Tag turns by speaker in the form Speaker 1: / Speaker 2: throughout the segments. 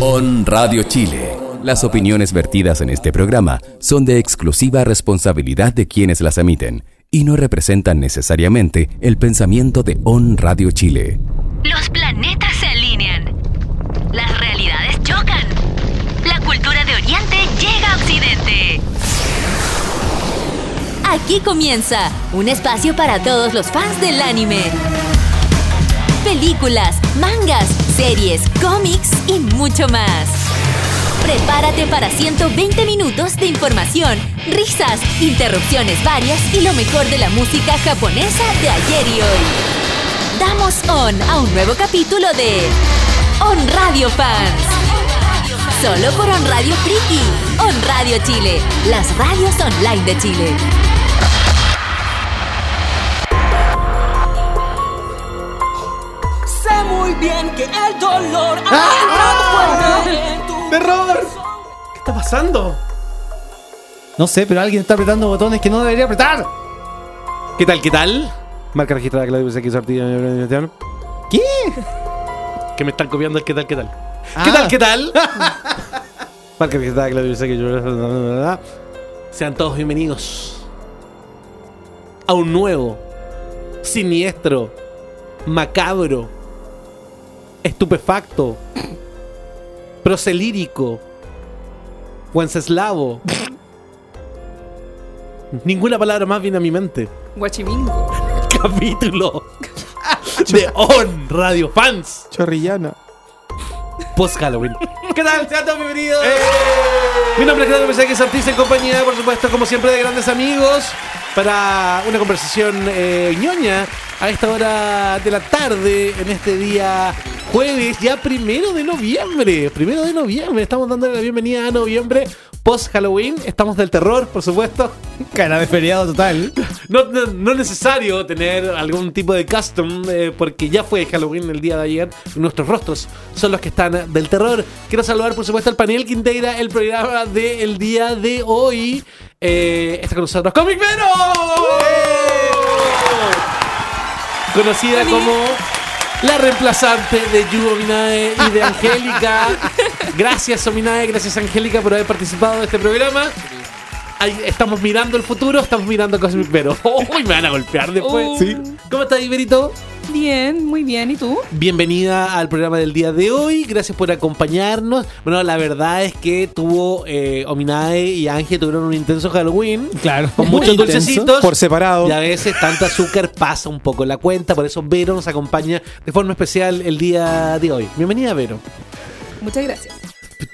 Speaker 1: On Radio Chile. Las opiniones vertidas en este programa son de exclusiva responsabilidad de quienes las emiten y no representan necesariamente el pensamiento de On Radio Chile.
Speaker 2: Los planetas se alinean. Las realidades chocan. La cultura de Oriente llega a Occidente. Aquí comienza un espacio para todos los fans del anime. Películas, mangas, series, cómics y mucho más. Prepárate para 120 minutos de información, risas, interrupciones varias y lo mejor de la música japonesa de ayer y hoy. Damos on a un nuevo capítulo de On Radio Fans. Solo por On Radio Friki, On Radio Chile, las radios online de Chile.
Speaker 3: Sé muy bien que el dolor ha entrado fuerte en tu
Speaker 4: ¡Terror! ¿Qué está pasando?
Speaker 5: No sé, pero alguien está apretando botones que no debería apretar.
Speaker 4: ¿Qué tal, qué tal?
Speaker 5: Marca registrada Claudio Pesaki, Sortillo. ¿Qué?
Speaker 4: Que me están copiando el qué tal, qué tal.
Speaker 5: Ah.
Speaker 4: ¿Qué tal, qué tal?
Speaker 5: Marca registrada Claudio Pesaki,
Speaker 4: Sean todos bienvenidos a un nuevo, siniestro, macabro, estupefacto, proselírico, wenceslavo. Ninguna palabra más viene a mi mente.
Speaker 6: Guachimingo.
Speaker 4: Capítulo de On Radio Fans.
Speaker 5: Chorrillana.
Speaker 4: post Halloween. ¿Qué tal? Sean todos bienvenidos. Mi nombre es Claudio Mensaje Ortiz en compañía, por supuesto, como siempre, de grandes amigos para una conversación eh, ñoña a esta hora de la tarde, en este día jueves, ya primero de noviembre. Primero de noviembre, estamos dándole la bienvenida a noviembre post Halloween. Estamos del terror, por supuesto.
Speaker 5: Cara de feriado total.
Speaker 4: No, no- no es necesario tener algún tipo de custom, eh, porque ya fue Halloween el día de ayer. y Nuestros rostros son los que están del terror. Quiero saludar, por supuesto, al panel que integra el programa del día de hoy. Eh, está con nosotros Comic Vero. Conocida como la reemplazante de Yu Ominae y de Angélica. Gracias, Ominae. Gracias, Angélica, por haber participado de este programa. Ahí estamos mirando el futuro, estamos mirando Cosmic Vero. Uy, me van a golpear después.
Speaker 6: Uh.
Speaker 4: Sí. ¿Cómo estás, Iberito?
Speaker 6: Bien, muy bien. ¿Y tú?
Speaker 4: Bienvenida al programa del día de hoy. Gracias por acompañarnos. Bueno, la verdad es que tuvo eh, Ominae y Ángel tuvieron un intenso Halloween.
Speaker 5: Claro.
Speaker 4: Con muchos dulcecitos.
Speaker 5: Por separado.
Speaker 4: Y a veces tanto azúcar pasa un poco la cuenta. Por eso Vero nos acompaña de forma especial el día de hoy. Bienvenida, Vero.
Speaker 6: Muchas gracias.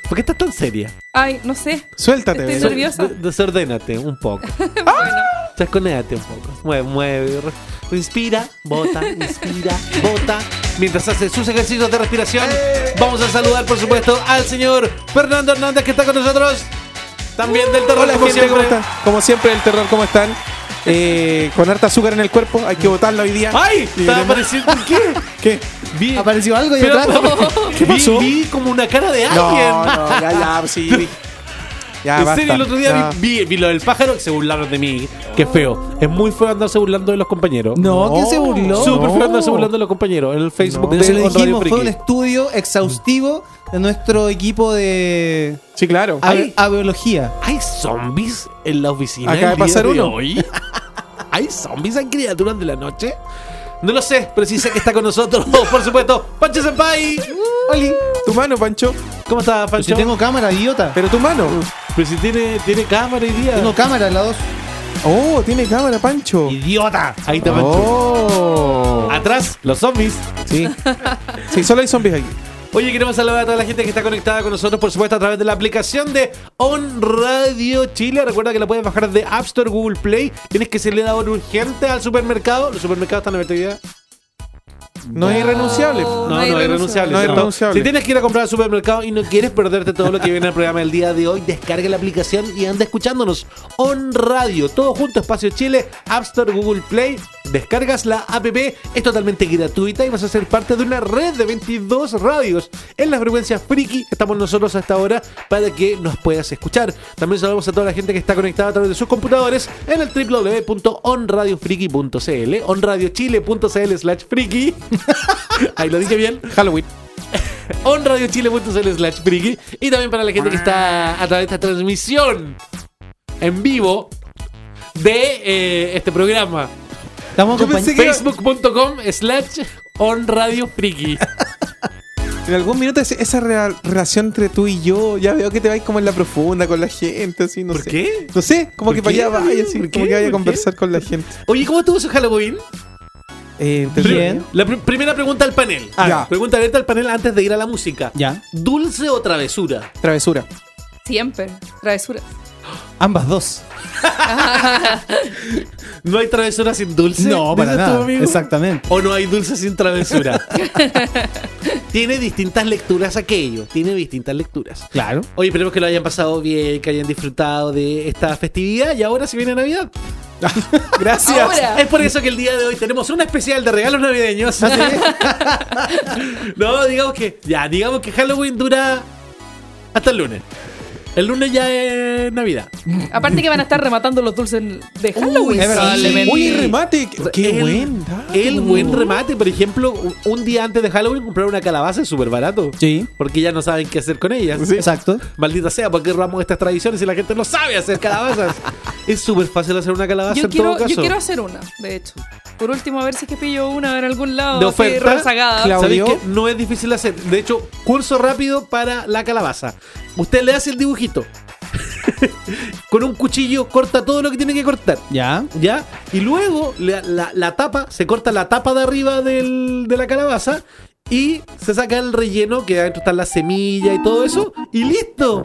Speaker 4: ¿Por qué estás tan seria?
Speaker 6: Ay, no sé.
Speaker 5: Suéltate,
Speaker 6: Estoy
Speaker 5: bebé.
Speaker 6: nerviosa. ¿Nervioso?
Speaker 4: De- desordénate un poco.
Speaker 6: Bueno,
Speaker 4: Chasconeate un poco. Mueve, mueve. re- Inspira, bota, inspira, bota. Mientras hace sus ejercicios de respiración,
Speaker 5: Eh.
Speaker 4: vamos a saludar, por supuesto, al señor Fernando Hernández que está con nosotros. También del terror,
Speaker 5: Hola,
Speaker 4: como
Speaker 5: gente, ¿cómo
Speaker 4: siempre.
Speaker 5: están? Como siempre, el terror, ¿cómo están? Eh, con harta azúcar en el cuerpo, hay que botarla hoy día.
Speaker 4: ¡Ay! Estaba
Speaker 5: Libremos-
Speaker 4: apareciendo. ¿Qué?
Speaker 5: ¿Qué?
Speaker 4: Vi,
Speaker 7: Apareció algo y
Speaker 4: pero-
Speaker 7: atrás.
Speaker 5: ¿Qué
Speaker 4: vi-
Speaker 5: pasó?
Speaker 4: Vi, como una cara de alguien.
Speaker 5: No, no, ya, ya, sí. Ya,
Speaker 4: en
Speaker 5: basta.
Speaker 4: serio, el otro día
Speaker 5: No.
Speaker 4: vi, vi- vi lo del pájaro que se burlaron de mí. Qué feo. Es muy feo andarse burlando de los compañeros.
Speaker 7: No,
Speaker 5: No.
Speaker 7: ¿quién se burló?
Speaker 4: Súper feo
Speaker 5: No.
Speaker 4: andarse burlando de los compañeros. En el Facebook
Speaker 5: No.
Speaker 4: de
Speaker 7: Se lo
Speaker 4: On Radio
Speaker 7: dijimos, fue
Speaker 4: Friki.
Speaker 7: un estudio exhaustivo de nuestro equipo de
Speaker 5: Sí, claro.
Speaker 7: abe- abeología.
Speaker 4: ¿Hay zombies en la oficina?
Speaker 5: Acaba
Speaker 4: el
Speaker 5: de
Speaker 4: día
Speaker 5: pasar uno.
Speaker 4: hoy? ¿Hay zombies? ¿Hay criaturas de la noche? No lo sé, pero sí sé que está con nosotros, por supuesto, Pancho Senpai.
Speaker 7: Uh.
Speaker 5: Oli, tu mano, Pancho.
Speaker 4: ¿Cómo estás,
Speaker 7: Pero
Speaker 4: Pancho?
Speaker 7: si tengo cámara, idiota.
Speaker 5: Pero tu mano.
Speaker 4: Pero si tiene, tiene cámara hoy día.
Speaker 7: Tengo cámara, la dos.
Speaker 5: Oh, tiene cámara, Pancho.
Speaker 4: ¡Idiota! Ahí está Pancho.
Speaker 5: Oh.
Speaker 4: Atrás, los zombies.
Speaker 5: Sí. Sí, solo hay zombies aquí.
Speaker 4: Oye, queremos saludar a toda la gente que está conectada con nosotros, por supuesto, a través de la aplicación de On Radio Chile. Recuerda que la puedes bajar de App Store, Google Play. Tienes que salir ahora urgente al supermercado. Los supermercados están en actividad.
Speaker 5: No es irrenunciable.
Speaker 6: No,
Speaker 4: No,
Speaker 6: hay
Speaker 4: no, es renunciable.
Speaker 6: renunciable.
Speaker 5: No es
Speaker 4: ¿cierto?
Speaker 5: renunciable.
Speaker 4: Si tienes que ir a comprar al supermercado y no quieres perderte todo lo que viene al programa del día de hoy, descarga la aplicación y anda escuchándonos on radio. Todo junto, Espacio Chile, App Store, Google Play. Descargas la app, es totalmente gratuita y vas a ser parte de una red de 22 radios. En las frecuencias friki estamos nosotros hasta ahora para que nos puedas escuchar. También saludamos a toda la gente que está conectada a través de sus computadores en el www.onradiofriki.cl, onradiochile.cl slash friki. Ahí lo dije bien.
Speaker 5: Halloween.
Speaker 4: onradiochile.cl slash friki y también para la gente que está a través de esta transmisión en vivo de eh, este programa.
Speaker 7: Estamos
Speaker 5: Yo pensé
Speaker 7: acompañados.
Speaker 5: que-
Speaker 4: Facebook.com slash onradiofriki.
Speaker 5: En algún minuto ese- esa rea- relación entre tú y yo, ya veo que te vais como en la profunda con la gente, así, no
Speaker 4: ¿Por
Speaker 5: sé.
Speaker 4: qué?
Speaker 5: No sé, como
Speaker 4: ¿Por
Speaker 5: que para
Speaker 4: qué?
Speaker 5: allá vaya, así,
Speaker 4: ¿Por qué?
Speaker 5: como que vaya a
Speaker 4: ¿Por qué?
Speaker 5: conversar con la gente.
Speaker 4: Oye, ¿cómo estuvo su Halloween?
Speaker 5: Eh,
Speaker 7: Bien.
Speaker 4: La pr- primera pregunta al panel.
Speaker 5: Ah,
Speaker 4: Ya. Pregunta abierta al panel antes de ir a la música.
Speaker 7: Ya.
Speaker 4: ¿Dulce o travesura?
Speaker 5: Travesura.
Speaker 6: Siempre. Travesuras.
Speaker 7: Ambas dos.
Speaker 4: ¿No hay travesura sin dulce?
Speaker 7: no, para
Speaker 4: Dices tú,
Speaker 7: nada.
Speaker 4: amigo.
Speaker 7: Exactamente.
Speaker 4: O no hay dulce sin travesura. Tiene distintas lecturas aquello. Tiene distintas lecturas.
Speaker 7: Claro.
Speaker 4: Oye, esperemos que lo hayan pasado bien, que hayan disfrutado de esta festividad y ahora se viene Navidad.
Speaker 5: Gracias.
Speaker 6: Ahora.
Speaker 4: Es por eso que el día de hoy tenemos un especial de regalos navideños. no, digamos que ya, digamos que Halloween dura hasta el lunes. El lunes ya es Navidad.
Speaker 6: Aparte que van a estar rematando los dulces de Halloween.
Speaker 7: es verdad.
Speaker 6: probablemente.
Speaker 5: Oye, remate. Qué,
Speaker 4: El-
Speaker 5: buen dato.
Speaker 4: El buen remate, por ejemplo, un- un día antes de Halloween comprar una calabaza es súper barato.
Speaker 7: Sí.
Speaker 4: Porque ya no saben qué hacer con ellas.
Speaker 7: Exacto.
Speaker 4: Maldita sea, ¿por qué robamos estas tradiciones si la gente no sabe hacer calabazas? es súper fácil hacer una calabaza
Speaker 6: yo
Speaker 4: en todo
Speaker 6: quiero, yo
Speaker 4: caso.
Speaker 6: quiero hacer una, de hecho. Por último, a ver si es que pillo una en algún lado.
Speaker 4: de
Speaker 6: así,
Speaker 4: oferta.
Speaker 6: rezagada.
Speaker 5: Claro.
Speaker 4: ¿Sabéis
Speaker 5: Claudio.
Speaker 4: que no es difícil hacer. De hecho, curso rápido para la calabaza. Usted le hace el dibujito. Con un cuchillo corta todo lo que tiene que cortar.
Speaker 7: Ya.
Speaker 4: ¿Ya? Y luego la, la- la tapa, se corta la tapa de arriba del- de la calabaza y se saca el relleno que adentro están las semillas y todo eso. Y listo.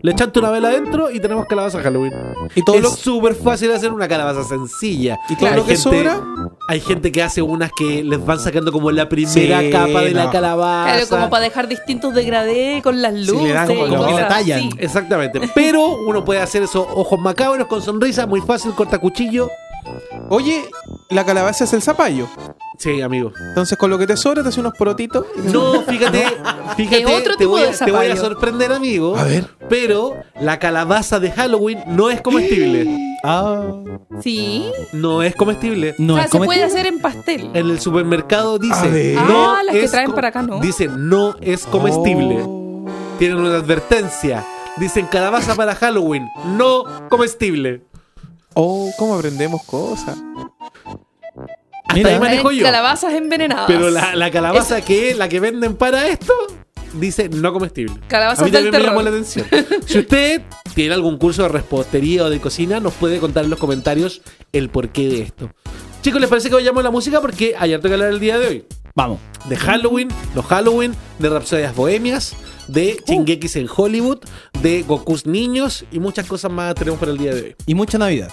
Speaker 4: Le echaste una vela adentro y tenemos calabaza Halloween.
Speaker 5: Y todo
Speaker 4: es
Speaker 5: lo-
Speaker 4: súper fácil hacer una calabaza sencilla.
Speaker 5: Y todo
Speaker 4: Hay
Speaker 5: lo que
Speaker 4: gente-
Speaker 5: sobra.
Speaker 4: Hay gente que hace unas que les van sacando como la primera
Speaker 5: Sí,
Speaker 4: capa de la
Speaker 5: no.
Speaker 4: calabaza.
Speaker 6: Claro, como para dejar distintos degradés con las luces.
Speaker 5: le dan como
Speaker 6: y
Speaker 5: que
Speaker 6: cosas
Speaker 7: la tallan.
Speaker 6: así.
Speaker 4: Exactamente. Pero uno puede hacer esos ojos macabros con sonrisa, muy fácil, corta cuchillo.
Speaker 5: Oye, la calabaza es el zapallo.
Speaker 4: Sí, amigo.
Speaker 5: Entonces, con lo que te sobra, te haces unos porotitos. y-
Speaker 4: No, fíjate, fíjate,
Speaker 6: Es otro
Speaker 4: te,
Speaker 6: tipo
Speaker 4: voy a,
Speaker 6: de
Speaker 4: te voy a
Speaker 6: zapallo.
Speaker 4: sorprender, amigo.
Speaker 5: A ver.
Speaker 4: Pero la calabaza de Halloween no es comestible.
Speaker 7: Ah.
Speaker 6: Sí.
Speaker 4: No es comestible.
Speaker 7: No
Speaker 6: o sea,
Speaker 7: es
Speaker 6: se
Speaker 7: como-
Speaker 6: puede hacer en pastel.
Speaker 4: En el supermercado
Speaker 5: A
Speaker 4: dice.
Speaker 5: ver.
Speaker 4: No
Speaker 6: Ah, las que
Speaker 4: es
Speaker 6: traen
Speaker 4: co-
Speaker 6: para acá, ¿no?
Speaker 4: Dicen, no es comestible.
Speaker 5: Oh.
Speaker 4: Tienen una advertencia. Dicen calabaza para Halloween, no comestible.
Speaker 5: Oh, cómo aprendemos cosas.
Speaker 4: Hasta
Speaker 7: Mira.
Speaker 4: ahí manejo
Speaker 6: Traen
Speaker 4: yo.
Speaker 6: Calabazas envenenadas.
Speaker 4: Pero la, la calabaza que es la que venden para esto dice no comestible.
Speaker 6: Calabazas
Speaker 4: A mí
Speaker 6: del
Speaker 4: también me
Speaker 6: terror.
Speaker 4: llamó la atención. Si usted tiene algún curso de repostería o de cocina, nos puede contar en los comentarios el porqué de esto. Chicos, ¿les parece que vayamos a la música? Porque hay harto que hablar el día de hoy.
Speaker 7: Vamos.
Speaker 4: De Halloween, los Halloween, de Rapsodias Bohemias, de
Speaker 6: Uh.
Speaker 4: Chingekis en Hollywood, de Gokus Niños y muchas cosas más tenemos para el día de hoy
Speaker 7: Y mucha Navidad.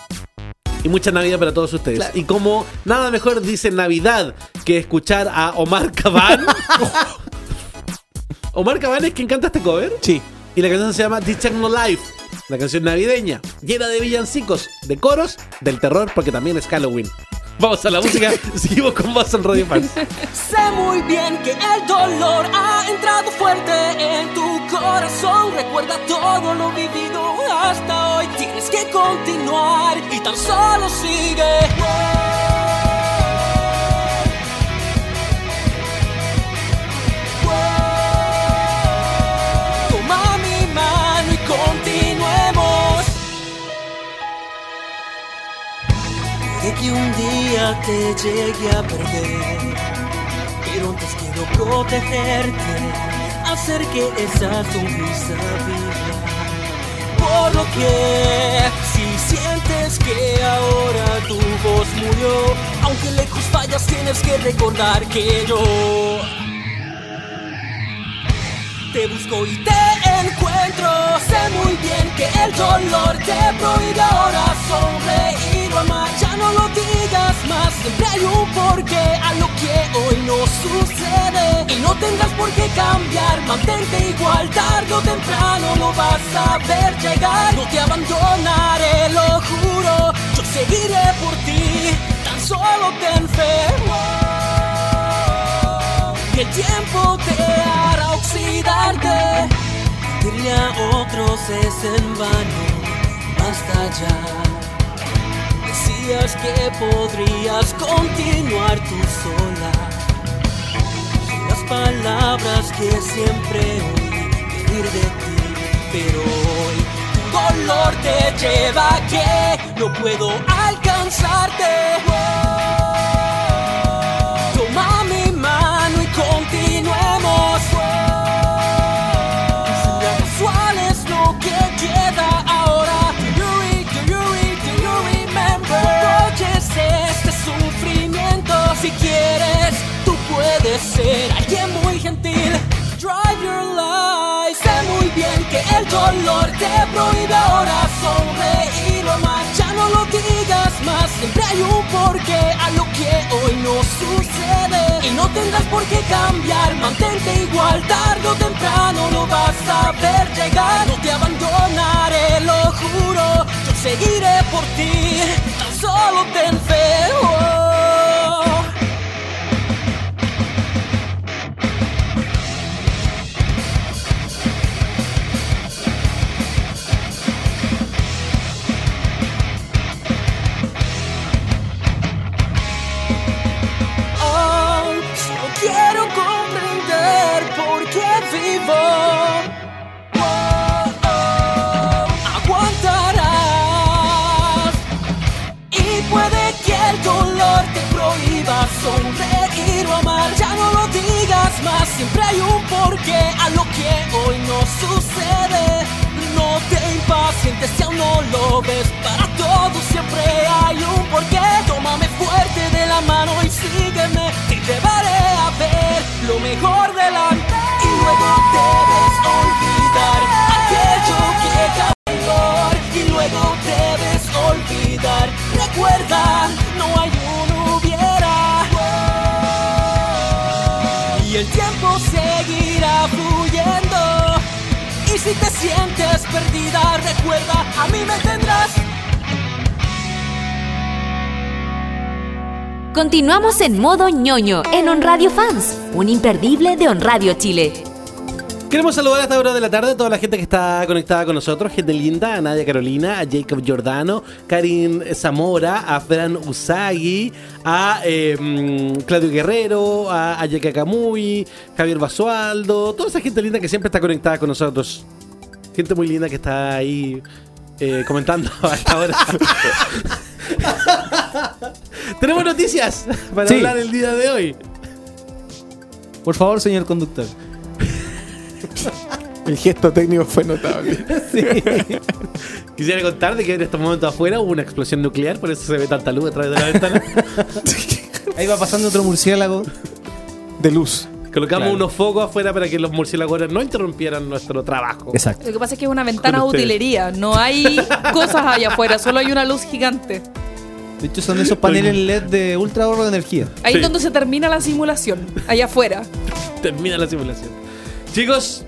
Speaker 4: y mucha Navidad para todos ustedes.
Speaker 6: Claro.
Speaker 4: Y como nada mejor dice Navidad que escuchar a Omar Caban. Omar Caban es quien canta este cover
Speaker 5: Sí.
Speaker 4: y la canción se llama This No Life, la canción navideña, llena de villancicos, de coros, del terror porque también es Halloween. Vamos a la música, seguimos con más en Radio Fans.
Speaker 3: Sé muy bien que el dolor ha entrado fuerte en tu corazón. Recuerda todo lo vivido hasta hoy. Tienes que continuar y tan solo sigue. Toma mi mano y continuemos. Puede que un día te llegue a perder. Pero antes quiero protegerte, hacer que esa sonrisa viva. Por lo que, si sientes que ahora tu voz murió, aunque lejos vayas, tienes que recordar que yo te busco y te encuentro. Sé muy bien que el dolor te prohíbe ahora sonreír o amar. Ya no lo digas más, siempre hay un porqué a lo que hoy no sucede. Y no tengas por qué cambiar, mantente igual. Tarde o temprano lo vas a ver llegar. No te abandonaré, lo juro. Yo seguiré por ti, tan solo ten fe. Y el tiempo te hará oxidarte. Pedirle a otros es en vano, basta ya. Decías que podrías continuar tú sola. Giras palabras que siempre oí decir de ti, pero hoy tu dolor te lleva a que no puedo alcanzarte. Toma mi mano y continuemos. Casual es lo que queda ahora. Do you, re- do you, re- do you remember? Oyes este sufrimiento. Si quieres, tú puedes ser alguien muy gentil. Drive your life. Sé muy bien que el dolor te prohíbe ahora sonreír o amar. Ya no lo digas más. Siempre hay un porqué a lo que hoy no sucede. Y no tendrás por qué cambiar. Mantente igual. Tarde o temprano lo vas a ver llegar. No te abandonaré, lo juro. Yo seguiré por ti. Tan solo ten fe. oh. Oh, solo quiero comprender por qué vivo. Oh, oh, aguantarás. Y puede que el dolor te prohíba sonreír o amar. Ya no lo digas más, siempre hay un porqué a lo que hoy no sucede. No te impacientes si aún no lo ves. Para todo siempre hay un porqué. Tómame fuerte de la mano y sígueme. Te llevaré a ver lo mejor delante. Y luego debes olvidar aquello que cambió dolor y luego debes olvidar. Recuerda, no hay un hubiera. Y el tiempo seguirá fluyendo. Y si te sientes perdida, recuerda, a mí me tendrás.
Speaker 2: Continuamos en modo ñoño en On Radio Fans, un imperdible de On Radio Chile.
Speaker 4: Queremos saludar a esta hora de la tarde a toda la gente que está conectada con nosotros, gente linda, a Nadia Carolina, a Jacob Giordano, Karin Zamora, a Fran Usagi, a eh, mm, Claudio Guerrero, a Ayaka Kamui, Javier Basualdo, toda esa gente linda que siempre está conectada con nosotros. Gente muy linda que está ahí eh, comentando a esta hora. Tenemos noticias para
Speaker 7: Sí.
Speaker 4: hablar el día de hoy.
Speaker 7: Por favor, señor conductor.
Speaker 5: El gesto técnico fue notable.
Speaker 4: Quisiera contar de que en estos momentos afuera hubo una explosión nuclear, por eso se ve tanta luz a través de la ventana.
Speaker 7: Ahí va pasando otro murciélago.
Speaker 5: De luz.
Speaker 4: Colocamos
Speaker 7: Claro.
Speaker 4: unos focos afuera para que los murciélagos no interrumpieran nuestro trabajo.
Speaker 7: Exacto.
Speaker 6: Lo que pasa es que es una ventana de
Speaker 4: Con ustedes.
Speaker 6: utilería. No hay cosas allá afuera, solo hay una luz gigante.
Speaker 7: De hecho, son esos paneles LED de ultra ahorro de energía.
Speaker 6: Ahí
Speaker 4: Sí.
Speaker 6: es donde se termina la simulación, allá afuera.
Speaker 4: Termina la simulación. Chicos,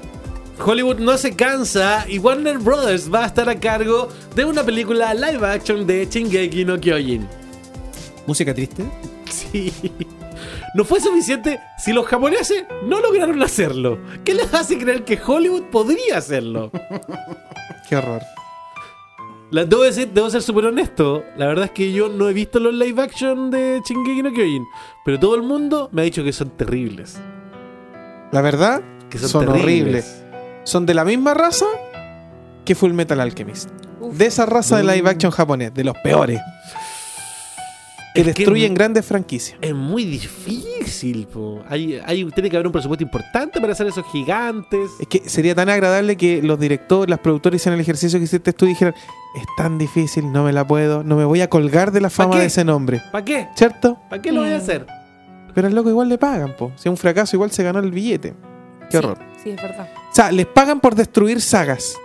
Speaker 4: Hollywood no se cansa y Warner Brothers va a estar a cargo de una película live action de Shingeki no Kyojin.
Speaker 7: Música triste.
Speaker 4: Sí. No fue suficiente si los japoneses no lograron hacerlo. ¿Qué les hace creer que Hollywood podría hacerlo?
Speaker 5: Qué horror.
Speaker 4: La, debo decir, debo ser súper honesto. La verdad es que yo no he visto los live action de Shingeki no Kyojin. Pero todo el mundo me ha dicho que son terribles.
Speaker 5: La verdad,
Speaker 4: Que son,
Speaker 5: son, horribles.
Speaker 4: terribles.
Speaker 5: Son de la misma raza que Full Metal Alchemist.
Speaker 6: Uf.
Speaker 5: De esa raza de
Speaker 4: Mm.
Speaker 5: live action japonés, de los peores. Que
Speaker 4: Es que
Speaker 5: destruyen
Speaker 4: no-
Speaker 5: grandes franquicias.
Speaker 4: Es muy difícil, po. Hay, hay, tiene que haber un presupuesto importante para hacer esos gigantes.
Speaker 5: Es que sería tan agradable que los directores, las productoras hicieran el ejercicio que hiciste tú y dijeran, es tan difícil, no me la puedo, no me voy a colgar de la fama
Speaker 4: qué?
Speaker 5: de ese nombre.
Speaker 4: ¿Para qué?
Speaker 5: ¿Cierto?
Speaker 4: ¿Para qué lo voy a
Speaker 6: Mm.
Speaker 4: hacer?
Speaker 5: Pero al loco igual le pagan, po. Si es un fracaso, igual se ganó el billete. Qué
Speaker 6: Sí,
Speaker 5: horror.
Speaker 6: Sí, es verdad.
Speaker 5: O sea, les pagan por destruir sagas.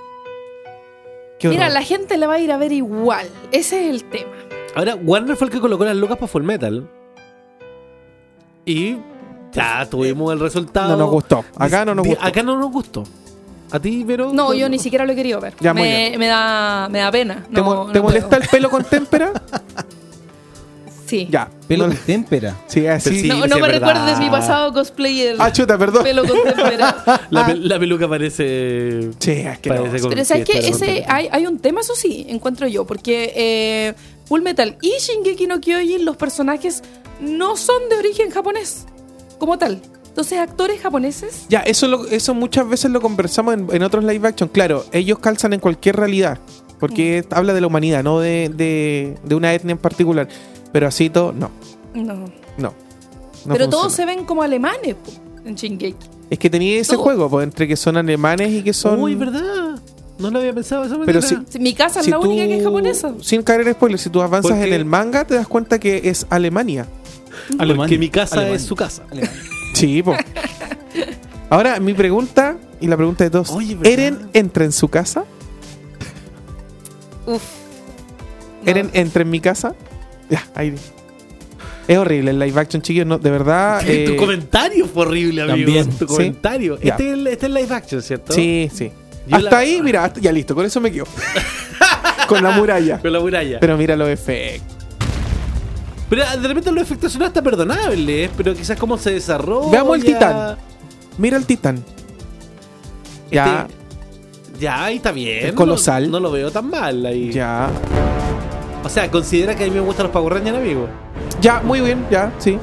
Speaker 5: Qué horror.
Speaker 6: Mira, la gente la va a ir a ver igual. Ese es el tema.
Speaker 4: Ahora, Warner fue el que colocó las locas para Full Metal. Y ya tuvimos el resultado.
Speaker 5: No nos gustó. Acá no nos
Speaker 4: Di-
Speaker 5: gustó.
Speaker 4: Acá no nos gustó. A ti, pero.
Speaker 6: No, yo ni siquiera lo he querido ver.
Speaker 5: Ya, muy
Speaker 6: me, me da, me da pena.
Speaker 5: ¿Te,
Speaker 6: No,
Speaker 5: mo-
Speaker 6: no
Speaker 5: te molesta
Speaker 6: puedo.
Speaker 5: el pelo con témpera?
Speaker 6: Sí.
Speaker 5: ya.
Speaker 7: Pelo
Speaker 5: No-
Speaker 7: de témpera.
Speaker 5: sí, así.
Speaker 4: Sí,
Speaker 6: no
Speaker 4: sí,
Speaker 6: no
Speaker 4: es
Speaker 6: me
Speaker 4: verdad.
Speaker 6: recuerdes mi pasado cosplayer.
Speaker 5: Ah, chuta, perdón.
Speaker 6: pelo con témpera.
Speaker 4: La, pel- la peluca parece.
Speaker 5: Sí, es que no.
Speaker 4: parece con-
Speaker 6: Pero sabes
Speaker 4: sí,
Speaker 6: que
Speaker 4: espera,
Speaker 6: ese
Speaker 4: espera.
Speaker 6: hay, hay un tema, eso sí, encuentro yo, porque eh, Full Metal y Shingeki no Kyojin, los personajes no son de origen japonés, como tal. Entonces, actores japoneses,
Speaker 5: Ya, eso, lo- eso muchas veces lo conversamos en, en otros live action. Claro, ellos calzan en cualquier realidad. Porque habla de la humanidad, no de, de- de una etnia en particular. Pero así todo, no.
Speaker 6: no.
Speaker 5: No. no
Speaker 6: Pero
Speaker 5: funciona.
Speaker 6: todos se ven como alemanes po, en Shingeki.
Speaker 5: Es que tenía ese
Speaker 6: todo.
Speaker 5: juego, pues, entre que son alemanes y que son.
Speaker 4: Uy, ¿verdad? No lo había pensado de esa
Speaker 5: Pero
Speaker 4: manera.
Speaker 5: sí.
Speaker 6: Si- Mi casa es
Speaker 5: si
Speaker 6: la única que es
Speaker 5: tú-
Speaker 6: japonesa.
Speaker 5: Sin caer en spoilers, si tú avanzas
Speaker 4: Porque-
Speaker 5: en el manga, te das cuenta que es Alemania.
Speaker 4: Porque mi casa es su casa.
Speaker 5: Sí, po. Ahora, mi pregunta, y la pregunta de todos:
Speaker 4: Oye, ¿verdad?
Speaker 5: ¿Eren entra en su casa?
Speaker 6: Uf. No.
Speaker 5: Eren entra en mi casa. Ya, ahí. Es horrible el live action, chiquillos. No, de verdad. eh,
Speaker 4: tu comentario fue horrible, amigo.
Speaker 8: También.
Speaker 4: Tu
Speaker 5: Sí.
Speaker 4: comentario.
Speaker 5: Ya.
Speaker 4: Este, es el, este es live action, ¿cierto?
Speaker 5: sí, sí.
Speaker 4: Yo
Speaker 5: hasta
Speaker 4: la-
Speaker 5: ahí, mira, hasta- ya listo, con eso me quedo. con
Speaker 4: Ah,
Speaker 5: la muralla.
Speaker 4: Con la muralla. Pero, ah,
Speaker 5: Pero mira los efectos.
Speaker 4: de repente los efectos son hasta perdonables, ¿eh? pero quizás cómo se desarrolla.
Speaker 5: Veamos el Titán. Mira el titán. Ya,
Speaker 4: Este, Ya, ahí está bien.
Speaker 5: El colosal.
Speaker 4: No, no lo veo tan mal ahí.
Speaker 5: ya.
Speaker 4: O sea, considera que a mí me gustan los Power Rangers, amigo.
Speaker 5: Ya, muy bien, ya, sí.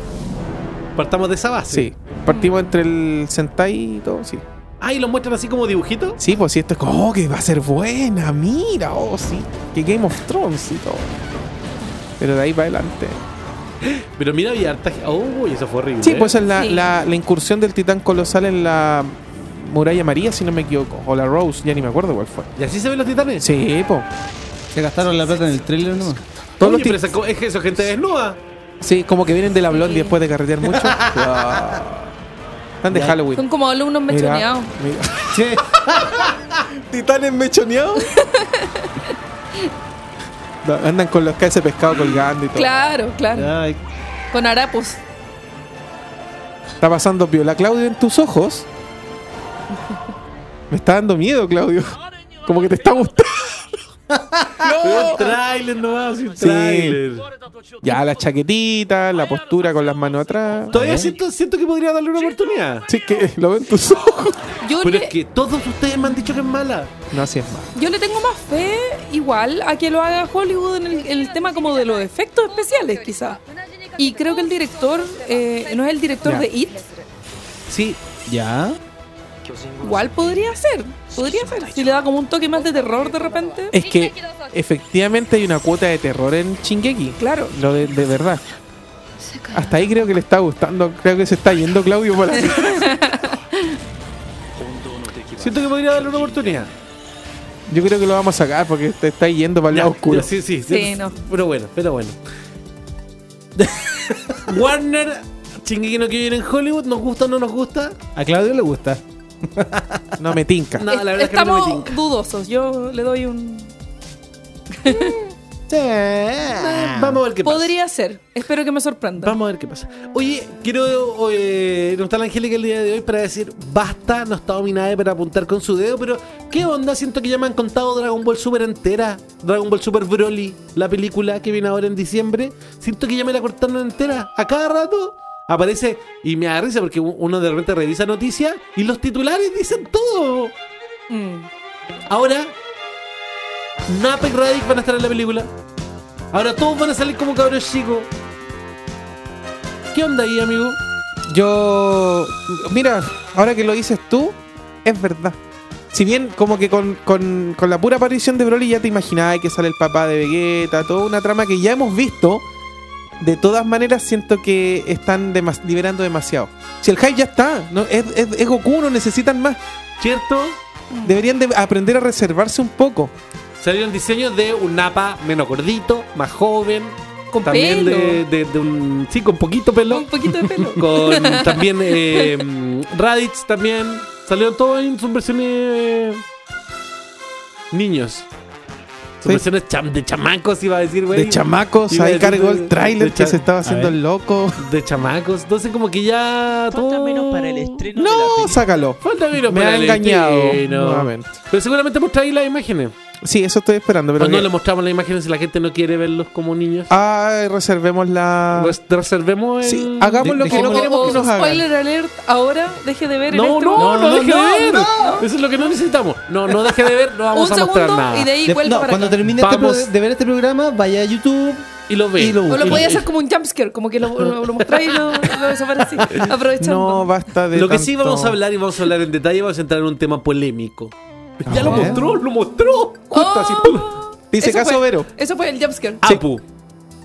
Speaker 4: Partamos de esa base.
Speaker 5: Sí. Partimos entre el Sentai y todo, sí.
Speaker 4: Ah, y los muestran así como dibujitos.
Speaker 5: Sí, pues sí, esto es como, oh, que va a ser buena, mira, oh, sí. Que Game of Thrones y todo. Pero de ahí para adelante.
Speaker 4: Pero mira, había harta. Oh, uy, eso fue horrible.
Speaker 5: Sí,
Speaker 4: ¿eh?
Speaker 5: pues es la,
Speaker 6: Sí.
Speaker 5: la- la incursión del titán colosal en la muralla María, si no me equivoco. O la Rose, ya ni me acuerdo cuál fue.
Speaker 4: ¿Y así se ven los titanes?
Speaker 5: Sí, pues.
Speaker 7: Se gastaron la plata en el trailer, ¿no?
Speaker 5: Todos
Speaker 4: Oye,
Speaker 5: los
Speaker 4: pero
Speaker 5: tit-
Speaker 4: esa co- es que eso es gente desnuda.
Speaker 5: Sí, como que vienen de la Blondie después de carretear mucho. Están de
Speaker 6: Son
Speaker 5: Halloween.
Speaker 6: como alumnos mechoneados.
Speaker 5: mira. ¿Titanes mechoneados? No, Andan con los caes de pescado colgando y todo.
Speaker 6: Claro, claro.
Speaker 7: Ay,
Speaker 6: Con harapos.
Speaker 5: Está pasando viola Claudio en tus ojos. Me está dando miedo, Claudio. Como que te está gustando.
Speaker 4: Pero un trailer nomás, un
Speaker 5: Sí.
Speaker 4: trailer.
Speaker 5: Ya la chaquetita, la postura con las manos atrás.
Speaker 4: Todavía siento, siento que podría darle una oportunidad.
Speaker 5: Sí, que lo ven tus ojos.
Speaker 6: Yo
Speaker 4: Pero
Speaker 6: le,
Speaker 4: es que todos ustedes me han dicho que es mala.
Speaker 5: No así es más.
Speaker 6: yo le tengo más fe igual a que lo haga Hollywood en el, en el tema como de los efectos especiales, quizá. Y creo que el director, eh, ¿no es el director
Speaker 5: Ya.
Speaker 6: de It?
Speaker 4: Sí,
Speaker 7: ya.
Speaker 6: Igual podría ser, podría ser. Si le da como un toque más de terror de repente.
Speaker 5: Es que efectivamente hay una cuota de terror en Shingeki.
Speaker 6: Claro.
Speaker 5: Lo de, de verdad. Hasta ahí creo que le está gustando. Creo que se está yendo Claudio por ahí.
Speaker 4: siento que podría darle una oportunidad.
Speaker 5: Yo creo que lo vamos a sacar porque te está yendo para el lado
Speaker 4: Ya,
Speaker 5: oscuro.
Speaker 4: ya, sí, sí,
Speaker 6: Sí,
Speaker 4: sí.
Speaker 6: no.
Speaker 4: Pero bueno, pero bueno. Warner, chingue no quiero ir en Hollywood, nos gusta o no nos gusta.
Speaker 7: A Claudio le gusta.
Speaker 5: No me tinca.
Speaker 4: No, la verdad es que a mí no me
Speaker 6: Estamos
Speaker 4: tinca.
Speaker 6: dudosos. Yo le doy un.
Speaker 4: Vamos a ver qué pasa.
Speaker 6: Podría ser. Espero que me sorprenda.
Speaker 4: Vamos a ver qué pasa. Oye, quiero. eh, no está la Angélica el día de hoy para decir basta, no está dominada para apuntar con su dedo, pero ¿qué onda? Siento que ya me han contado Dragon Ball Super entera. Dragon Ball Super Broly, la película que viene ahora en diciembre. Siento que ya me la cortaron entera. A cada rato aparece y me da risa porque u- uno de repente revisa noticias y los titulares dicen todo.
Speaker 6: Mm.
Speaker 4: Ahora, Napa y Raditz van a estar en la película. Ahora todos van a salir como cabros chicos. ¿Qué onda ahí, amigo?
Speaker 5: Yo. Mira, ahora que lo dices tú, es verdad. Si bien, como que con, con- con la pura aparición de Broly ya te imaginabas que sale el papá de Vegeta, toda una trama que ya hemos visto. De todas maneras, siento que están demas- liberando demasiado. Si el hype ya está, no, es, es- es Goku, no necesitan más.
Speaker 4: ¿Cierto? Mm.
Speaker 5: Deberían de aprender a reservarse un poco.
Speaker 4: Salieron diseños de un Napa menos gordito, más joven.
Speaker 6: Con
Speaker 4: también
Speaker 6: pelo.
Speaker 4: De, de- de un. Sí, con poquito pelo.
Speaker 6: Un poquito de pelo.
Speaker 4: Con también eh, mm, Raditz también. Salieron todos en sus versiones. eh, niños. Sus
Speaker 5: Sí.
Speaker 4: versiones cham- de chamacos, iba a decir, güey.
Speaker 5: De chamacos,
Speaker 4: iba a
Speaker 5: ahí
Speaker 4: decir
Speaker 5: cargó
Speaker 4: de-
Speaker 5: el tráiler
Speaker 4: de
Speaker 5: que
Speaker 4: cha-
Speaker 5: se estaba haciendo
Speaker 8: ver.
Speaker 5: el loco.
Speaker 4: de chamacos. Entonces, como que ya.
Speaker 8: Falta
Speaker 4: todo-
Speaker 8: menos para el estreno de la
Speaker 5: No,
Speaker 8: película.
Speaker 5: Oh, sácalo.
Speaker 4: Falta menos
Speaker 5: Me
Speaker 4: para
Speaker 5: ha
Speaker 4: el
Speaker 5: engañado.
Speaker 4: estreno.
Speaker 5: nuevamente.
Speaker 4: Pero seguramente mostráis las imágenes.
Speaker 5: Sí, eso estoy esperando. Pero
Speaker 4: o no
Speaker 5: que-
Speaker 4: le mostramos las imágenes si la gente no quiere verlos como niños.
Speaker 5: Ah, reservemos la.
Speaker 4: Pues reservemos el.
Speaker 5: Sí, hagamos lo que no
Speaker 4: dejémoslo-
Speaker 5: queremos que
Speaker 6: O-
Speaker 5: nos hagan.
Speaker 6: Spoiler alert, ahora deje de ver en
Speaker 4: No,
Speaker 6: este
Speaker 4: no,
Speaker 6: momento.
Speaker 4: no, deje de ver.
Speaker 6: no,
Speaker 4: Eso es lo que no necesitamos. No, no deje de ver, no
Speaker 6: Un
Speaker 4: vamos a mostrar
Speaker 6: segundo
Speaker 4: nada.
Speaker 6: y de ahí
Speaker 7: De-
Speaker 6: vuelve
Speaker 7: no,
Speaker 6: para
Speaker 7: cuando
Speaker 6: acá.
Speaker 7: termine este
Speaker 4: Vamos.
Speaker 7: pro- de ver este programa, vaya a YouTube
Speaker 4: Y lo ve.
Speaker 7: y lo
Speaker 6: O
Speaker 7: busca.
Speaker 6: lo podía hacer como un jumpscare, como que lo, lo, lo mostráis y lo, lo desaparecí. Aprovechando.
Speaker 5: No, basta de
Speaker 4: Lo que sí
Speaker 5: tanto-
Speaker 4: vamos a hablar y vamos a hablar en detalle, vamos a entrar en un tema polémico. Ya lo
Speaker 5: ver.
Speaker 4: mostró, lo mostró.
Speaker 5: Justo así, ¡pum! Dice
Speaker 6: Oh. Eso
Speaker 5: caso
Speaker 6: fue-
Speaker 5: Vero.
Speaker 6: Eso fue el jumpscare.
Speaker 4: Apu.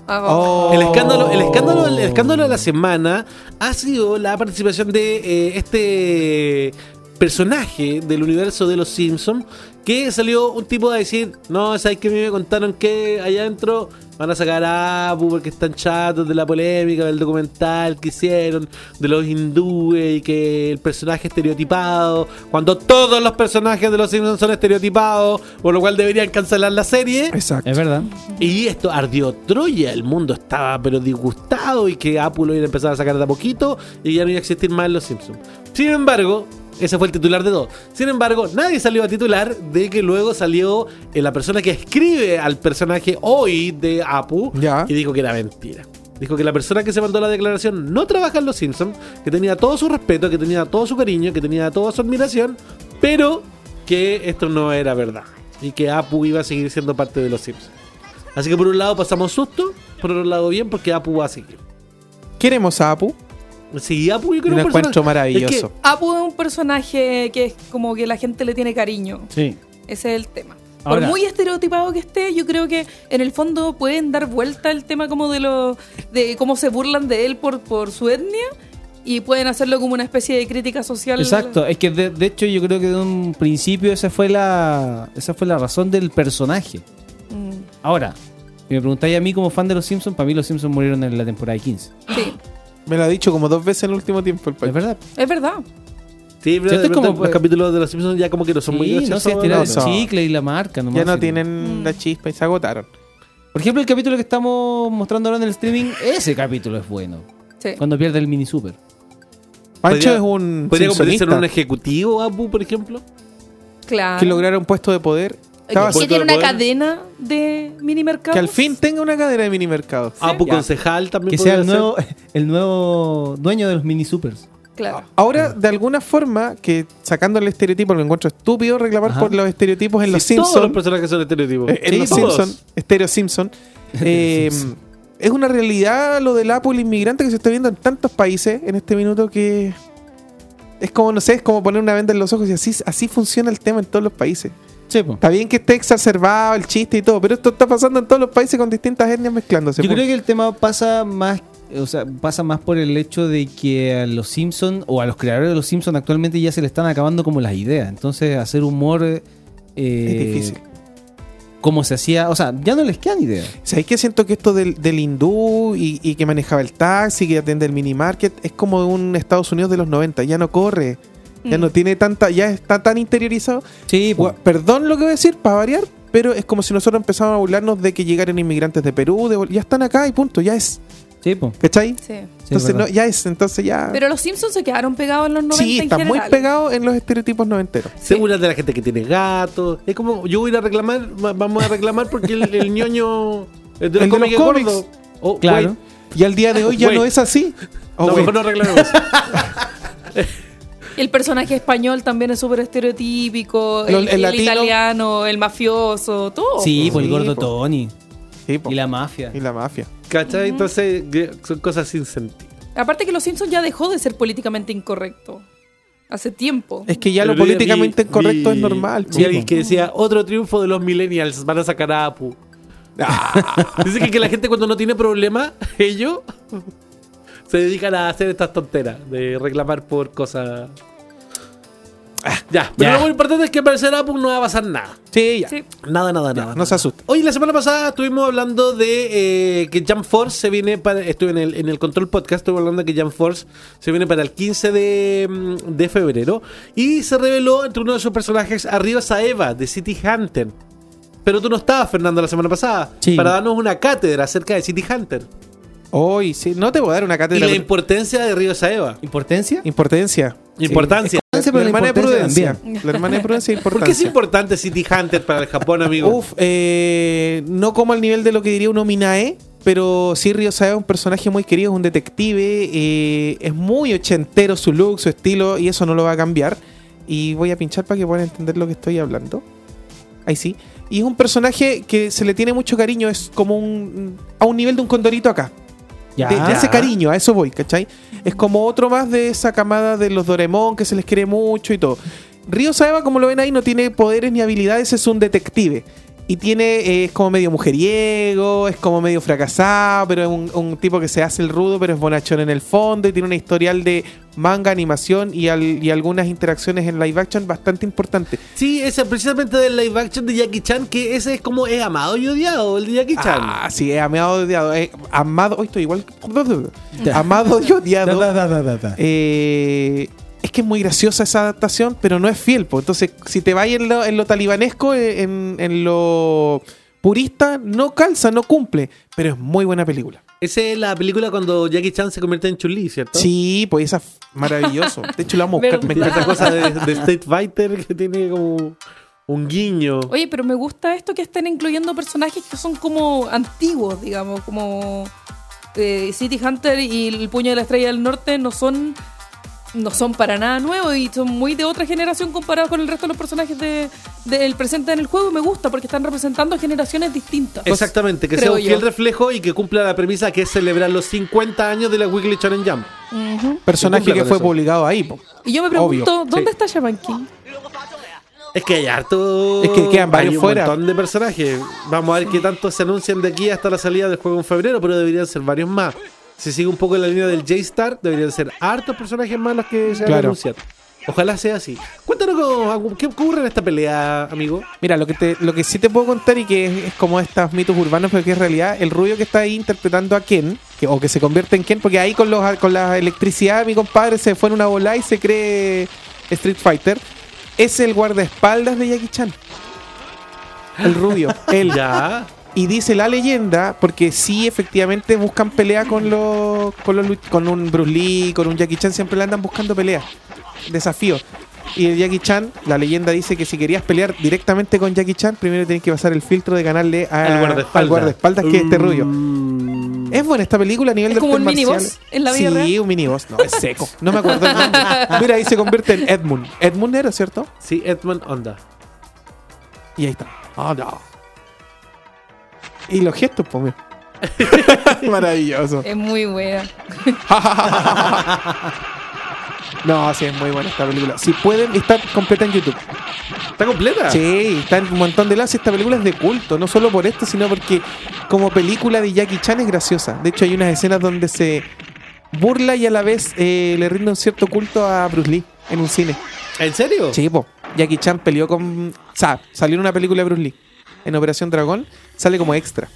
Speaker 6: Ah, vamos.
Speaker 5: Oh.
Speaker 4: El escándalo, el escándalo, el escándalo de la semana ha sido la participación de eh, este personaje del universo de los Simpsons que salió un tipo a decir, no, sabes que a mí me contaron que allá adentro van a sacar a Apu porque están chatos de la polémica del documental que hicieron de los hindúes y que el personaje estereotipado, cuando todos los personajes de los Simpsons son estereotipados, por lo cual deberían cancelar la serie.
Speaker 5: Exacto.
Speaker 8: Es verdad.
Speaker 4: Y esto ardió Troya, el mundo estaba pero disgustado y que Apple lo iba a empezar a sacar de a poquito y ya no iba a existir más Los Simpsons. Sin embargo, ese fue el titular de todo. Sin embargo, nadie salió a titular de que luego salió eh, la persona que escribe al personaje hoy de Apu
Speaker 5: Ya.
Speaker 4: y dijo que era mentira. Dijo que la persona que se mandó la declaración no trabaja en Los Simpsons, que tenía todo su respeto, que tenía todo su cariño, que tenía toda su admiración, pero que esto no era verdad y que Apu iba a seguir siendo parte de Los Simpsons. Así que por un lado pasamos susto, por otro lado bien, porque Apu va a seguir.
Speaker 5: Queremos a Apu.
Speaker 4: Sí, Apu yo creo
Speaker 5: Lo
Speaker 4: un
Speaker 5: encuentro
Speaker 4: personaje-
Speaker 5: maravilloso.
Speaker 4: es que
Speaker 6: Apu es un personaje que es como que la gente le tiene cariño.
Speaker 8: Sí.
Speaker 6: Ese es el tema.
Speaker 8: Ahora-
Speaker 6: Por muy estereotipado que esté, yo creo que en el fondo pueden dar vuelta el tema como de lo de cómo se burlan de él por, por su etnia y pueden hacerlo como una especie de crítica social.
Speaker 8: Exacto, es que de, de hecho yo creo que de un principio esa fue la esa fue la razón del personaje.
Speaker 6: Mm,
Speaker 8: Ahora, si me preguntáis a mí como fan de los Simpsons, para mí los Simpsons murieron en la temporada 15.
Speaker 6: Sí,
Speaker 5: Me lo ha dicho como dos veces en el último tiempo el
Speaker 8: ¿Es
Speaker 5: país.
Speaker 8: verdad?
Speaker 6: es verdad.
Speaker 4: Sí, pero
Speaker 8: Esto
Speaker 4: de
Speaker 8: es
Speaker 4: repente
Speaker 8: como,
Speaker 4: los
Speaker 8: pues,
Speaker 4: capítulos de los Simpsons ya como que no son muy
Speaker 8: Sí, no
Speaker 4: graciosos.
Speaker 8: se estiraron
Speaker 5: no, no.
Speaker 8: el chicle y la marca. nomás,
Speaker 5: Ya no
Speaker 8: sí.
Speaker 5: tienen
Speaker 6: Mm.
Speaker 5: la chispa y se agotaron.
Speaker 8: Por ejemplo, el capítulo que estamos mostrando ahora en el streaming, ese capítulo es bueno.
Speaker 6: Sí.
Speaker 8: Cuando pierde el mini super.
Speaker 5: Pancho
Speaker 4: Podría-
Speaker 5: es un
Speaker 4: ¿Podría convertirse en un
Speaker 5: simpsonista
Speaker 4: ejecutivo, Apu, por ejemplo?
Speaker 6: Claro.
Speaker 5: que lograra un puesto de poder. Estaba-
Speaker 6: que Eh, tiene una
Speaker 4: Poder.
Speaker 6: cadena pues. de mini mercados.
Speaker 5: que al fin tenga una cadena de mini mercados.
Speaker 4: Apu
Speaker 8: Ya.
Speaker 4: Ah, pues concejal también
Speaker 8: Que sea
Speaker 4: podría
Speaker 8: el
Speaker 4: ser.
Speaker 8: nuevo, el nuevo dueño de los mini supers.
Speaker 6: Claro.
Speaker 5: Ahora, de alguna forma, que sacando el estereotipo, lo encuentro estúpido reclamar
Speaker 8: Ajá.
Speaker 5: por los estereotipos en
Speaker 4: Si
Speaker 5: los
Speaker 4: Todos los
Speaker 5: Simpsons.
Speaker 4: personajes son estereotipos.
Speaker 5: Eh, en
Speaker 4: Sí,
Speaker 5: los
Speaker 4: todos.
Speaker 5: Simpson, Estéreo Simpson. Eh,
Speaker 8: Simpson.
Speaker 5: es una realidad lo del Apple inmigrante que se está viendo en tantos países en este minuto que es como, no sé, es como poner una venda en los ojos y así, así funciona el tema en todos los países.
Speaker 8: Sí, po.
Speaker 5: Está bien que esté exacerbado el chiste y todo, pero esto está pasando en todos los países con distintas etnias mezclándose.
Speaker 8: Yo
Speaker 5: po.
Speaker 8: creo que el tema pasa más, o sea, pasa más por el hecho de que a los Simpsons o a los creadores de los Simpsons actualmente ya se le están acabando como las ideas. Entonces, hacer humor eh,
Speaker 5: es difícil.
Speaker 8: como se hacía, o sea, ya no les quedan ideas.
Speaker 5: ¿Sabéis que siento que esto del, del hindú y, y que manejaba el taxi, que atende el minimarket, es como un Estados Unidos de los 90, ya no corre, ya
Speaker 6: Mm.
Speaker 5: no tiene tanta, ya está tan interiorizado
Speaker 8: Sí,
Speaker 5: Gua- Perdón lo que voy a decir, para variar, pero es como si nosotros empezáramos a burlarnos de que llegaron inmigrantes de Perú, de Bol- ya están acá y punto, ya es.
Speaker 8: sí, po.
Speaker 5: ¿Cachai?
Speaker 6: Sí.
Speaker 8: Sí, es
Speaker 5: Entonces no,
Speaker 8: verdad.
Speaker 5: ya es, entonces ya.
Speaker 6: Pero los Simpsons se quedaron pegados en los 90
Speaker 5: sí,
Speaker 6: en
Speaker 5: están muy
Speaker 6: general.
Speaker 5: pegados en los estereotipos noventeros.
Speaker 4: Se burlan de la gente que tiene gatos. Es como, yo voy a ir a reclamar, va- vamos a reclamar porque el, el ñoño el de
Speaker 5: El de
Speaker 4: los cómics
Speaker 5: los
Speaker 4: es
Speaker 5: cómics.
Speaker 4: gordo. Oh,
Speaker 8: Claro.
Speaker 5: Y al día de hoy ya
Speaker 4: Güey.
Speaker 5: no es así.
Speaker 4: wait.
Speaker 5: Oh,
Speaker 4: no,
Speaker 5: güey.
Speaker 4: mejor no reclamemos.
Speaker 6: El personaje español también es súper estereotípico.
Speaker 5: Lo-
Speaker 6: el,
Speaker 5: el
Speaker 6: el
Speaker 5: latino.
Speaker 6: italiano, el mafioso, todo.
Speaker 8: Sí, por el
Speaker 5: Oh, Sí,
Speaker 8: gordo
Speaker 5: po.
Speaker 8: Tony
Speaker 5: Sí, po.
Speaker 8: y la mafia.
Speaker 5: Y la mafia.
Speaker 4: ¿Cachai? Entonces, que son cosas sin sentido.
Speaker 6: Aparte que Los Simpsons ya dejó de ser políticamente incorrecto. Hace tiempo.
Speaker 5: Es que ya lo
Speaker 4: Pero
Speaker 5: políticamente
Speaker 4: vi-
Speaker 5: correcto
Speaker 4: vi-
Speaker 5: es normal.
Speaker 4: Vi
Speaker 5: po.
Speaker 4: alguien que decía, otro triunfo de los millennials, van a sacar a Apu.
Speaker 5: Ah.
Speaker 4: Dice que, que la gente cuando no tiene problema, ellos se dedican a hacer estas tonteras, de reclamar por cosas... Ah, Ya, pero
Speaker 8: Ya.
Speaker 4: lo muy importante es que al parecer Apu no va a pasar nada.
Speaker 5: Sí, ya.
Speaker 6: Sí.
Speaker 4: Nada, nada, nada.
Speaker 5: No se asusta.
Speaker 4: Oye, la semana pasada estuvimos hablando de eh, que Jump Force se viene para. Estuve en el, en el Control Podcast, estuve hablando de que Jump Force se viene para el 15 de, mm, de febrero. Y se reveló entre uno de sus personajes, arriba Saeva, de City Hunter. Pero tú no estabas, Fernando, la semana pasada.
Speaker 8: Sí.
Speaker 4: Para darnos una cátedra acerca de City Hunter.
Speaker 5: Hoy, sí. No te voy a dar una
Speaker 4: Y
Speaker 5: cátedra.
Speaker 4: la
Speaker 5: pero-
Speaker 4: importancia de Río Saeva.
Speaker 8: ¿Importancia?
Speaker 5: Importancia.
Speaker 8: Importancia,
Speaker 4: Importancia.
Speaker 5: La
Speaker 8: pero la
Speaker 5: hermana de
Speaker 8: importancia
Speaker 5: prudencia. La hermana de prudencia es
Speaker 4: ¿Por qué es
Speaker 5: importancia.
Speaker 4: importante City Hunter para el Japón, amigo?
Speaker 5: Uf, eh, no como al nivel de lo que diría un Minae, pero sí Río Saeva es un personaje muy querido, es un detective, eh, es muy ochentero su look, su estilo, y eso no lo va a cambiar. y voy a pinchar para que puedan entender lo que estoy hablando. Ahí sí. Y es un personaje que se le tiene mucho cariño, es como un. a un nivel de un condorito acá.
Speaker 8: Ya.
Speaker 5: De, de ese cariño, a eso voy, ¿cachai? Es como otro más de esa camada de los Doremon que se les quiere mucho y todo. Ryo Saeba, como lo ven ahí, no tiene poderes ni habilidades, es un detective. Y tiene, eh, es como medio mujeriego, es como medio fracasado, pero es un, un tipo que se hace el rudo, pero es bonachón en el fondo y tiene un historial de manga, animación y, al- y algunas interacciones en live action bastante importante.
Speaker 4: Sí, ese precisamente del live action de Jackie Chan, que ese es como es amado y odiado, el de Jackie Chan.
Speaker 5: Ah, sí, he amado, odiado, eh, amado, hoy estoy igual, amado y odiado.
Speaker 7: Da, da, da, da, da.
Speaker 5: Eh, es que es muy graciosa esa adaptación, pero no es fiel. po. Entonces, si te vas en lo, en lo talibanesco, eh, en, en lo purista, no calza, no cumple. Pero es muy buena película.
Speaker 4: Esa es la película cuando Jackie Chan se convierte en Chun-Li, ¿cierto?
Speaker 5: Sí, pues esa es maravilloso. De hecho, la vamos a buscar.
Speaker 4: Me
Speaker 5: Me
Speaker 4: encanta
Speaker 5: encanta.
Speaker 4: esa cosa de, de State Fighter que tiene como un guiño.
Speaker 6: Oye, pero me gusta esto que estén incluyendo personajes que son como antiguos, digamos, como eh, City Hunter y el Puño de la Estrella del Norte no son no son para nada nuevos y son muy de otra generación comparados con el resto de los personajes de- del presente en el juego. Y me gusta porque están representando generaciones distintas.
Speaker 4: Pues, Exactamente, que sea
Speaker 6: pues, creo
Speaker 4: un fiel
Speaker 6: yo.
Speaker 4: reflejo y que cumpla la premisa que es celebrar los 50 años de la Weekly Shonen Jump.
Speaker 6: Ujú.
Speaker 5: Personaje
Speaker 4: Cumple
Speaker 5: que
Speaker 4: con
Speaker 5: fue
Speaker 4: eso.
Speaker 5: publicado ahí. po.
Speaker 6: Y yo me pregunto,
Speaker 5: Obvio,
Speaker 4: sí.
Speaker 6: ¿dónde está Shaman King?
Speaker 4: Es que hay harto.
Speaker 5: Es que quedan varios
Speaker 4: hay un
Speaker 5: fuera.
Speaker 4: montón de personajes. Vamos a ver qué tanto se anuncian de aquí hasta la salida del juego en febrero, pero deberían ser varios más. Si sigue un poco la línea del J-Star, deberían ser hartos personajes más los que se van a
Speaker 5: Claro.
Speaker 4: anunciar. Ojalá sea así. Cuéntanos cómo- qué ocurre en esta pelea, amigo.
Speaker 5: Mira, lo que, te, lo que sí te puedo contar y que es, es como estos mitos urbanos, pero que es realidad, el rubio que está ahí interpretando a Ken, que- o que se convierte en Ken, porque ahí con, los, con la electricidad mi compadre se fue en una bola y se cree Street Fighter, es el guardaespaldas de Jackie Chan. El rubio, él.
Speaker 4: Ya.
Speaker 5: Y dice la leyenda, porque sí, efectivamente buscan pelea con los, con los luch- con un Bruce Lee, con un Jackie Chan, siempre le andan buscando pelea, desafíos. Y el Jackie Chan, la leyenda dice que si querías pelear directamente con Jackie Chan, primero tienes que pasar el filtro de ganarle a-
Speaker 4: Al guardaespaldas.
Speaker 5: al guardaespaldas que es este rubio.
Speaker 4: Mm.
Speaker 5: Es buena esta película a nivel
Speaker 6: Es
Speaker 5: de
Speaker 6: como
Speaker 5: artes
Speaker 6: un miniboss
Speaker 5: marciales.
Speaker 6: en la vida
Speaker 5: Sí,
Speaker 6: real.
Speaker 5: un miniboss. No, es seco. No me acuerdo el nombre. Mira, ahí se convierte en Edmund. Edmund era, ¿cierto?
Speaker 4: Sí, Edmund Onda.
Speaker 5: Y ahí está. Ah, no. Y los gestos, pues mira. Maravilloso.
Speaker 6: Es muy buena.
Speaker 5: No, sí, es muy buena esta película. Si pueden, está completa en YouTube.
Speaker 4: ¿Está completa?
Speaker 5: Sí, está en un montón de lados. Esta película es de culto, no solo por esto, sino porque como película de Jackie Chan es graciosa. De hecho, hay unas escenas donde se burla y a la vez eh, le rinde un cierto culto a Bruce Lee en un cine.
Speaker 4: ¿En serio?
Speaker 5: Sí, po. Jackie Chan peleó con... O sea, salió en una película de Bruce Lee. En Operación Dragón sale como extra.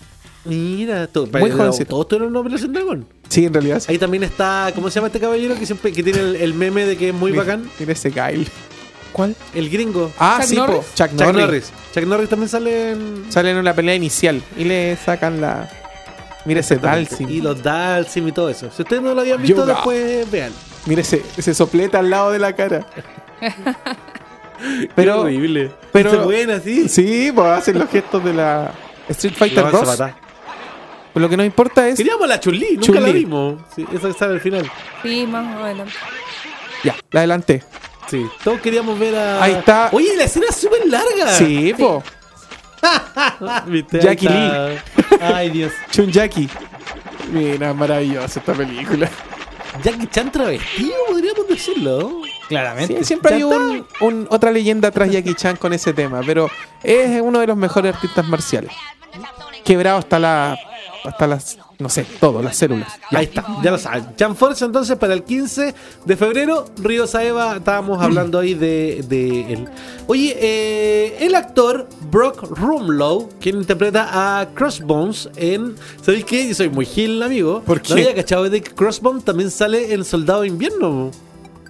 Speaker 4: Mira, tú,
Speaker 5: Muy jovencito.
Speaker 4: todos tuvieron una operación dragón.
Speaker 5: Sí, en realidad sí.
Speaker 4: Ahí también está, ¿cómo se llama este caballero que siempre que tiene el, el meme de que es muy
Speaker 5: Mira-
Speaker 4: bacán?
Speaker 5: Mira ese Kyle. ¿Cuál?
Speaker 4: El gringo.
Speaker 5: Ah,
Speaker 6: Chuck
Speaker 5: sí, po.
Speaker 6: Norris.
Speaker 5: Chuck,
Speaker 4: Chuck
Speaker 5: Norris.
Speaker 4: Norris. Chuck Norris también sale en.
Speaker 5: Salen en la pelea inicial y le sacan la... Mira ese Dalsim.
Speaker 4: Y los Dalsim y todo eso. Si ustedes no lo habían visto,
Speaker 5: Yoga.
Speaker 4: después vean.
Speaker 5: Mira ese, ese sopleta al lado de la cara. Pero,
Speaker 4: Qué horrible.
Speaker 5: pero-
Speaker 4: Pero buena, sí.
Speaker 5: sí, pues hacen los gestos de la Street Fighter
Speaker 4: La
Speaker 5: 2.
Speaker 4: zapata.
Speaker 5: Pero lo que nos importa es.
Speaker 4: Queríamos la Chulí, nunca
Speaker 5: Chun-Li.
Speaker 4: la vimos. Sí, esa está al final.
Speaker 6: Sí, más adelante.
Speaker 5: Ya, la adelanté.
Speaker 4: Sí, todos queríamos ver a.
Speaker 5: Ahí está.
Speaker 4: Oye, la escena es súper larga.
Speaker 5: Sí, po.
Speaker 4: ¿Viste? Ahí
Speaker 5: Jackie
Speaker 4: está.
Speaker 7: Ay, Dios.
Speaker 5: Chunjaki. Mira, maravillosa esta película.
Speaker 4: Jackie Chan travestido, podríamos decirlo.
Speaker 7: Claramente.
Speaker 5: Sí, siempre hay
Speaker 4: Ya está.
Speaker 5: un, un- otra leyenda tras Jackie Chan con ese tema, pero es uno de los mejores artistas marciales. Quebrado hasta la. hasta las. no sé, todo, las células.
Speaker 4: Ahí está, ya lo saben. Chan Force entonces para el 15 de febrero. Río Saeva, estábamos hablando ahí de, de él. Oye, eh, el actor Brock Rumlow, quien interpreta a Crossbones en... ¿Sabéis qué? Yo soy muy gil, amigo.
Speaker 5: ¿Por
Speaker 4: No
Speaker 5: qué?
Speaker 4: había cachado de que Crossbones también sale en Soldado de Invierno.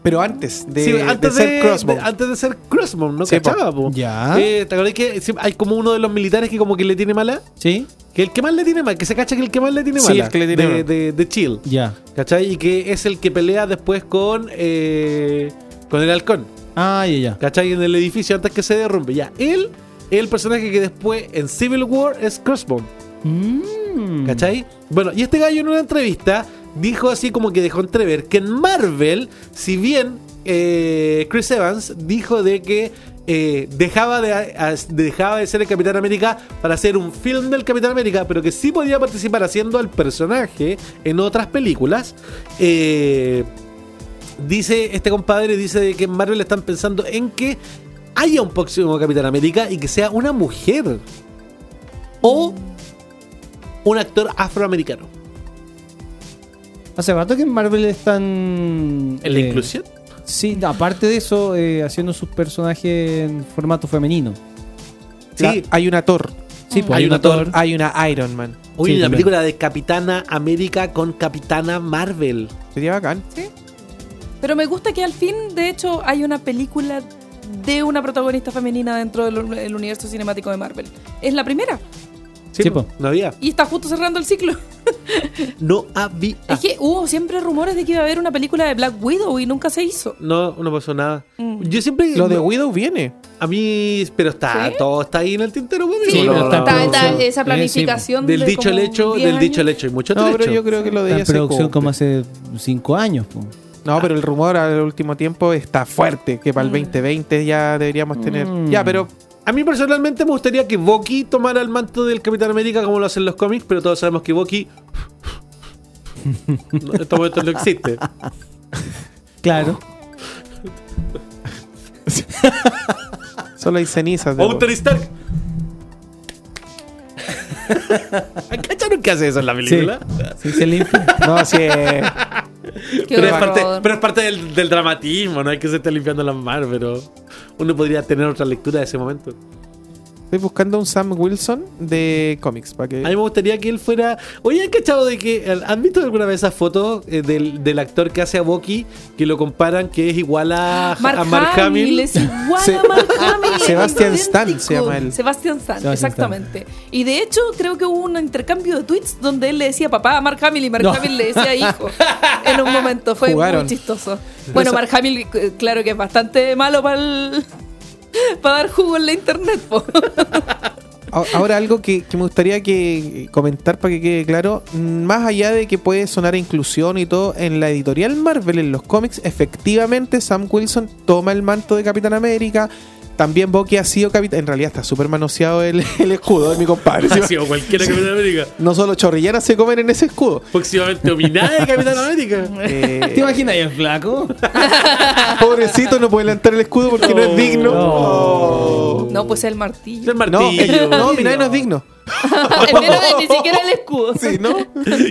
Speaker 5: Pero antes de,
Speaker 4: Sí,
Speaker 5: de ser Crossbones.
Speaker 4: de- antes de ser Crossbones, no
Speaker 5: Sí, po.
Speaker 4: cachaba, po.
Speaker 7: Ya.
Speaker 4: Eh, ¿Te acordás que siempre hay como uno de los militares que como que le tiene mala?
Speaker 7: Sí.
Speaker 4: Que el que más le tiene mal, que se cacha que el que más le tiene
Speaker 5: Sí,
Speaker 4: mala.
Speaker 5: el que le tiene
Speaker 4: de,
Speaker 5: mal.
Speaker 4: de, de Chill.
Speaker 7: Ya.
Speaker 4: ¿Cachai? Y que es el que pelea después con, eh, con el halcón.
Speaker 7: Ay, ya, ya.
Speaker 4: ¿Cachai? En el edificio antes que se derrumbe. Ya, él es el personaje que después en Civil War es Crossbone.
Speaker 7: Mm.
Speaker 4: ¿Cachai? Bueno, y este gallo en una entrevista dijo así como que dejó entrever que en Marvel, si bien eh, Chris Evans dijo de que eh, dejaba, de, a- dejaba de ser el Capitán América para hacer un film del Capitán América, pero que sí podía participar haciendo al personaje en otras películas. Eh, dice este compadre, dice de que en Marvel están pensando en que haya un próximo Capitán América y que sea una mujer o un actor afroamericano.
Speaker 8: Hace rato que en Marvel están.
Speaker 4: ¿En la
Speaker 8: eh,
Speaker 4: inclusión?
Speaker 8: Sí, aparte de eso, eh, haciendo sus personajes en formato femenino.
Speaker 5: La-
Speaker 4: Sí.
Speaker 5: hay una Thor,
Speaker 8: Sí, pues,
Speaker 4: Hay una Thor.
Speaker 5: hay una Iron Man.
Speaker 4: Uy,
Speaker 8: Sí,
Speaker 4: la
Speaker 8: también.
Speaker 4: película de Capitana América con Capitana Marvel.
Speaker 5: Sería bacán.
Speaker 6: Pero me gusta que al fin, de hecho, hay una película de una protagonista femenina dentro del del universo cinemático de Marvel. Es la primera.
Speaker 8: Sí, po.
Speaker 4: No había.
Speaker 6: Y está justo cerrando el ciclo.
Speaker 4: No había.
Speaker 6: Es que hubo siempre rumores de que iba a haber una película de Black Widow y nunca se hizo.
Speaker 4: No, no pasó nada.
Speaker 6: Mm.
Speaker 4: Yo siempre.
Speaker 5: Lo de Widow viene.
Speaker 4: A mí. Pero está.
Speaker 6: ¿Sí?
Speaker 4: Todo está ahí en el tintero, pues,
Speaker 8: Sí,
Speaker 4: amigo.
Speaker 8: pero está en
Speaker 6: Está- está
Speaker 8: producción.
Speaker 6: esa planificación
Speaker 4: Del
Speaker 6: de
Speaker 4: dicho al
Speaker 6: como
Speaker 4: hecho,
Speaker 6: 10
Speaker 4: del dicho al
Speaker 6: años.
Speaker 4: hecho. Y mucho
Speaker 5: No,
Speaker 4: trecho.
Speaker 5: pero yo creo que lo de
Speaker 8: Está
Speaker 5: ella
Speaker 8: en
Speaker 5: se
Speaker 8: producción
Speaker 5: cumple.
Speaker 8: como hace cinco años. po.
Speaker 5: No, pero el rumor al último tiempo está fuerte, que para
Speaker 4: Mm.
Speaker 5: el 2020 ya deberíamos tener.
Speaker 8: Mm.
Speaker 5: Ya, pero
Speaker 4: A mí personalmente me gustaría que Bucky tomara el manto del Capitán América como lo hacen los cómics, pero todos sabemos que Bucky. No, en este momento no existe.
Speaker 8: Claro.
Speaker 5: solo hay cenizas. de-
Speaker 4: O Tony Stark. ¿Cacharon que hace eso en la película?
Speaker 8: Sí, se limpia.
Speaker 5: No, sí. eh,
Speaker 6: Qué
Speaker 4: Pero es,
Speaker 6: horror.
Speaker 4: parte, pero es parte del, del dramatismo, no hay que se esté limpiando las manos, pero uno podría tener otra lectura de ese momento.
Speaker 5: Estoy buscando un Sam Wilson de cómics para
Speaker 4: A mí me
Speaker 5: que.
Speaker 4: gustaría que él fuera. Oye, ¿han cachado de que. ¿Han visto alguna vez esas fotos eh, del, del actor que hace a Bucky que lo comparan que es igual a Ah, a
Speaker 6: Mark,
Speaker 4: Mark, Hamill?
Speaker 6: es igual
Speaker 5: Se-
Speaker 6: a Mark Hamill.
Speaker 5: Sebastian
Speaker 6: es
Speaker 5: Stan
Speaker 6: idéntico.
Speaker 5: se llama él.
Speaker 6: Sebastian Stan,
Speaker 8: Sebastian
Speaker 6: exactamente. Y de hecho, creo que hubo un intercambio de tweets donde él le decía papá a Mark Hamill y Mark
Speaker 8: No.
Speaker 6: Hamill le decía hijo. En un momento fue
Speaker 5: Jugaron.
Speaker 6: muy chistoso. Bueno, Mark Hamill, eh, claro que es bastante malo para el- para dar jugo en la internet. po.
Speaker 5: A- Ahora, algo que, que me gustaría que eh, comentar para que quede claro: mm, más allá de que puede sonar a inclusión y todo, en la editorial Marvel, en los cómics, efectivamente Sam Wilson toma el manto de Capitán América. También Bucky ha sido capitán. En realidad está súper manoseado el, el escudo de mi compadre.
Speaker 4: Ha sido cualquiera Capitán América.
Speaker 5: No solo chorrilleras se comen en ese escudo.
Speaker 4: Próximamente dominada de Capitán América.
Speaker 5: Eh,
Speaker 8: ¿Te imaginas ahí el flaco?
Speaker 5: pobrecito, no puede levantar el escudo porque no es digno.
Speaker 8: No.
Speaker 5: Oh.
Speaker 6: No, pues el martillo.
Speaker 4: El
Speaker 5: No,
Speaker 4: martillo.
Speaker 5: eh, no, mira, no es digno.
Speaker 6: El menos de- ni siquiera el escudo.
Speaker 5: Sí, ¿no?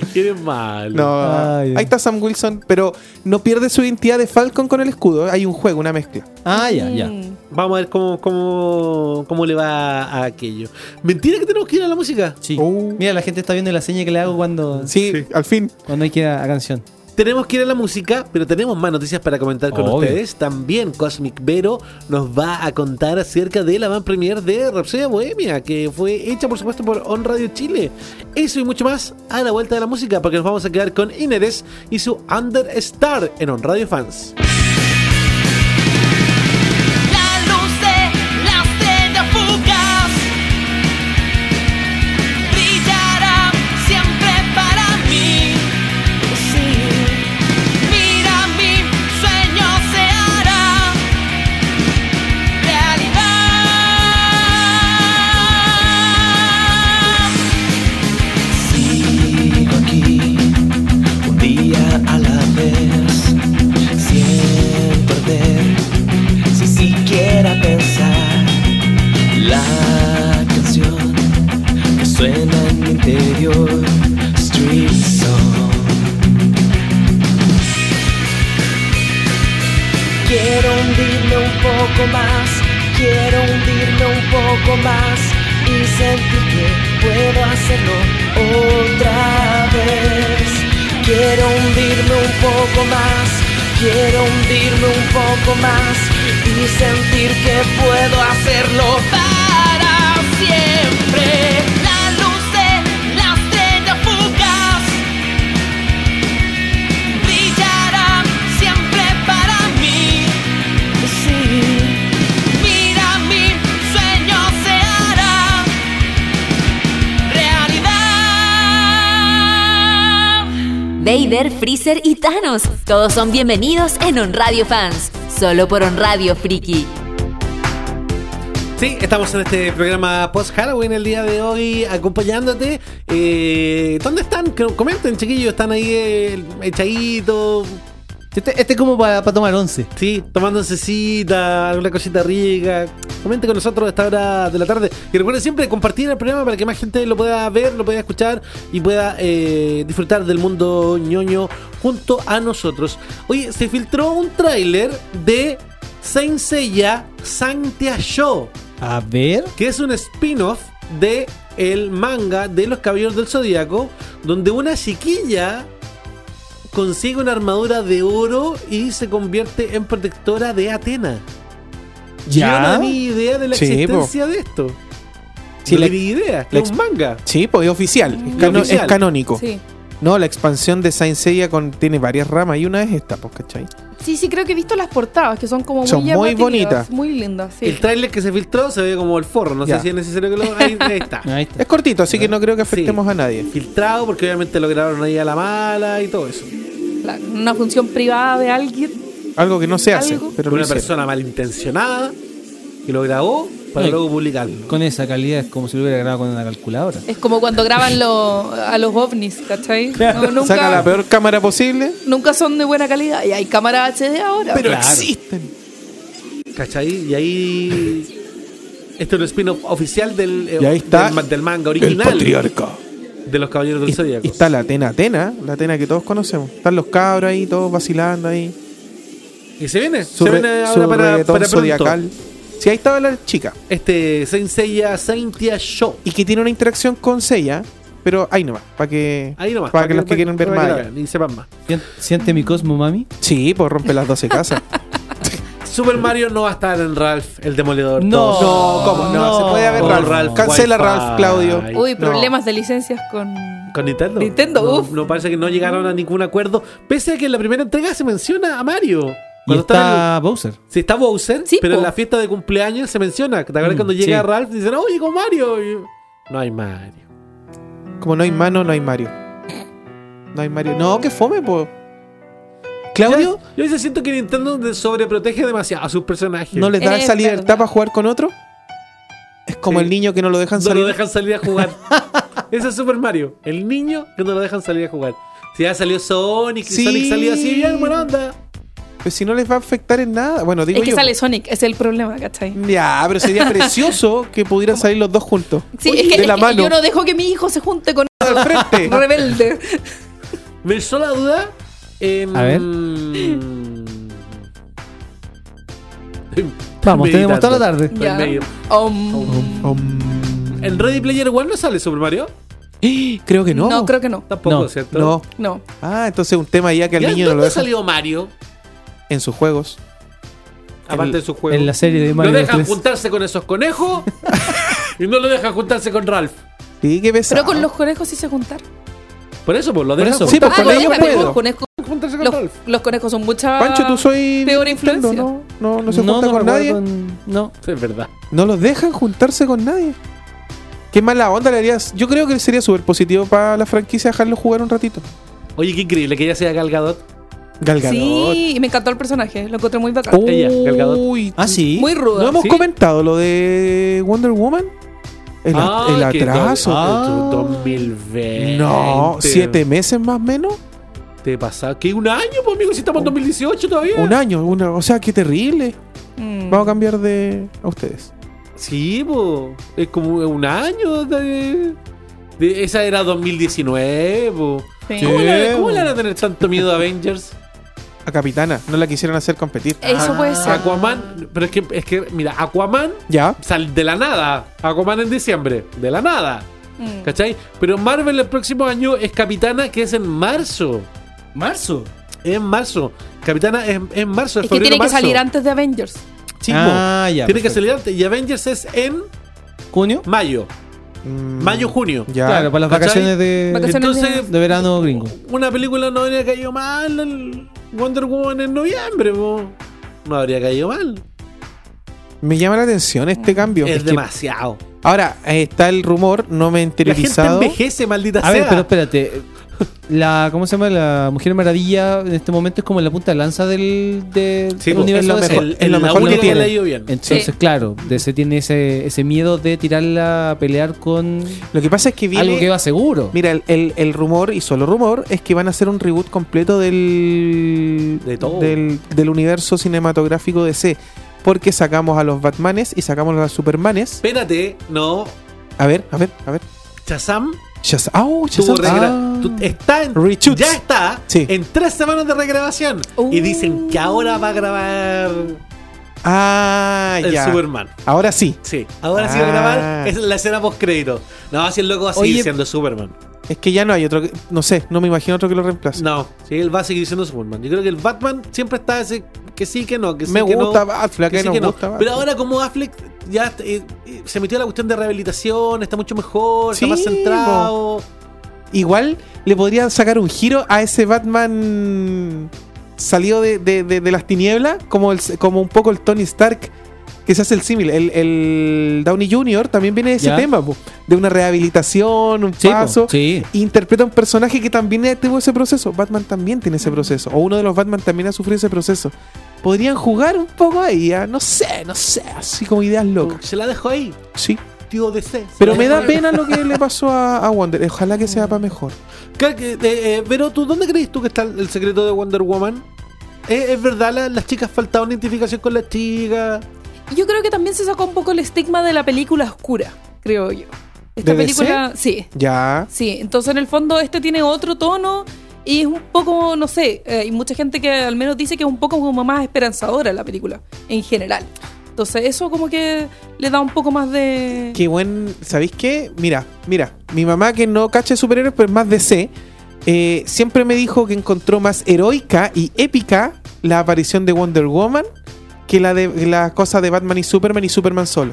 Speaker 4: ¿Quién es malo?
Speaker 5: No,
Speaker 8: Ay.
Speaker 5: ahí está Sam Wilson, pero no pierde su identidad de Falcon con el escudo. Hay un juego, una mezcla.
Speaker 8: Ah, ya, ya.
Speaker 6: Mm.
Speaker 4: Vamos a ver cómo, cómo, cómo le va a aquello. Mentira que tenemos que ir a la música.
Speaker 8: Sí.
Speaker 5: Oh.
Speaker 8: Mira, la gente está viendo la seña que le hago cuando,
Speaker 5: Sí, al fin.
Speaker 8: cuando hay que ir a, a canción.
Speaker 4: Tenemos que ir a la música, pero tenemos más noticias para comentar con
Speaker 8: Obvio.
Speaker 4: ustedes. También Cosmic Vero nos va a contar acerca de la van premier de Rapsodia Bohemia, que fue hecha por supuesto por On Radio Chile. Eso y mucho más a la vuelta de la música, porque nos vamos a quedar con Ineres y su Understar en On Radio Fans.
Speaker 3: La luz de las centrifugas brillará siempre para mí. Sí. Mira, mi sueño se hará realidad.
Speaker 9: Sigo aquí, un día a la vez, sin perder, sin siquiera pensar. La canción que suena en mi interior, Street Song. Quiero hundirme un poco más, quiero hundirme un poco más y sentir que puedo hacerlo otra vez. Quiero hundirme un poco más, quiero hundirme un poco más y sentir que puedo hacerlo para siempre.
Speaker 3: La luz de las centrifugas brillará siempre para mí. Sí. Mira, mi sueño se hará realidad.
Speaker 2: Vader, Freezer y Thanos. Todos son bienvenidos en On Radio Fans. solo por On Radio Friki.
Speaker 4: Sí, estamos en este programa post Halloween el día de hoy acompañándote. Eh, ¿Dónde están? Que- Comenten, chiquillos, están ahí eh, echaditos,
Speaker 8: Este, este es como para, para tomar once.
Speaker 4: sí, tomándose cita, alguna cosita rica. Comente con nosotros a esta hora de la tarde. Y recuerden siempre compartir el programa para que más gente lo pueda ver, lo pueda escuchar y pueda eh, disfrutar del mundo ñoño junto a nosotros. Oye, se filtró un tráiler de Saint Seiya Sanctia Show
Speaker 8: A ver.
Speaker 4: que es un spin-off de el manga de los Caballeros del Zodíaco, donde una chiquilla consigue una armadura de oro y se convierte en protectora de Atena. Yo no
Speaker 5: Ya.
Speaker 4: tenía idea de la
Speaker 5: Sí,
Speaker 4: existencia de esto.
Speaker 5: Sí,
Speaker 4: no
Speaker 5: la-
Speaker 4: tenía idea.
Speaker 5: la
Speaker 4: Es un manga.
Speaker 5: Sí, pues es oficial. Es,
Speaker 4: Es
Speaker 5: cano-
Speaker 4: oficial.
Speaker 5: es canónico.
Speaker 6: Sí.
Speaker 5: No, la expansión de Saint Seiya con, tiene varias ramas y una es esta, pues, ¿cachai?
Speaker 6: sí, sí, creo que he visto las portadas, que son como muy
Speaker 5: Son muy
Speaker 6: llamativas,
Speaker 5: bonitas.
Speaker 6: Muy lindas, sí.
Speaker 4: El tráiler que se filtró se ve como el forro. No
Speaker 5: Ya.
Speaker 4: sé si es necesario que lo... Ahí, ahí está.
Speaker 8: Ahí está.
Speaker 5: Es cortito, así que no creo que
Speaker 4: Sí.
Speaker 5: afectemos a nadie.
Speaker 4: Filtrado porque obviamente lo grabaron ahí a la mala y todo eso.
Speaker 6: La- una función privada de alguien.
Speaker 5: Algo que no se hace,
Speaker 6: Algo.
Speaker 5: pero lo
Speaker 4: una
Speaker 5: hicieron.
Speaker 4: persona malintencionada que lo grabó para
Speaker 8: Ay.
Speaker 4: luego publicarlo.
Speaker 8: Con esa calidad es como si lo hubiera grabado con una calculadora.
Speaker 6: Es como cuando graban lo- a los ovnis, ¿cachai? No,
Speaker 5: Saca la
Speaker 6: nunca,
Speaker 5: peor cámara posible,
Speaker 6: nunca son de buena calidad. Y hay cámaras HD ahora.
Speaker 5: pero
Speaker 8: Claro.
Speaker 5: existen.
Speaker 4: ¿Cachai? Y ahí. Este es un spin-off oficial del, eh,
Speaker 5: Y ahí está
Speaker 4: del, ma- del manga original
Speaker 5: patriarca.
Speaker 4: de los Caballeros del Zodíaco.
Speaker 5: Y está la Atena Atena, la Atena que todos conocemos. Están los cabros ahí, todos vacilando ahí.
Speaker 4: Y se viene,
Speaker 5: Su,
Speaker 4: se
Speaker 5: re-
Speaker 4: viene
Speaker 5: su
Speaker 4: ahora para,
Speaker 5: reggaetón
Speaker 4: para pronto.
Speaker 5: zodiacal. Sí, ahí estaba la chica.
Speaker 4: Este Saint Seiya Saintia Show.
Speaker 5: Y que tiene una interacción con Seiya, pero ahí nomás, para que,
Speaker 4: Ahí nomás.
Speaker 5: para que los que quieren ver
Speaker 4: para
Speaker 5: más.
Speaker 4: que la
Speaker 5: allá.
Speaker 4: vean Y sepan más.
Speaker 8: Sien- ¿Siente mi cosmo, mami?
Speaker 5: Sí, pues rompe las 12 casas.
Speaker 4: Super Mario no va a estar en Ralph, el demoledor.
Speaker 8: No.
Speaker 5: No, ¿cómo? No,
Speaker 8: No.
Speaker 5: se puede haber
Speaker 4: Con
Speaker 5: Ralph.
Speaker 4: Ralph
Speaker 5: Cancela
Speaker 4: Wi-Fi.
Speaker 5: Ralph, Claudio.
Speaker 6: Uy,
Speaker 5: No.
Speaker 6: problemas de licencias con.
Speaker 4: Con Nintendo.
Speaker 6: Nintendo,
Speaker 4: no,
Speaker 6: uf.
Speaker 4: no parece que no llegaron a ningún acuerdo. Pese a que en la primera entrega se menciona a Mario.
Speaker 8: Y
Speaker 4: Cuando estaba en-
Speaker 8: está Bowser.
Speaker 4: Si está Bowser,
Speaker 6: Sí,
Speaker 4: pero
Speaker 6: po.
Speaker 4: en la fiesta de cumpleaños se menciona. ¿Te acuerdas
Speaker 8: Mm,
Speaker 4: cuando llega
Speaker 8: sí.
Speaker 4: Ralph? Dicen, oye, con Mario. Y- No hay Mario.
Speaker 5: Como no hay mano, no hay Mario. No hay Mario. No, que fome, po. Claudio
Speaker 4: Yo a veces siento que Nintendo de- sobreprotege demasiado a sus personajes.
Speaker 5: no les da
Speaker 6: Es
Speaker 5: esa libertad
Speaker 6: verdad.
Speaker 5: para jugar con otro. Es como
Speaker 4: Sí.
Speaker 5: el niño que no lo dejan
Speaker 4: No
Speaker 5: salir.
Speaker 4: lo dejan salir a jugar. Ese es Super Mario. El niño que no lo dejan salir a jugar. Si ya salió Sonic, y
Speaker 5: Sí.
Speaker 4: Sonic salió así bien, buena onda.
Speaker 5: Pues si no les va a afectar en nada. Bueno, digo
Speaker 6: Es que
Speaker 5: yo.
Speaker 6: sale Sonic, ese es el problema, ¿cachai?
Speaker 5: Ya, pero sería precioso que pudieran salir los dos juntos.
Speaker 6: Sí, es que,
Speaker 5: de
Speaker 6: es
Speaker 5: la
Speaker 6: que
Speaker 5: mano.
Speaker 6: yo no dejo que mi hijo se junte con
Speaker 5: Al frente.
Speaker 6: rebelde.
Speaker 4: Me hizo la duda. em,
Speaker 8: A ver.
Speaker 4: estoy
Speaker 8: Vamos, tenemos
Speaker 4: meditando.
Speaker 8: toda la tarde.
Speaker 4: Estoy medio-
Speaker 6: Um,
Speaker 5: Um,
Speaker 4: ¿En Ready Player One no sale Super Mario?
Speaker 5: creo que
Speaker 6: no.
Speaker 5: no.
Speaker 6: creo que no.
Speaker 4: Tampoco,
Speaker 8: No,
Speaker 4: ¿cierto?
Speaker 5: No.
Speaker 6: No.
Speaker 5: Ah, entonces un tema ya que al
Speaker 4: ¿Ya
Speaker 5: niño no
Speaker 4: dónde
Speaker 5: lo dejan
Speaker 4: salió Mario?
Speaker 5: en sus juegos.
Speaker 4: Aparte de sus juegos.
Speaker 8: En la serie de
Speaker 4: lo
Speaker 8: Mario
Speaker 4: dejan
Speaker 8: 3.
Speaker 4: juntarse con esos conejos y no lo dejan juntarse con Ralph.
Speaker 5: Sí, qué pesado.
Speaker 6: Pero con los conejos sí se juntaron.
Speaker 4: Por eso, pues lo
Speaker 8: Por
Speaker 4: dejan
Speaker 8: eso.
Speaker 5: Sí, pues
Speaker 6: Ah,
Speaker 5: con
Speaker 6: los
Speaker 5: ellos
Speaker 6: dejan, pero
Speaker 5: puedo.
Speaker 6: los conejos,
Speaker 4: juntarse con
Speaker 6: los,
Speaker 4: Ralph.
Speaker 6: los conejos son mucha.
Speaker 5: Pancho, tú soy.
Speaker 6: Peor
Speaker 5: Nintendo,
Speaker 6: influencia.
Speaker 5: No, no, no se junta
Speaker 8: me
Speaker 5: con nadie.
Speaker 8: acuerdo en- No.
Speaker 4: Sí, es verdad.
Speaker 5: No los dejan juntarse con nadie. Qué mala onda le harías. Yo creo que sería súper positivo para la franquicia dejarlo jugar un ratito.
Speaker 4: Oye, qué increíble que ella sea Galgadot.
Speaker 5: Galgador.
Speaker 6: Sí, y me encantó el personaje, lo encontré muy bacán.
Speaker 4: Ella, Gal Gadot.
Speaker 5: Uy,
Speaker 8: Ah, sí.
Speaker 6: Muy rudo.
Speaker 5: ¿No hemos
Speaker 4: ¿Sí?
Speaker 5: comentado lo de Wonder Woman? El, at- el atraso.
Speaker 4: Ah, 2020.
Speaker 5: No, siete meses más o menos.
Speaker 4: Te pasa. ¿Qué? ¿Un año, pues, amigo? Si estamos en 2018 todavía.
Speaker 5: Un año, una, o sea, qué terrible.
Speaker 6: Mm.
Speaker 5: Vamos a cambiar de a ustedes.
Speaker 4: Sí, pues. Es como un año de. de- esa era 2019, pues.
Speaker 6: Sí.
Speaker 4: ¿Cómo, le- cómo le van
Speaker 5: bueno.
Speaker 4: a tener tanto miedo a Avengers?
Speaker 5: A Capitana, no la quisieron hacer competir. Ah.
Speaker 6: Eso puede ser.
Speaker 4: Ah. Aquaman, pero es que, es que, mira, Aquaman
Speaker 5: Ya,
Speaker 4: sal de la nada. Aquaman en diciembre, de la nada.
Speaker 6: Mm.
Speaker 4: ¿Cachai? Pero Marvel el próximo año es Capitana, que es en marzo.
Speaker 8: Marzo.
Speaker 4: En marzo. Capitana es es en marzo.
Speaker 6: Es que tiene que
Speaker 4: marzo.
Speaker 6: salir antes de Avengers.
Speaker 4: Chico,
Speaker 8: Ah, ya.
Speaker 4: tiene que
Speaker 8: perfecto.
Speaker 4: salir antes. Y Avengers es en
Speaker 8: ¿Junio?
Speaker 4: mayo.
Speaker 5: Mm,
Speaker 4: Mayo, junio.
Speaker 5: ya.
Speaker 8: Claro, para las
Speaker 4: ¿Cachai?
Speaker 8: vacaciones de,
Speaker 6: Vacaciones
Speaker 4: Entonces,
Speaker 8: de verano gringo.
Speaker 4: una película no habría caído mal. el Wonder Woman en noviembre, po. No habría caído mal.
Speaker 5: Me llama la atención este cambio.
Speaker 4: Es
Speaker 5: Es que-
Speaker 4: demasiado.
Speaker 5: ahora, eh, está el rumor, no me he
Speaker 4: La gente
Speaker 5: interiorizado.
Speaker 4: envejece, maldita
Speaker 8: A
Speaker 4: sea.
Speaker 8: ver, pero espérate. la ¿cómo se llama? La Mujer Maravilla en este momento es como la punta de lanza del, de-
Speaker 4: Sí,
Speaker 8: del
Speaker 4: pues,
Speaker 8: universo
Speaker 4: es lo
Speaker 8: DC.
Speaker 4: mejor- es lo
Speaker 8: la
Speaker 4: mejor que
Speaker 8: única
Speaker 4: tiene.
Speaker 8: la
Speaker 4: leído bien.
Speaker 8: Entonces,
Speaker 6: Sí.
Speaker 8: claro, DC tiene ese, ese miedo de tirarla a pelear con
Speaker 5: Lo que pasa es que viene.
Speaker 8: algo que va seguro.
Speaker 5: Mira, el, el- el rumor, y solo rumor, es que van a hacer un reboot completo del.
Speaker 4: De todo.
Speaker 5: Del, del universo cinematográfico DC. Porque sacamos a los Batmanes y sacamos a los Supermanes.
Speaker 4: Espérate, no.
Speaker 5: A ver, a ver, a ver.
Speaker 4: Shazam
Speaker 5: Shazam. Ah, oh,
Speaker 4: tuvo
Speaker 5: Shazam.
Speaker 4: regra-
Speaker 5: Ah.
Speaker 4: tu- está en,
Speaker 5: Reshoots.
Speaker 4: ya está
Speaker 5: Sí.
Speaker 4: en tres semanas de regrabación
Speaker 6: Uh.
Speaker 4: y dicen que ahora va a grabar
Speaker 5: Ah,
Speaker 4: el
Speaker 5: ya.
Speaker 4: Superman.
Speaker 5: Ahora sí.
Speaker 4: Sí, ahora sí va a
Speaker 5: Ah.
Speaker 4: grabar es la escena post crédito. No, así el loco va a seguir
Speaker 5: Oye.
Speaker 4: siendo Superman.
Speaker 5: Es que ya no hay otro. que- No sé, no me imagino otro que lo reemplace.
Speaker 4: No, sí, él va a seguir siendo Superman. Yo creo que el Batman siempre está ese que sí, que no, que sí,
Speaker 5: me
Speaker 4: que no.
Speaker 5: gusta Batfleck,
Speaker 4: Que sí,
Speaker 5: no
Speaker 4: que
Speaker 5: me
Speaker 4: no.
Speaker 5: gusta
Speaker 4: Pero
Speaker 5: Batfleck.
Speaker 4: ahora como Affleck ya eh, eh, se metió a la cuestión de rehabilitación, está mucho mejor,
Speaker 5: Sí,
Speaker 4: está más centrado.
Speaker 5: Igual le podrían sacar un giro a ese Batman salido de, de- de- de las tinieblas, como, el, como un poco el Tony Stark, que se hace el símil. El, el Downey Jr. también viene de ese
Speaker 8: Ya.
Speaker 5: tema, po, de una rehabilitación, un
Speaker 8: Sí, po,
Speaker 5: paso.
Speaker 8: sí.
Speaker 5: Interpreta un personaje que también tuvo ese proceso. Batman también tiene ese proceso. O uno de los Batman también ha sufrido ese proceso. Podrían jugar un poco ahí, ah, no sé, no sé, así como ideas locas.
Speaker 4: Se la dejo ahí,
Speaker 5: Sí.
Speaker 4: tío DC.
Speaker 5: Pero me da pena lo que le pasó a, a Wonder. Ojalá que sea para mejor.
Speaker 4: Creo que, eh, eh, pero tú, ¿dónde crees tú que está el secreto de Wonder Woman? Eh, ¿Es, es verdad, la- las chicas faltaban identificación con las chicas?
Speaker 6: Yo creo que también se sacó un poco el estigma de la película oscura, creo yo. Esta
Speaker 5: ¿De DC?
Speaker 6: película, sí,
Speaker 5: Ya.
Speaker 6: sí. Entonces, en el fondo, este tiene otro tono y es un poco, no sé, eh, hay mucha gente que al menos dice que es un poco como más esperanzadora la película, en general. Entonces, eso como que le da un poco más de...
Speaker 5: Qué buen. ¿Sabéis qué? Mira, mira. Mi mamá, que no cacha de superhéroes, pero es más DC, eh, siempre me dijo que encontró más heroica y épica la aparición de Wonder Woman que la de las cosas de Batman y Superman y Superman solo.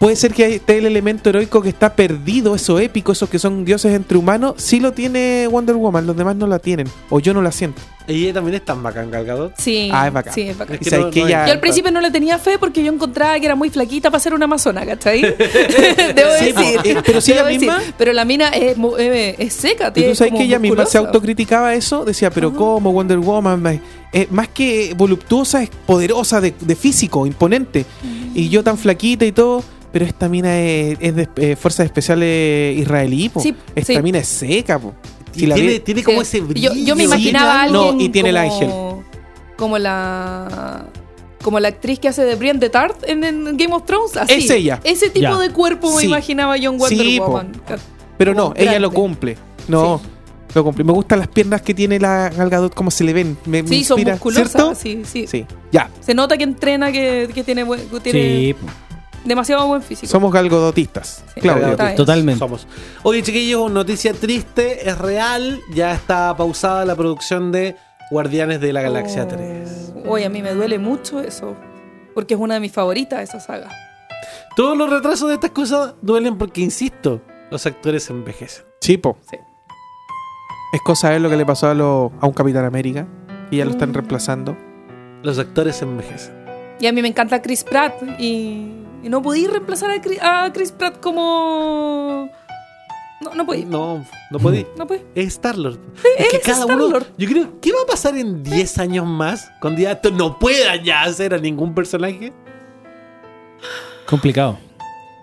Speaker 5: Puede ser que esté el elemento heroico que está perdido, eso épico, esos que son dioses entre humanos, sí lo tiene Wonder Woman, los demás no la tienen, o yo no la siento.
Speaker 4: Ella también es tan bacán, Galgado.
Speaker 6: Sí,
Speaker 5: Ah, es bacán.
Speaker 6: sí, es bacán.
Speaker 4: Es que
Speaker 5: Y sabéis
Speaker 4: no-
Speaker 5: que
Speaker 4: no
Speaker 5: ella-
Speaker 4: hay-
Speaker 6: Yo al principio no le tenía fe porque yo encontraba que era muy flaquita para ser una amazona, ¿cachai? Debo
Speaker 5: Sí, po,
Speaker 6: decir.
Speaker 5: eh, pero sí
Speaker 6: debo
Speaker 5: la misma-
Speaker 6: decir. Pero la mina es, mu- eh, es seca,
Speaker 5: Y
Speaker 6: tiene
Speaker 5: tú sabes
Speaker 6: como
Speaker 5: que ella misma se
Speaker 6: musculosa.
Speaker 5: autocriticaba eso, decía, pero
Speaker 6: Ajá.
Speaker 5: ¿cómo Wonder Woman? ma- eh, más que voluptuosa, es poderosa de, de físico, imponente. Y yo tan flaquita y todo, pero esta mina es, es de eh, Fuerzas Especiales israelí, po.
Speaker 6: Sí,
Speaker 5: Esta
Speaker 6: sí.
Speaker 5: mina es seca, po. Si
Speaker 4: Y
Speaker 5: la
Speaker 4: tiene,
Speaker 5: ve-
Speaker 4: tiene como
Speaker 6: Sí.
Speaker 4: ese brillo.
Speaker 6: Yo, yo me
Speaker 5: Sí,
Speaker 6: imaginaba a
Speaker 5: claro. No,
Speaker 6: alguien
Speaker 5: y tiene el
Speaker 6: como, Como la... Como la actriz que hace de Brienne de Tart en, en Game of Thrones. Así.
Speaker 5: Es ella.
Speaker 6: Ese tipo
Speaker 8: Ya.
Speaker 6: de cuerpo me
Speaker 5: Sí.
Speaker 6: imaginaba yo en Wonder
Speaker 5: Sí, po.
Speaker 6: Woman.
Speaker 5: pero no,
Speaker 6: como
Speaker 5: ella lo
Speaker 6: grande.
Speaker 5: cumple. No, lo cumple. Me gustan las piernas que tiene la Gal Gadot, cómo se le ven. Me, me
Speaker 6: Sí, son
Speaker 5: inspira,
Speaker 6: musculosas. Sí, sí.
Speaker 5: Sí, ya.
Speaker 6: Se nota que entrena, que, que tiene, buen- que tiene
Speaker 8: Sí, po,
Speaker 6: demasiado buen físico.
Speaker 5: Somos galgodotistas.
Speaker 6: Sí.
Speaker 5: Claudio.
Speaker 6: Está bien.
Speaker 8: totalmente.
Speaker 4: Somos. Oye, chiquillos, noticia triste, es real. Ya está pausada la producción de Guardianes de la Galaxia
Speaker 6: Oh.
Speaker 4: 3.
Speaker 6: Oye, a mí me duele mucho eso. Porque es una de mis favoritas esa saga.
Speaker 4: Todos los retrasos de estas cosas duelen porque, insisto, los actores envejecen.
Speaker 5: Chipo.
Speaker 6: Sí.
Speaker 5: Es cosa de lo que le pasó a, lo- a un Capitán América, que ya lo
Speaker 6: Mm.
Speaker 5: están reemplazando.
Speaker 4: Los actores envejecen.
Speaker 6: Y a mí me encanta Chris Pratt. Y, y no podí reemplazar a Chris, a Chris Pratt como. No, no podí. No,
Speaker 4: No, no podí.
Speaker 6: podí.
Speaker 4: Es Star-Lord. es que
Speaker 6: es
Speaker 4: cada
Speaker 6: Star-Lord.
Speaker 4: uno. Yo creo, ¿qué va a pasar en 10 años más cuando ya esto no pueda ya hacer a ningún personaje?
Speaker 8: Complicado.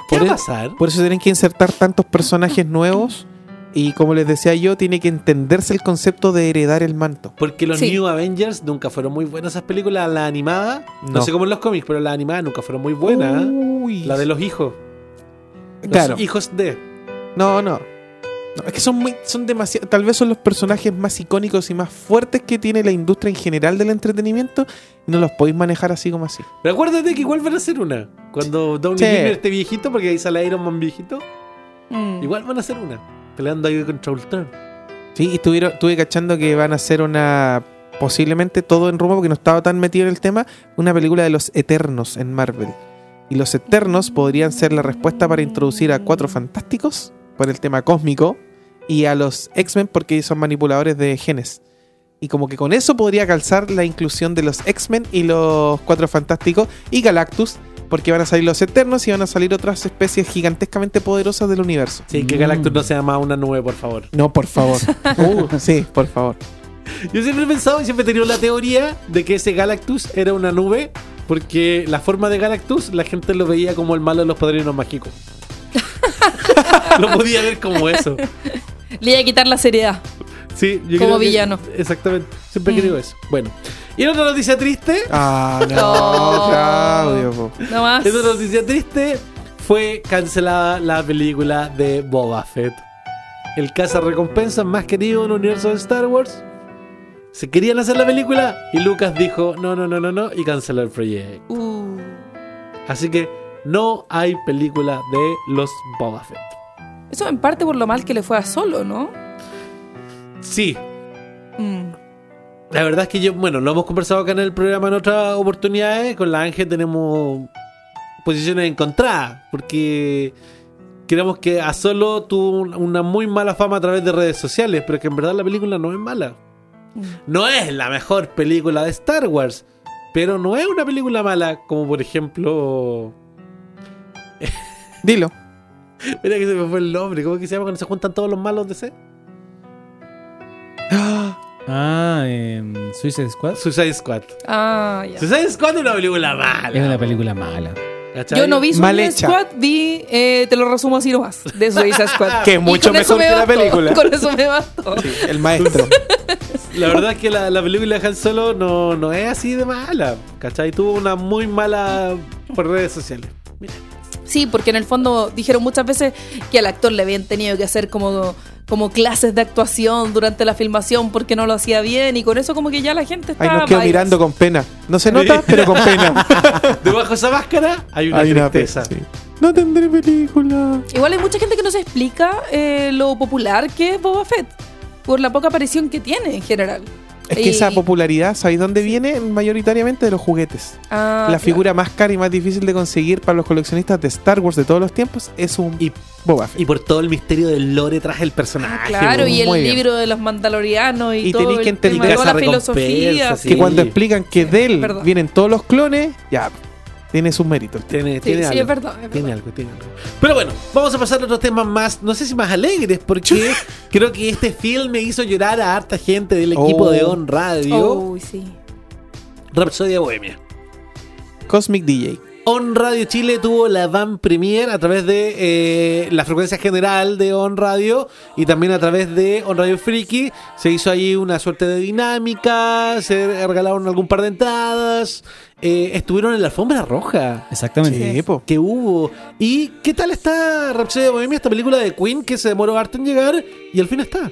Speaker 4: ¿Qué
Speaker 5: Por
Speaker 4: va a
Speaker 5: el-
Speaker 4: pasar?
Speaker 5: Por eso tienen que insertar tantos personajes nuevos. Y como les decía yo, tiene que entenderse el concepto de heredar el manto.
Speaker 4: Porque los
Speaker 6: Sí.
Speaker 4: New Avengers nunca fueron muy buenas esas películas. La animada, no,
Speaker 5: No.
Speaker 4: sé cómo en los cómics, pero la animada nunca fueron muy buenas.
Speaker 5: Uy.
Speaker 4: La de los hijos. Los
Speaker 5: Claro.
Speaker 4: hijos de.
Speaker 5: No, no. No, es que son muy, son demasiado, tal vez son los personajes más icónicos y más fuertes que tiene la industria en general del entretenimiento y no los podéis manejar así como así.
Speaker 4: Pero acuérdate que igual van a ser una. Cuando Downey
Speaker 5: Sí.
Speaker 4: Jr. esté viejito, porque ahí sale Iron Man viejito, igual van a ser una. Peleando ahí contra Ultron.
Speaker 5: Sí, y estuvieron, estuve cachando que van a hacer una. Posiblemente todo en rumbo, porque no estaba tan metido en el tema. Una película de los Eternos en Marvel. Y los Eternos podrían ser la respuesta para introducir a cuatro fantásticos por el tema cósmico. Y a los X-Men porque ellos son manipuladores de genes. Y como que con eso podría calzar la inclusión de los X-Men y los cuatro fantásticos y Galactus. porque van a salir los Eternos y van a salir otras especies gigantescamente poderosas del universo.
Speaker 4: Sí, que Galactus no sea más una nube, por favor.
Speaker 5: No, por favor. Uh, sí, por favor.
Speaker 4: Yo siempre he pensado y siempre he tenido la teoría de que ese Galactus era una nube. Porque la forma de Galactus la gente lo veía como el malo de los padrinos mágicos. lo podía ver como eso.
Speaker 6: Le iba a quitar la seriedad.
Speaker 4: Sí, yo
Speaker 6: Como
Speaker 4: creo que-
Speaker 6: villano. Mm.
Speaker 4: exactamente. Siempre he querido eso. Bueno. Y en otra noticia triste.
Speaker 5: Ah, no,
Speaker 6: No.
Speaker 5: Claudio. po.
Speaker 6: No más.
Speaker 4: En otra noticia triste. Fue cancelada la película de Boba Fett. El cazarrecompensas más querido en el universo de Star Wars. Se querían hacer la película y Lucas dijo no, no, no, no, no y canceló el proyecto.
Speaker 6: Uh,
Speaker 4: Así que no hay película de los Boba Fett.
Speaker 6: eso en parte por lo mal que le fue a Solo, ¿no?
Speaker 4: Sí,
Speaker 6: Mm.
Speaker 4: La verdad es que yo, bueno, lo hemos conversado acá en el programa en otras oportunidades. Con la Ángel tenemos posiciones encontradas. Porque creemos que a solo tuvo un- una muy mala fama a través de redes sociales. Pero que en verdad la película no es mala. No es la mejor película de Star Wars. Pero no es una película mala. Como por ejemplo.
Speaker 5: Dilo.
Speaker 4: Mira que se me fue el nombre. ¿Cómo es que se llama cuando se juntan todos los malos de C?
Speaker 8: Ah, em, Suicide Squad.
Speaker 4: Suicide Squad.
Speaker 6: Ah, ya.
Speaker 4: Suicide Squad es una película mala.
Speaker 8: Es una película mala.
Speaker 4: ¿cachai?
Speaker 6: Yo no vi
Speaker 5: Mal
Speaker 6: Suicide
Speaker 5: hecha.
Speaker 6: Squad, vi, eh, te lo resumo así nomás, de Suicide Squad.
Speaker 5: Que es
Speaker 6: Y
Speaker 5: mucho
Speaker 6: con eso
Speaker 5: mejor que la
Speaker 6: bastó,
Speaker 5: película.
Speaker 6: Con eso me bastó.
Speaker 5: El maestro.
Speaker 4: La verdad es que la, la película de Han Solo no, no es así de mala, ¿cachai? Tuvo una muy mala por redes sociales. Mira.
Speaker 6: Sí, porque en el fondo dijeron muchas veces que al actor le habían tenido que hacer como, como clases de actuación durante la filmación porque no lo hacía bien y con eso como que ya la gente
Speaker 5: Ahí
Speaker 6: estaba...
Speaker 5: nos quedo
Speaker 6: vibes.
Speaker 5: mirando con pena. No se nota, pero con pena.
Speaker 4: Debajo de esa máscara hay una
Speaker 5: Hay una
Speaker 4: tristeza.
Speaker 5: pe- sí. No tendré película.
Speaker 6: Igual hay mucha gente que no se explica eh, lo popular que es Boba Fett por la poca aparición que tiene en general.
Speaker 5: Es
Speaker 6: Y-
Speaker 5: que esa popularidad, ¿sabéis dónde viene? Mayoritariamente de los juguetes.
Speaker 6: Ah,
Speaker 5: la
Speaker 6: claro.
Speaker 5: figura más cara y más difícil de conseguir para los coleccionistas de Star Wars de todos los tiempos es un
Speaker 4: Y-
Speaker 5: Boba Fett.
Speaker 4: Y por todo el misterio del lore tras el personaje.
Speaker 6: Ah, Claro, y el
Speaker 5: Muy bien.
Speaker 6: libro de los mandalorianos y,
Speaker 5: Y
Speaker 6: todo
Speaker 5: tenéis que
Speaker 6: el tema,
Speaker 5: entender
Speaker 6: toda
Speaker 4: esa
Speaker 6: la filosofía.
Speaker 4: recompensa,
Speaker 6: sí.
Speaker 5: Que
Speaker 4: sí.
Speaker 5: cuando explican que de él
Speaker 6: perdón.
Speaker 5: vienen todos los clones, ya tiene sus méritos.
Speaker 4: Tiene,
Speaker 6: Sí,
Speaker 4: tiene
Speaker 6: sí,
Speaker 4: algo.
Speaker 6: es verdad, es
Speaker 4: Tiene
Speaker 6: verdad.
Speaker 4: algo, tiene algo. Pero bueno, vamos a pasar a otros temas más, no sé si más alegres, porque creo que este film me hizo llorar a harta gente del equipo
Speaker 5: Oh.
Speaker 4: de On Radio.
Speaker 6: Uy, sí.
Speaker 4: Rapsodia Bohemia.
Speaker 5: Cosmic DJ.
Speaker 4: On Radio Chile tuvo la van premier a través de eh, la frecuencia general de On Radio y también a través de On Radio Freaky. Se hizo ahí una suerte de dinámica, se regalaron algún par de entradas, eh, estuvieron en la alfombra roja
Speaker 8: Exactamente.
Speaker 5: Sí, po.
Speaker 4: que hubo. ¿Y qué tal está Rhapsody de Bohemia, esta película de Queen que se demoró harto en llegar y al fin está?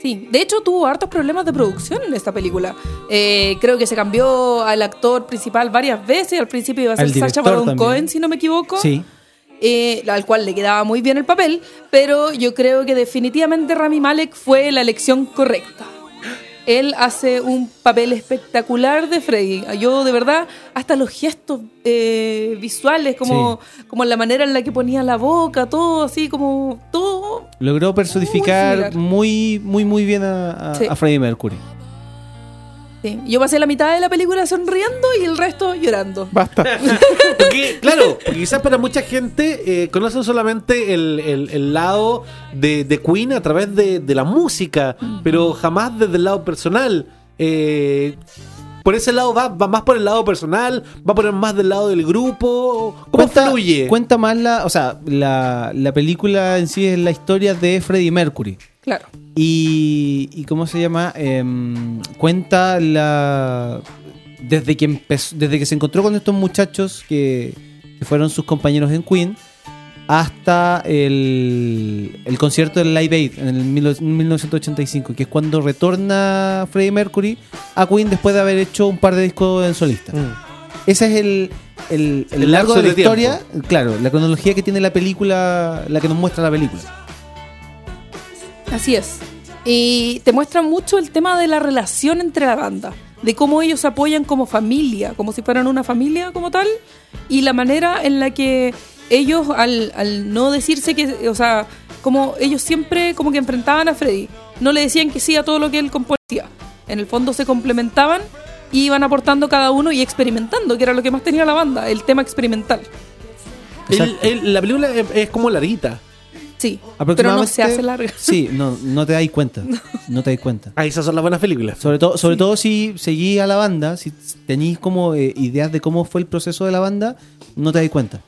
Speaker 6: Sí, de hecho tuvo hartos problemas de producción en esta película. Eh, creo que se cambió al actor principal varias veces. Al principio iba a ser
Speaker 8: Al
Speaker 6: Sacha
Speaker 8: director
Speaker 6: Baron
Speaker 8: también.
Speaker 6: Cohen, si no me equivoco.
Speaker 8: Sí.
Speaker 6: eh, al cual le quedaba muy bien el papel, pero yo creo que definitivamente Rami Malek fue la elección correcta. Él hace un papel espectacular de Freddy. Yo, de verdad, hasta los gestos eh, visuales, como, como la manera en la que ponía la boca, todo así, como todo.
Speaker 8: Logró personificar
Speaker 6: similar.
Speaker 8: muy, muy, muy bien a, a-
Speaker 6: Sí.
Speaker 8: a Freddie Mercury.
Speaker 6: Sí. Yo pasé la mitad de la película sonriendo y el resto llorando.
Speaker 5: Basta.
Speaker 4: Porque, claro, porque quizás para mucha gente eh, conocen solamente el, el- el lado de, de Queen a través de, de la música, pero jamás desde el lado personal. Eh, por ese lado va, va más por el lado personal, va por el más del lado del grupo. ¿Cómo fluye?
Speaker 8: Cuenta más la. O sea, la, la película en sí es la historia de Freddie Mercury.
Speaker 6: Claro.
Speaker 8: Y, y ¿cómo se llama? Em, cuenta la. Desde que, empezó, desde que se encontró con estos muchachos que, que fueron sus compañeros en Queen hasta el, el concierto del Live Aid en el mil- 1985, que es cuando retorna Freddie Mercury a Queen después de haber hecho un par de discos en solista. Ese es el, el, el
Speaker 4: Mm. El
Speaker 8: largo de la
Speaker 4: lapso de
Speaker 8: historia, claro, la cronología que tiene la película, la que nos muestra la película.
Speaker 6: Así es. Y te muestra mucho el tema de la relación entre la banda, de cómo ellos se apoyan como familia, como si fueran una familia como tal, y la manera en la que ellos, al, al no decirse que, o sea, como ellos siempre como que enfrentaban a Freddy, no le decían que sí a todo lo que él componía. En el fondo se complementaban y iban aportando cada uno y experimentando, que era lo que más tenía la banda, el tema experimental.
Speaker 4: El- el- la película es, es como larguita.
Speaker 6: Sí, pero no
Speaker 8: Aproximadamente-
Speaker 6: se hace larga.
Speaker 8: Sí, no, no te dais cuenta. No te dais cuenta.
Speaker 4: Ah, esas son las buenas películas.
Speaker 8: Sobre todo, sobre todo si seguís a la banda, si tenéis como eh, ideas de cómo fue el proceso de la banda, no te dais cuenta.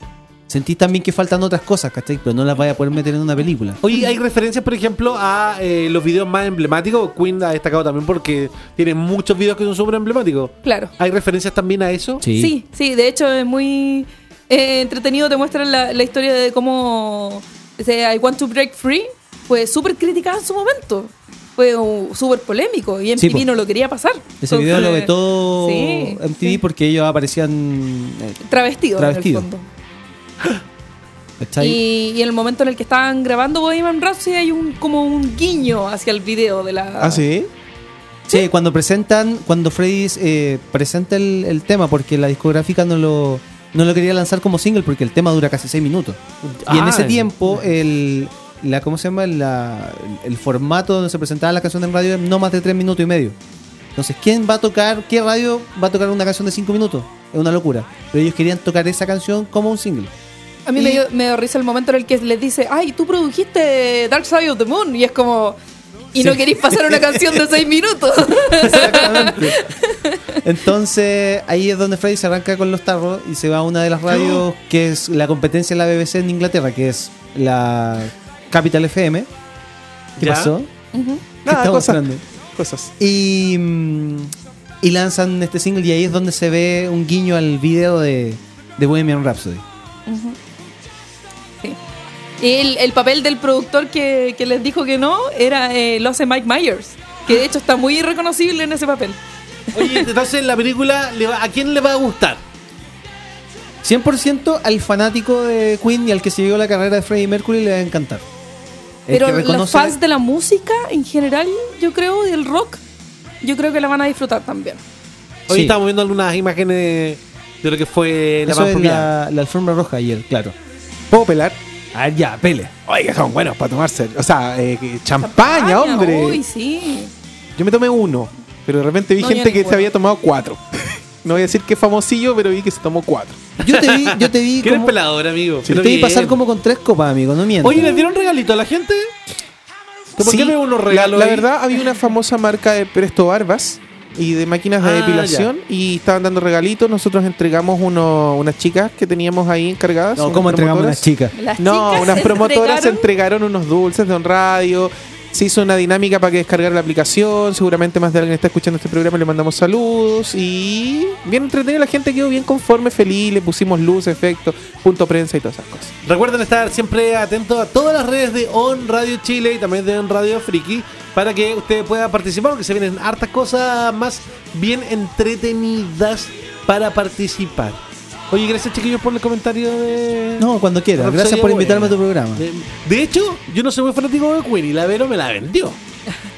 Speaker 8: Sentís también que faltan otras cosas, ¿cachai? Pero no las vayas a poder meter en una película.
Speaker 4: Oye, hay referencias, por ejemplo, a eh, los videos más emblemáticos. Queen ha destacado también porque tiene muchos videos que son súper emblemáticos.
Speaker 6: Claro.
Speaker 4: ¿Hay referencias también a eso?
Speaker 8: Sí.
Speaker 6: Sí, sí, de hecho es muy eh, entretenido, te muestran la, la historia de cómo ese I Want to Break Free fue súper criticada en su momento. Fue uh, súper polémico y MTV
Speaker 8: Sí, po.
Speaker 6: no lo quería pasar.
Speaker 8: Ese video lo ve todo
Speaker 6: Sí,
Speaker 8: MTV
Speaker 6: sí.
Speaker 8: porque ellos aparecían. eh,
Speaker 6: Travestido,
Speaker 8: Travestido.
Speaker 6: en el fondo.
Speaker 8: ¿cachai?
Speaker 6: Y, y en el momento en el que estaban grabando Bohemian Rhapsody hay un como un guiño hacia el video de la...
Speaker 5: ¿Ah, sí?
Speaker 8: Sí, cuando presentan, cuando Freddy eh, presenta el, el tema, porque la discográfica no lo, no lo quería lanzar como single, porque el tema dura casi 6 minutos. Y en
Speaker 4: Ah,
Speaker 8: ese
Speaker 4: el-
Speaker 8: tiempo, el, la, ¿cómo se llama? La- el, el formato donde se presentaba la canción en radio es no más de 3 minutos y medio. Entonces, ¿quién va a tocar, qué radio va a tocar una canción de 5 minutos? Es una locura. Pero ellos querían tocar esa canción como un single.
Speaker 6: A mí me, dio, me dio risa el momento en el que les dice, ay, tú produjiste Dark Side of the Moon. Y es como, y no queréis pasar una canción de seis minutos.
Speaker 8: Exactamente. Entonces, ahí es donde Freddy se arranca con los tarros y se va a una de las radios
Speaker 5: ¡Oh!
Speaker 8: que es la competencia de la BBC en Inglaterra, que es la Capital FM. ¿Qué
Speaker 4: ¿Ya?
Speaker 8: pasó? ¿Qué
Speaker 5: Nada,
Speaker 8: está
Speaker 5: cosas.
Speaker 8: mostrando?
Speaker 5: Cosas.
Speaker 8: Y, mm, y lanzan este single y ahí es donde se ve un guiño al video de, de Bohemian Rhapsody.
Speaker 6: Sí. Y el, el papel del productor que, que les dijo que no era eh, lo hace Mike Myers, que de hecho está muy irreconocible en ese papel.
Speaker 4: Oye, entonces la película, le va- ¿a quién le va a gustar?
Speaker 8: 100% al fanático de Queen y al que siguió la carrera de Freddie Mercury le va a encantar. El
Speaker 6: Pero
Speaker 8: que
Speaker 6: los
Speaker 8: reconoce-
Speaker 6: fans de la música en general, yo creo, del rock, yo creo que la van a disfrutar también.
Speaker 4: Hoy
Speaker 8: Sí.
Speaker 4: estamos viendo algunas imágenes de lo que fue la
Speaker 8: Eso es
Speaker 4: vanformidad.
Speaker 8: la, la alfombra roja ayer, claro.
Speaker 5: ¿Puedo pelar?
Speaker 8: Ah, ya, pele.
Speaker 5: Oiga, son buenos para tomarse. O sea, eh, que- champaña,
Speaker 6: España,
Speaker 5: hombre.
Speaker 6: Uy, sí.
Speaker 5: Yo me tomé uno, pero de repente vi
Speaker 6: No, yo
Speaker 5: gente
Speaker 6: ni
Speaker 5: que se
Speaker 6: puedo.
Speaker 5: había tomado cuatro. no voy a decir que famosillo, pero vi que se tomó cuatro.
Speaker 8: Yo te vi, yo te vi,
Speaker 4: ¿Quién
Speaker 8: como-
Speaker 4: es pelador, amigo?
Speaker 8: yo
Speaker 4: Pero
Speaker 8: te vi
Speaker 4: bien.
Speaker 8: pasar como con tres copas, amigo, no mientas.
Speaker 4: Oye, ¿les dieron regalito a la gente? ¿Tú ¿Por
Speaker 8: Sí,
Speaker 4: qué veo unos
Speaker 5: La,
Speaker 4: regalos?
Speaker 5: la
Speaker 4: ahí?
Speaker 5: verdad, había una famosa marca de Presto Barbas y de máquinas de
Speaker 4: Ah,
Speaker 5: depilación y estaban dando regalitos. Nosotros entregamos uno, unas chicas que teníamos ahí encargadas.
Speaker 8: no,
Speaker 5: unas
Speaker 8: ¿cómo entregamos a
Speaker 5: promotoras.
Speaker 8: las chicas?
Speaker 6: Las
Speaker 5: No,
Speaker 6: chicas
Speaker 5: unas promotoras
Speaker 6: entregaron-
Speaker 5: entregaron unos dulces de un radio. Se hizo una dinámica para que descargar la aplicación. Seguramente más de alguien está escuchando este programa. Le mandamos saludos. Y bien entretenido. La gente quedó bien conforme, feliz. Le pusimos luz, efecto, punto prensa y todas esas cosas.
Speaker 4: Recuerden estar siempre atentos a todas las redes de On Radio Chile y también de On Radio Friki para que usted pueda participar, porque se vienen hartas cosas más bien entretenidas para participar. Oye, gracias chiquillos por el comentario de...
Speaker 8: No, cuando quieras.
Speaker 4: Roxy
Speaker 8: Gracias por
Speaker 4: Abuela.
Speaker 8: invitarme a tu programa.
Speaker 4: De, de hecho, yo no soy muy fanático de Queen y la Vero me la vendió.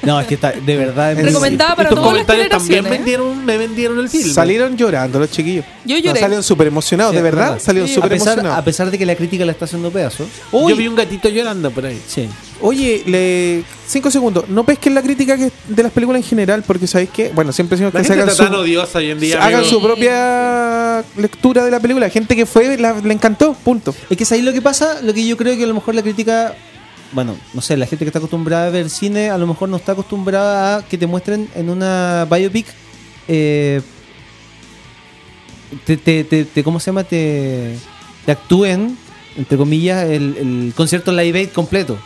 Speaker 8: No, es que está, de verdad. es muy-
Speaker 6: Recomendada para
Speaker 4: Estos
Speaker 6: todas las ¿eh?
Speaker 4: comentarios también
Speaker 6: generaciones.
Speaker 4: vendieron, me vendieron el film.
Speaker 5: Salieron llorando los chiquillos.
Speaker 6: Yo
Speaker 5: No,
Speaker 6: lloré.
Speaker 5: salieron súper emocionados,
Speaker 8: Sí,
Speaker 5: de
Speaker 8: es
Speaker 5: verdad.
Speaker 8: verdad.
Speaker 5: Salieron
Speaker 6: Sí.
Speaker 8: a
Speaker 5: súper
Speaker 8: pesar,
Speaker 5: emocionados.
Speaker 8: a pesar de que la crítica la está haciendo pedazos.
Speaker 4: Yo vi un gatito llorando por ahí.
Speaker 8: Sí.
Speaker 5: Oye, le... cinco segundos. No pesquen la crítica que- de las películas en general, porque sabéis que, bueno, siempre decimos
Speaker 4: La
Speaker 5: que se
Speaker 4: gente
Speaker 5: hagan
Speaker 4: está tan
Speaker 5: su,
Speaker 4: odiosa hoy en día.
Speaker 5: hagan
Speaker 4: amigo.
Speaker 5: su propia lectura de la película. Gente que fue, la- le encantó, punto.
Speaker 8: Es que es ahí lo que pasa, lo que yo creo que a lo mejor la crítica, bueno, no sé, la gente que está acostumbrada a ver cine, a lo mejor no está acostumbrada a que te muestren en una biopic, eh, te, te, te- te- ¿cómo se llama? Te, te actúen, entre comillas, el, el concierto live aid completo.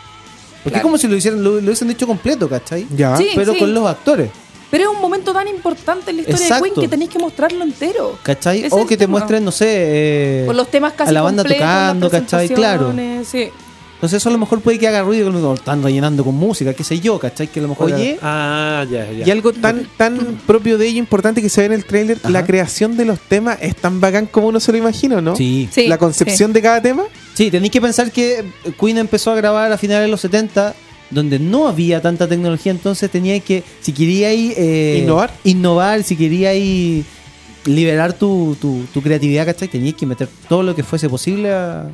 Speaker 8: Porque es
Speaker 6: Claro.
Speaker 8: como si lo hicieran, lo, lo hubiesen hecho completo, ¿cachai?
Speaker 5: Ya.
Speaker 6: Sí,
Speaker 8: Pero
Speaker 6: sí.
Speaker 8: con los actores,
Speaker 6: Pero es un momento tan importante en la historia de
Speaker 8: Exacto.
Speaker 6: Queen que tenéis que mostrarlo entero.
Speaker 8: ¿cachai?
Speaker 6: Ese es
Speaker 8: o
Speaker 6: el
Speaker 8: que te
Speaker 6: tema.
Speaker 8: muestren, no sé, eh,
Speaker 6: Con pues. los temas casi
Speaker 8: a la banda
Speaker 6: completos,
Speaker 8: tocando,
Speaker 6: las
Speaker 8: ¿cachai? Claro.
Speaker 6: presentaciones, Sí.
Speaker 8: Entonces eso a lo mejor puede que haga ruido, que lo están rellenando con música, qué sé yo, ¿cachai? Que a lo mejor...
Speaker 5: Oye,
Speaker 4: Ah, ya, ya.
Speaker 5: y algo tan, tan propio de ello, importante que se ve en el trailer,
Speaker 8: Ajá.
Speaker 5: la creación de los temas es tan bacán como uno se lo imagina, ¿no?
Speaker 8: Sí.
Speaker 6: Sí,
Speaker 5: la concepción de cada tema.
Speaker 8: Sí, tenéis que pensar que eh, Queen empezó a grabar a finales de los 70, donde no había tanta tecnología, entonces tenía que, si queríais... eh,
Speaker 5: Innovar.
Speaker 8: Innovar, si queríais liberar tu, tu, tu creatividad, ¿cachai? Tenías que meter todo lo que fuese posible a,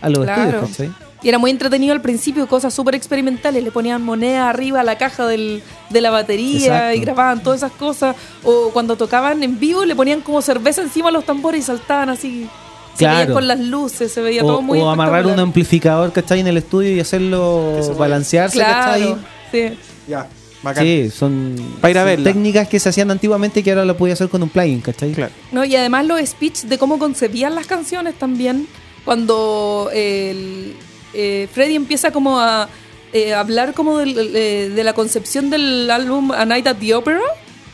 Speaker 8: a los
Speaker 6: Claro.
Speaker 8: estudios, ¿cachai?
Speaker 6: Y era muy entretenido al principio, cosas súper experimentales. Le ponían moneda arriba a la caja del- de la batería
Speaker 8: Exacto.
Speaker 6: y grababan todas esas cosas. O cuando tocaban en vivo, le ponían como cerveza encima a los tambores y saltaban así. Se
Speaker 8: Claro.
Speaker 6: veían con las luces, se veía
Speaker 8: O,
Speaker 6: todo muy
Speaker 8: o amarrar un
Speaker 6: espectacular.
Speaker 8: amplificador, ¿cachai? En el estudio y hacerlo balancearse,
Speaker 6: Claro,
Speaker 8: ¿cachai?
Speaker 6: sí.
Speaker 5: Ya,
Speaker 8: Sí, son,
Speaker 5: Pa' ir a
Speaker 8: son
Speaker 5: verla.
Speaker 8: técnicas que se hacían antiguamente y que ahora lo podía hacer con un plugin, ¿cachai?
Speaker 5: Claro.
Speaker 6: No, y además los speech de cómo concebían las canciones también. Cuando el, eh, Freddy empieza como a eh, hablar como del- eh, de la concepción del álbum A Night at the Opera,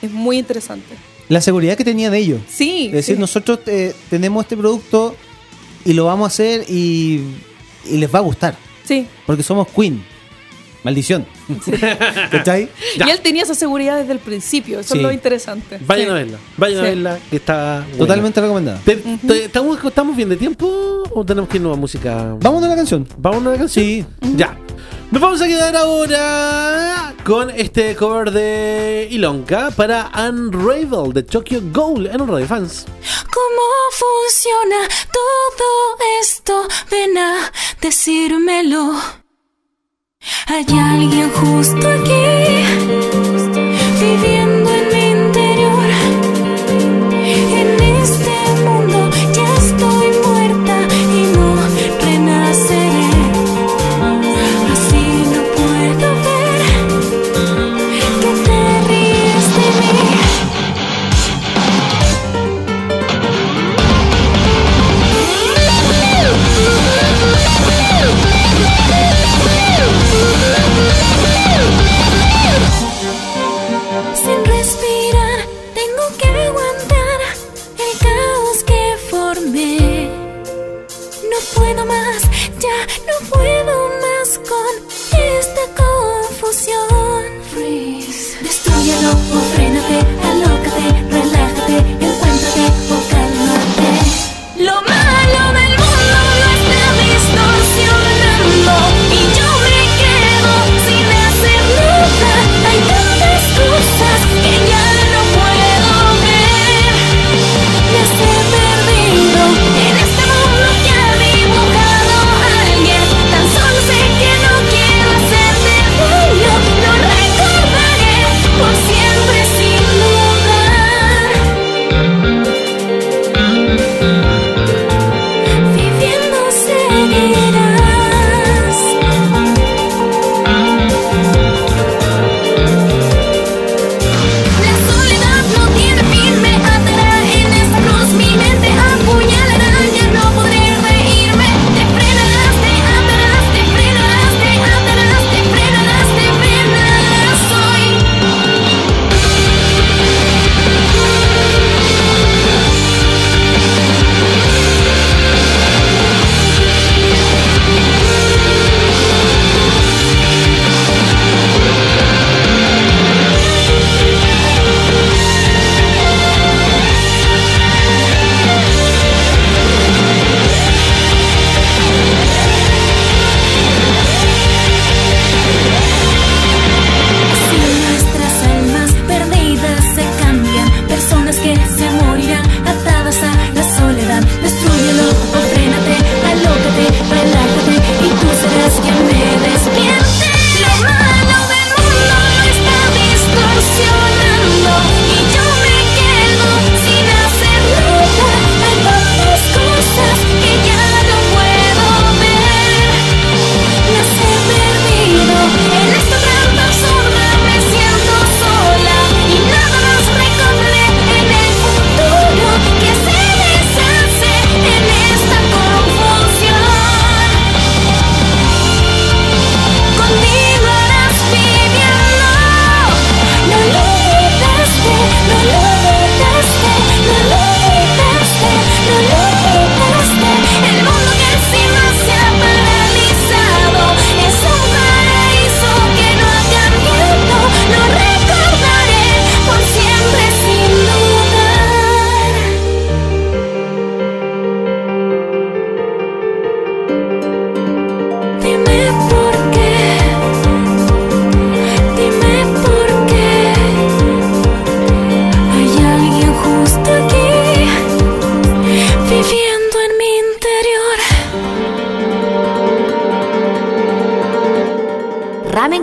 Speaker 6: es muy interesante.
Speaker 8: La seguridad que tenía de ellos.
Speaker 6: Sí.
Speaker 8: Es decir,
Speaker 6: sí.
Speaker 8: nosotros eh, tenemos este producto y lo vamos a hacer y, y les va a gustar.
Speaker 6: Sí.
Speaker 8: Porque somos Queen. Maldición. ¿Cachai?
Speaker 6: Y él tenía esa seguridad desde el principio, eso
Speaker 8: Sí.
Speaker 6: es lo interesante.
Speaker 4: Vayan
Speaker 6: Sí.
Speaker 4: a verla, vayan a
Speaker 6: Sí.
Speaker 4: verla, que está buena.
Speaker 8: Totalmente recomendado.
Speaker 4: Ah, Te- te- ¿Estamos, estamos bien de tiempo o tenemos que irnos a música?
Speaker 8: Vámonos a la canción.
Speaker 4: ¿Vamos a la canción? Sí. Ya. Nos vamos a quedar ahora con este cover de Ilonka para Unravel de Tokyo Gold en Radio Fans.
Speaker 10: ¿Cómo funciona todo esto? Ven a decírmelo. Hay alguien justo aquí, viviendo en mi interior. En este mundo ya estoy muerta y no renaceré. Así no puedo ver que te ríes de mí. Sin respirar, tengo que aguantar el caos que formé. No puedo más, ya no puedo más con esta confusión. Freeze. Destruyelo o frénate, alócate, relájate, encuéntrate o cálmate. Lo malo del mundo lo está distorsionando y yo me quedo sin hacer nada. Hay tantas cosas que ya no puedo ver. Me he perdido en este mundo que ha dibujado alguien. Tan solo sé que no quiero hacerte daño. No recordaré por siempre sin duda.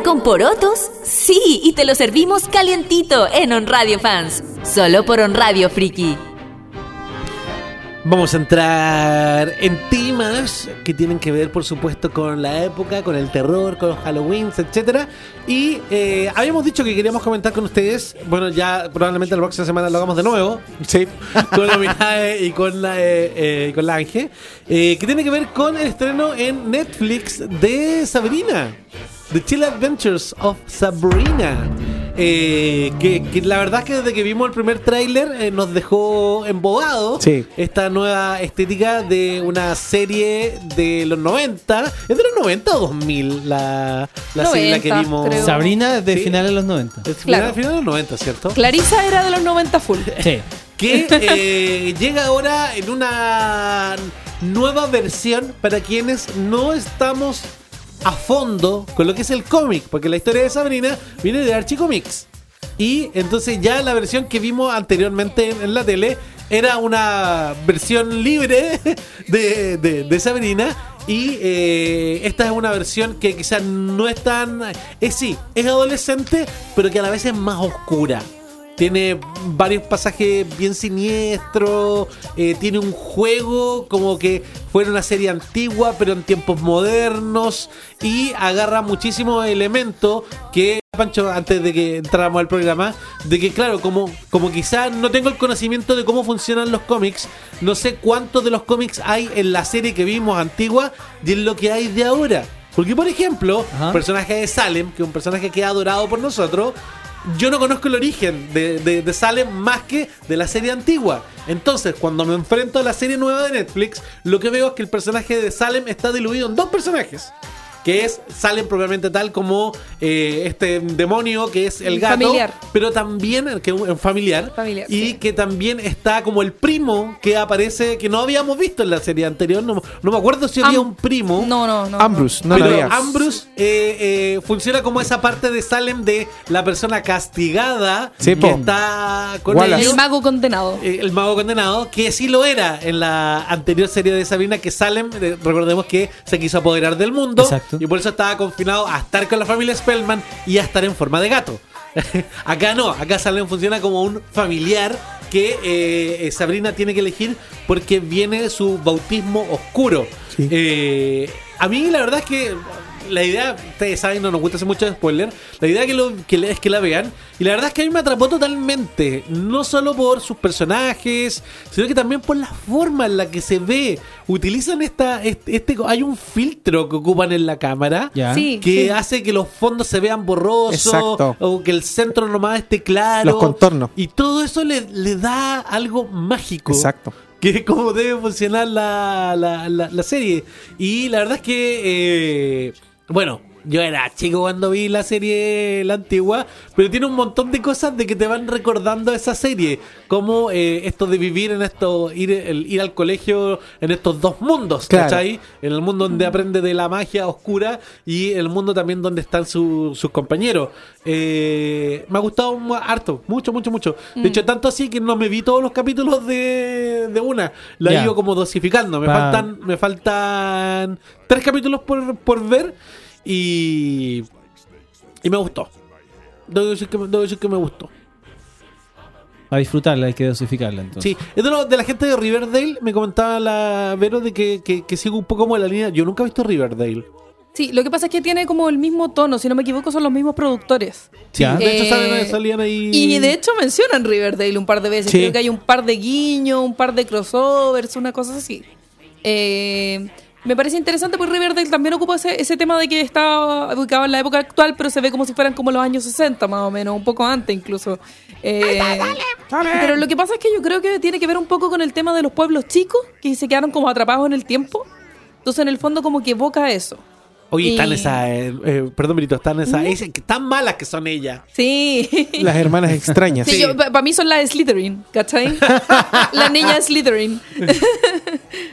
Speaker 2: ¿Con porotos? Sí, y te lo servimos calientito en On Radio Fans. Solo por On Radio Friki.
Speaker 4: Vamos a entrar en temas que tienen que ver, por supuesto, con la época, con el terror, con los Halloweens, etcétera. Y eh, habíamos dicho que queríamos comentar con ustedes, bueno, ya probablemente la próxima semana lo hagamos de nuevo, sí, con la Mirae y con la, eh, eh, con la Ángel, eh, que tiene que ver con el estreno en Netflix de Sabrina. The Chill Adventures of Sabrina. Eh, que, que la verdad es que desde que vimos el primer tráiler eh, nos dejó embobado
Speaker 5: Sí.
Speaker 4: esta nueva estética de una serie de los 90. ¿Es de los 90 o 2000 la, la serie la que
Speaker 6: 90,
Speaker 4: vimos?
Speaker 6: creo.
Speaker 8: Sabrina es de
Speaker 4: Sí.
Speaker 8: finales de los 90.
Speaker 4: Es
Speaker 6: Claro.
Speaker 4: final, final de los 90, ¿cierto?
Speaker 6: Clarisa era de los 90 full.
Speaker 8: Sí.
Speaker 4: que eh, llega ahora en una nueva versión para quienes no estamos a fondo con lo que es el cómic, porque la historia de Sabrina viene de Archie Comics. Y entonces ya la versión que vimos anteriormente en, en la tele era una versión libre de, de- de Sabrina. Y eh, esta es una versión que quizás no es tan... Es sí, es adolescente, pero que a la vez es más oscura. Tiene varios pasajes bien siniestros. eh, tiene un juego como que fuera una serie antigua, pero en tiempos modernos. Y agarra muchísimos elementos que, Pancho, antes de que entráramos al programa, de que, claro, como, como quizás no tengo el conocimiento de cómo funcionan los cómics, no sé cuántos de los cómics hay en la serie que vimos antigua y en lo que hay de ahora. Porque, por ejemplo,
Speaker 8: Ajá.
Speaker 4: personaje de Salem, que es un personaje que es adorado por nosotros, yo no conozco el origen de, de- de Salem más que de la serie antigua. Entonces, cuando me enfrento a la serie nueva de Netflix, lo que veo es que el personaje de Salem está diluido en dos personajes. Que es Salem propiamente tal como eh, este demonio que es el gato.
Speaker 6: Familiar.
Speaker 4: Pero también, que es un familiar.
Speaker 6: Familiar,
Speaker 4: y
Speaker 6: sí.
Speaker 4: que también está como el primo que aparece, que no habíamos visto en la serie anterior. No, no me acuerdo si había
Speaker 6: Am-
Speaker 4: un primo.
Speaker 6: No, no, no.
Speaker 5: Ambrose, no lo
Speaker 4: Pero
Speaker 5: veas.
Speaker 4: Ambrose eh, eh, funciona como esa parte de Salem de la persona castigada
Speaker 5: Sí,
Speaker 4: que
Speaker 5: po.
Speaker 4: está con
Speaker 5: Wallace.
Speaker 4: ellos.
Speaker 6: El mago condenado.
Speaker 4: Eh, el mago condenado, que sí lo era en la anterior serie de Sabrina, que Salem, eh, recordemos que se quiso apoderar del mundo
Speaker 8: Exacto.
Speaker 4: y por eso estaba confinado a estar con la familia Spellman y a estar en forma de gato. acá no, acá Salem funciona como un familiar que eh, eh, Sabrina tiene que elegir porque viene su bautismo oscuro. Eh, a mí la verdad es que la idea, ustedes saben, no nos gusta hacer mucho spoiler. La idea que lo- que le- es que la vean. Y la verdad es que a mí me atrapó totalmente. No solo por sus personajes, sino que también por la forma en la que se ve. Utilizan esta. Este, este- hay un filtro que ocupan en la cámara.
Speaker 8: Ya.
Speaker 6: Sí,
Speaker 4: Que
Speaker 6: sí.
Speaker 4: hace que los fondos se vean borrosos.
Speaker 5: Exacto.
Speaker 4: O que el centro nomás esté claro.
Speaker 5: Los contornos.
Speaker 4: Y todo eso le, le da algo mágico
Speaker 5: Exacto.
Speaker 4: que es como debe funcionar la, la, la- la serie. Y la verdad es que, eh, bueno, yo era chico cuando vi la serie, la antigua, pero tiene un montón de cosas de que te van recordando a esa serie, como eh, esto de vivir en esto, ir, el ir al colegio en estos dos mundos,
Speaker 5: Claro.
Speaker 4: ¿cachai? En el mundo donde aprende de la magia oscura y el mundo también donde están su- sus compañeros. Eh, me ha gustado mu- harto, mucho, mucho, mucho. De
Speaker 8: Mm.
Speaker 4: hecho, tanto así que no me vi todos los capítulos de, de una. La
Speaker 8: Ya.
Speaker 4: digo como dosificando. Me
Speaker 8: Pa-
Speaker 4: faltan me faltan tres capítulos por, por ver y, y me gustó. Debo decir que, debo decir que me gustó.
Speaker 8: A disfrutarla, hay que dosificarla entonces.
Speaker 4: Sí, es de, lo- de la gente de Riverdale. Me comentaba la Vero de que, que, que sigo un poco como la línea. Yo nunca he visto Riverdale.
Speaker 6: Sí, lo que pasa es que tiene como el mismo tono, si no me equivoco, son los mismos productores.
Speaker 4: Sí,
Speaker 8: Ya.
Speaker 4: de hecho
Speaker 6: Eh,
Speaker 4: salen- salían ahí.
Speaker 6: Y de hecho mencionan Riverdale un par de veces.
Speaker 5: Sí.
Speaker 6: Creo que hay un par de guiños, un par de crossovers, una cosa así. Eh, me parece interesante porque Riverdale también ocupa ese, ese tema de que está ubicado en la época actual, pero se ve como si fueran como los años 60 más o menos, un poco antes incluso. Eh, Pero lo que pasa es que yo creo que tiene que ver un poco con el tema de los pueblos chicos que se quedaron como atrapados en el tiempo. Entonces en el fondo como que evoca eso.
Speaker 4: Oye,
Speaker 6: y- Mm.
Speaker 4: están esas. eh, eh, perdón, Benito, están esas. esas que tan malas que son ellas.
Speaker 6: Sí.
Speaker 5: Las hermanas extrañas.
Speaker 6: Sí, para mí son las Slytherin, ¿cachai? la niña Slytherin.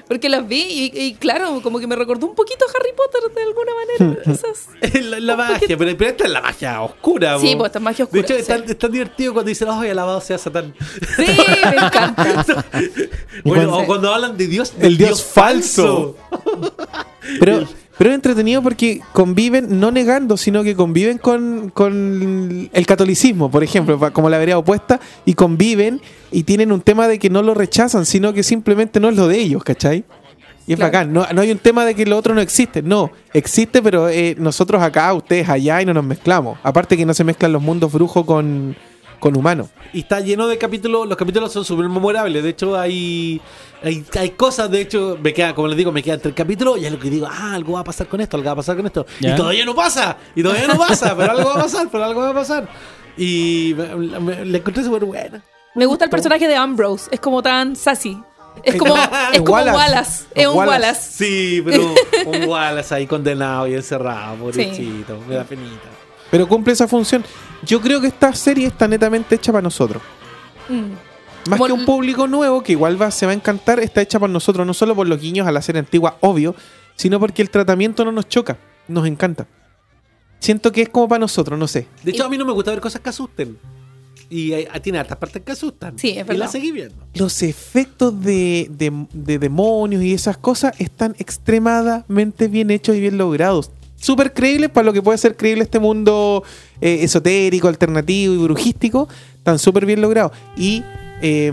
Speaker 6: Porque las vi y, y claro, como que me recordó un poquito a Harry Potter de alguna manera, quizás.
Speaker 4: la la magia, pero, pero esta es la magia oscura.
Speaker 6: Sí,
Speaker 4: po.
Speaker 6: pues, esta es magia
Speaker 4: De
Speaker 6: oscura,
Speaker 4: hecho, es
Speaker 6: sí.
Speaker 4: tan, es tan divertido cuando dicen, ¡ay, alabado sea Satán!
Speaker 6: Sí, me encanta.
Speaker 4: Bueno,
Speaker 5: cuando-
Speaker 4: o cuando hablan de Dios,
Speaker 5: El Dios falso. Pero Pero es entretenido porque conviven, no negando, sino que conviven con, con el catolicismo, por ejemplo, pa- como la vereda opuesta, y conviven y tienen un tema de que no lo rechazan, sino que simplemente no es lo de ellos, ¿cachai? Y es
Speaker 6: Claro.
Speaker 5: bacán, no, no hay un tema de que lo otro no existe, no, existe, pero eh, nosotros acá, ustedes allá, y no nos mezclamos. Aparte que no se mezclan los mundos brujos con, con humanos.
Speaker 4: Y está lleno de capítulos, los capítulos son súper memorables, de hecho hay, hay hay cosas, de hecho, me queda, como les digo, me queda entre el capítulo y es lo que digo, ah, algo va a pasar con esto, algo va a pasar con esto.
Speaker 8: Ya.
Speaker 4: Y todavía no pasa, y todavía no pasa, pero algo va a pasar, pero algo va a pasar. Y me- me- le encontré súper buena.
Speaker 6: Me gusta el personaje de Ambrose. Es como tan sassy. Es como, es como
Speaker 5: Wallace.
Speaker 6: Wallace. Es un
Speaker 5: Wallace.
Speaker 6: Wallace.
Speaker 4: Sí, pero un Wallace ahí condenado y encerrado,
Speaker 6: Sí.
Speaker 4: pobrecito, me da penita.
Speaker 5: Pero cumple esa función. Yo creo que esta serie está netamente hecha para nosotros.
Speaker 6: Mm.
Speaker 5: Más
Speaker 6: Como
Speaker 5: que un
Speaker 6: el-
Speaker 5: público nuevo que igual va, se va a encantar, está hecha por nosotros, no solo por los guiños a la serie antigua, obvio, sino porque el tratamiento no nos choca, nos encanta. Siento que es como para nosotros, no sé.
Speaker 4: De hecho, a mí no me gusta ver cosas que asusten. Y hay- tiene hartas partes que asustan.
Speaker 6: Sí, es
Speaker 4: Y
Speaker 6: verdad.
Speaker 4: las seguí viendo.
Speaker 5: Los efectos de, de- de demonios y esas cosas están extremadamente bien hechos y bien logrados. Súper creíbles para lo que puede ser creíble este mundo eh, esotérico, alternativo y brujístico. Están súper bien logrados. Y eh,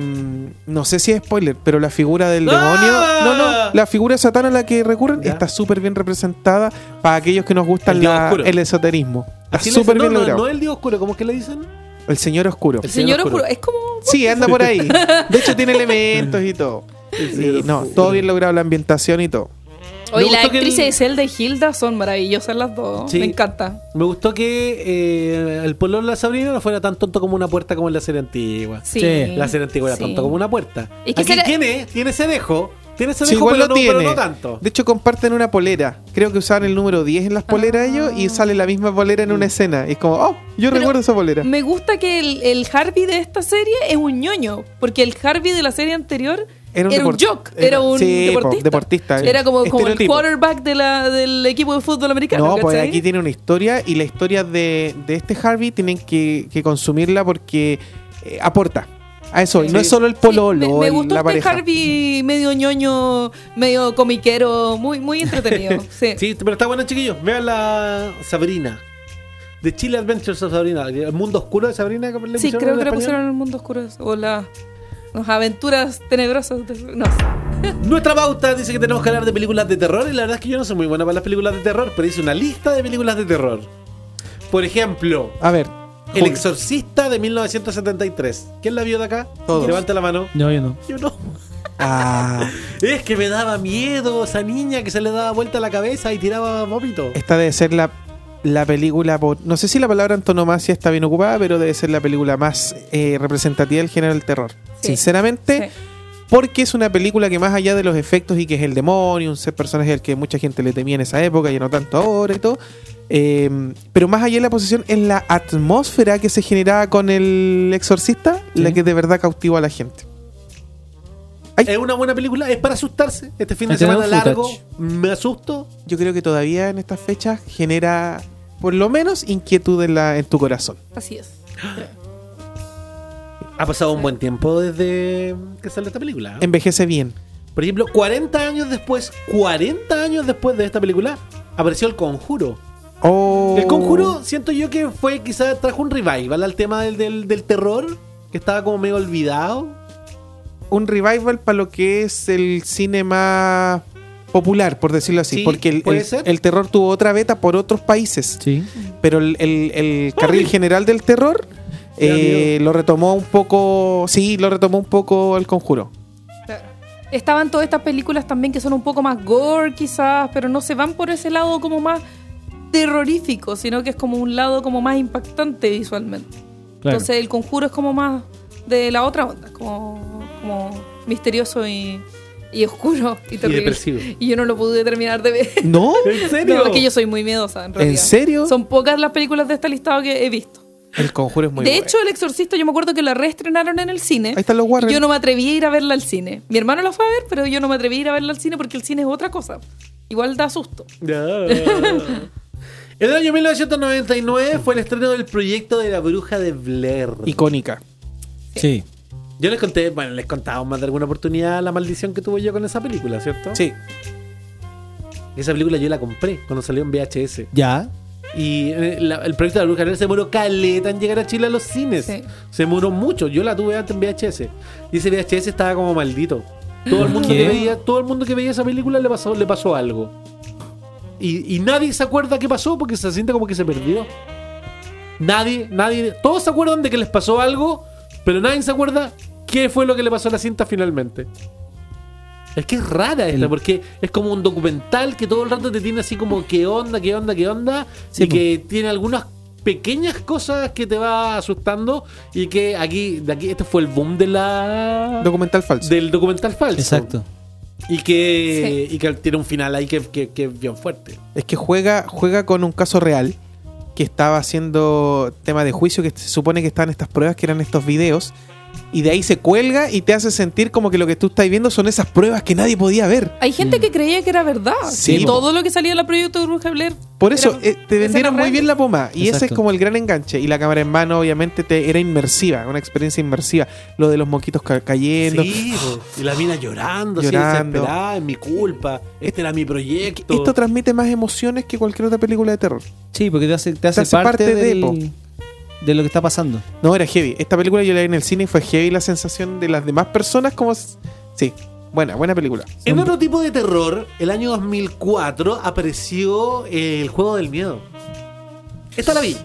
Speaker 5: no sé si es spoiler, pero la figura del demonio.
Speaker 4: ¡Ah!
Speaker 5: No, no, la figura de satán a la que recurren
Speaker 4: Ya.
Speaker 5: está súper bien representada para aquellos que nos gustan
Speaker 4: El dios
Speaker 5: la-
Speaker 4: oscuro.
Speaker 5: el esoterismo.
Speaker 4: Así
Speaker 5: Está
Speaker 4: le
Speaker 5: súper
Speaker 4: dicen, no,
Speaker 5: bien
Speaker 4: no,
Speaker 5: logrado.
Speaker 4: no el Dios Oscuro, ¿cómo es que le dicen?
Speaker 5: El señor oscuro.
Speaker 6: El señor oscuro. Es como.
Speaker 5: Sí, anda por ahí. De hecho, tiene elementos y todo. Y no, todo bien logrado, la ambientación y todo.
Speaker 6: Oye,
Speaker 4: Me
Speaker 6: las
Speaker 4: gustó que el-
Speaker 6: actrices de Zelda y Hilda son maravillosas las dos.
Speaker 4: Sí.
Speaker 6: Me encanta.
Speaker 4: Me gustó que eh, el pueblo de la Sabrina no fuera tan tonto como una puerta como en la serie antigua.
Speaker 6: Sí.
Speaker 8: Sí,
Speaker 4: La serie antigua
Speaker 6: Sí.
Speaker 4: era tonto como una puerta.
Speaker 6: Es que
Speaker 4: Aquí
Speaker 6: será-
Speaker 4: tiene, tiene ese dejo. Tiene ese
Speaker 5: Sí,
Speaker 4: dejo,
Speaker 5: igual
Speaker 4: pero,
Speaker 5: lo
Speaker 4: no,
Speaker 5: tiene.
Speaker 4: pero no tanto.
Speaker 5: De hecho, comparten una polera. Creo que usaban el número 10 en las poleras ellos y sale la misma polera en una escena. Y es como, oh, yo
Speaker 6: Ah. Pero-
Speaker 5: recuerdo esa polera.
Speaker 6: Me gusta que el, el Harvey de esta serie es un ñoño, porque el Harvey de la serie anterior era un,
Speaker 5: depor-
Speaker 6: jock, era, un
Speaker 5: sí, po,
Speaker 6: deportista.
Speaker 5: deportista, eh.
Speaker 6: Era como, como el
Speaker 5: Estereotipo.
Speaker 6: quarterback de la- del equipo de fútbol americano.
Speaker 5: No, pues
Speaker 6: ¿cachai?
Speaker 5: aquí tiene una historia y la historia de, de este Harvey tienen que, que consumirla porque eh, aporta. A eso, y no
Speaker 4: Sí.
Speaker 5: es solo el
Speaker 6: Sí,
Speaker 5: pololo,
Speaker 6: me, me
Speaker 5: el-
Speaker 6: gustó
Speaker 5: la
Speaker 6: este
Speaker 5: pareja.
Speaker 6: Harvey medio ñoño, medio comiquero, muy, muy entretenido. sí.
Speaker 4: Sí, pero está bueno, chiquillos. Vean la Sabrina. The Chile Adventures of Sabrina. El mundo oscuro de Sabrina. como le
Speaker 6: Sí,
Speaker 4: pusieron
Speaker 6: creo
Speaker 4: en
Speaker 6: que le
Speaker 4: español.
Speaker 6: pusieron en el mundo oscuro o la- las aventuras tenebrosas. de- no sé.
Speaker 4: Nuestra pauta dice que tenemos que hablar de películas de terror y la verdad es que yo no soy muy buena para las películas de terror, pero hice una lista de películas de terror. Por ejemplo,
Speaker 5: A ver,
Speaker 4: El
Speaker 5: Jul-
Speaker 4: Exorcista de 1973. ¿Quién la vio de acá?
Speaker 5: Todos.
Speaker 4: Levanta la mano.
Speaker 8: No, yo no.
Speaker 4: Yo no.
Speaker 5: ah,
Speaker 4: Es que me daba miedo esa niña que se le daba vuelta la cabeza y tiraba vómito.
Speaker 5: Esta debe ser la, la película, por- no sé si la palabra antonomasia está bien ocupada, pero debe ser la película más eh, representativa del género del terror.
Speaker 6: Sí.
Speaker 5: Sinceramente, porque es una película que más allá de los efectos y que es el demonio, un ser personaje al que mucha gente le temía en esa época y no tanto ahora y todo, eh, pero más allá de la posición es la atmósfera que se generaba con el exorcista la
Speaker 8: Sí.
Speaker 5: que de verdad cautivó a la gente.
Speaker 4: Es una buena película, es para asustarse. Este fin de
Speaker 8: Ahí tenemos
Speaker 4: semana largo
Speaker 8: footage.
Speaker 4: me asusto.
Speaker 5: Yo creo que todavía en estas fechas genera por lo menos inquietud en, la, en tu corazón.
Speaker 6: Así es.
Speaker 4: Ha pasado un buen tiempo desde que salió esta película. ¿eh?
Speaker 5: Envejece bien.
Speaker 4: Por ejemplo, 40 años después, 40 años después de esta película, apareció El Conjuro.
Speaker 5: Oh.
Speaker 4: El conjuro, siento yo que fue quizás trajo un revival al tema del, del, del terror, que estaba como medio olvidado.
Speaker 5: Un revival para lo que es el cine más popular, por decirlo así.
Speaker 4: Sí,
Speaker 5: porque el,
Speaker 4: puede
Speaker 5: el-
Speaker 4: ser.
Speaker 5: el terror tuvo otra beta por otros países.
Speaker 8: Sí.
Speaker 5: Pero el, el- el carril general del terror
Speaker 4: Me da
Speaker 5: eh,
Speaker 4: miedo.
Speaker 5: lo retomó un poco. Sí, lo retomó un poco el conjuro.
Speaker 6: Estaban todas estas películas también que son un poco más gore quizás, pero no se van por ese lado como más terrorífico, sino que es como un lado como más impactante visualmente.
Speaker 8: Claro.
Speaker 6: Entonces el conjuro es como más de la otra onda, como, como misterioso y, y oscuro y terrible.
Speaker 4: depresivo.
Speaker 6: Y, yo no lo pude terminar de ver.
Speaker 5: ¿No?
Speaker 4: ¿En
Speaker 6: No, es que yo soy muy miedosa en realidad.
Speaker 5: ¿En serio?
Speaker 6: Son pocas las películas de este listado que he visto.
Speaker 5: El conjuro es muy
Speaker 6: de
Speaker 5: bueno.
Speaker 6: hecho, El Exorcista, yo me acuerdo que la reestrenaron en el cine.
Speaker 5: Ahí están los Warren.
Speaker 6: Y Yo no me atreví a ir a verla al cine. Mi hermano la fue a ver, pero yo no me atreví a ir a verla al cine porque el cine es otra cosa. Igual da susto.
Speaker 4: En el año 1999 fue el estreno del proyecto de la bruja de Blair.
Speaker 5: Icónica.
Speaker 8: Sí.
Speaker 4: Yo les conté, bueno, les contaba más de alguna oportunidad la maldición que tuve yo con esa película, ¿cierto?
Speaker 5: Sí.
Speaker 4: Esa película yo la compré cuando salió en VHS.
Speaker 8: Ya.
Speaker 4: Y eh, la- el proyecto de la Bruja Negra se demoró caleta en llegar a Chile a los cines.
Speaker 6: Sí.
Speaker 4: Se demoró mucho. Yo la tuve antes en VHS. Y ese VHS estaba como maldito. Todo el mundo
Speaker 8: qué?
Speaker 4: que veía, todo el mundo que veía esa película le pasó, le pasó algo. Y, y nadie se acuerda qué pasó porque se siente como que se perdió. Nadie, nadie. Todos se acuerdan de que les pasó algo, pero nadie se acuerda qué fue lo que le pasó a la cinta finalmente. Es que es rara esta, porque es como un documental que todo el rato te tiene así como qué onda, qué onda, qué onda,
Speaker 8: Sí,
Speaker 4: y que tiene algunas pequeñas cosas que te va asustando y que aquí, de aquí este fue el boom de la
Speaker 5: Documental falso.
Speaker 4: del documental falso.
Speaker 8: Exacto.
Speaker 4: Y que, y que tiene un final ahí que, que- que es bien fuerte.
Speaker 5: Es que juega, juega con un caso real que estaba haciendo tema de juicio, que se supone que estaban estas pruebas, que eran estos videos, y de ahí se cuelga y te hace sentir como que lo que tú estás viendo son esas pruebas que nadie podía ver.
Speaker 6: Hay gente que creía que era verdad.
Speaker 5: Mm. Sí,
Speaker 6: que
Speaker 5: po.
Speaker 6: todo lo que salía de la proyecto de Bruja Blair.
Speaker 5: Por eso
Speaker 6: eran
Speaker 5: eh, te vendieron
Speaker 6: escenas
Speaker 5: muy bien
Speaker 6: reales.
Speaker 5: la poma y ese es
Speaker 8: Exacto.
Speaker 5: como el gran enganche. Y la cámara en mano, obviamente, te, era inmersiva, una experiencia inmersiva. Lo de los moquitos ca- cayendo.
Speaker 4: Sí, po. y la mina llorando, así
Speaker 5: ¡Ah! Llorando.
Speaker 4: desesperada, es mi culpa, este era mi proyecto.
Speaker 5: Esto transmite más emociones que cualquier otra película de terror.
Speaker 8: Sí, porque te hace, te hace
Speaker 5: hace
Speaker 8: parte,
Speaker 5: parte de,
Speaker 8: del-
Speaker 5: po.
Speaker 8: de lo que está pasando.
Speaker 5: No, era heavy. Esta película yo la vi en el cine y fue heavy la sensación de las demás personas como... s- Sí, buena, buena película.
Speaker 4: En otro tipo de terror, el año 2004 apareció eh, el juego del miedo. Esta la vi.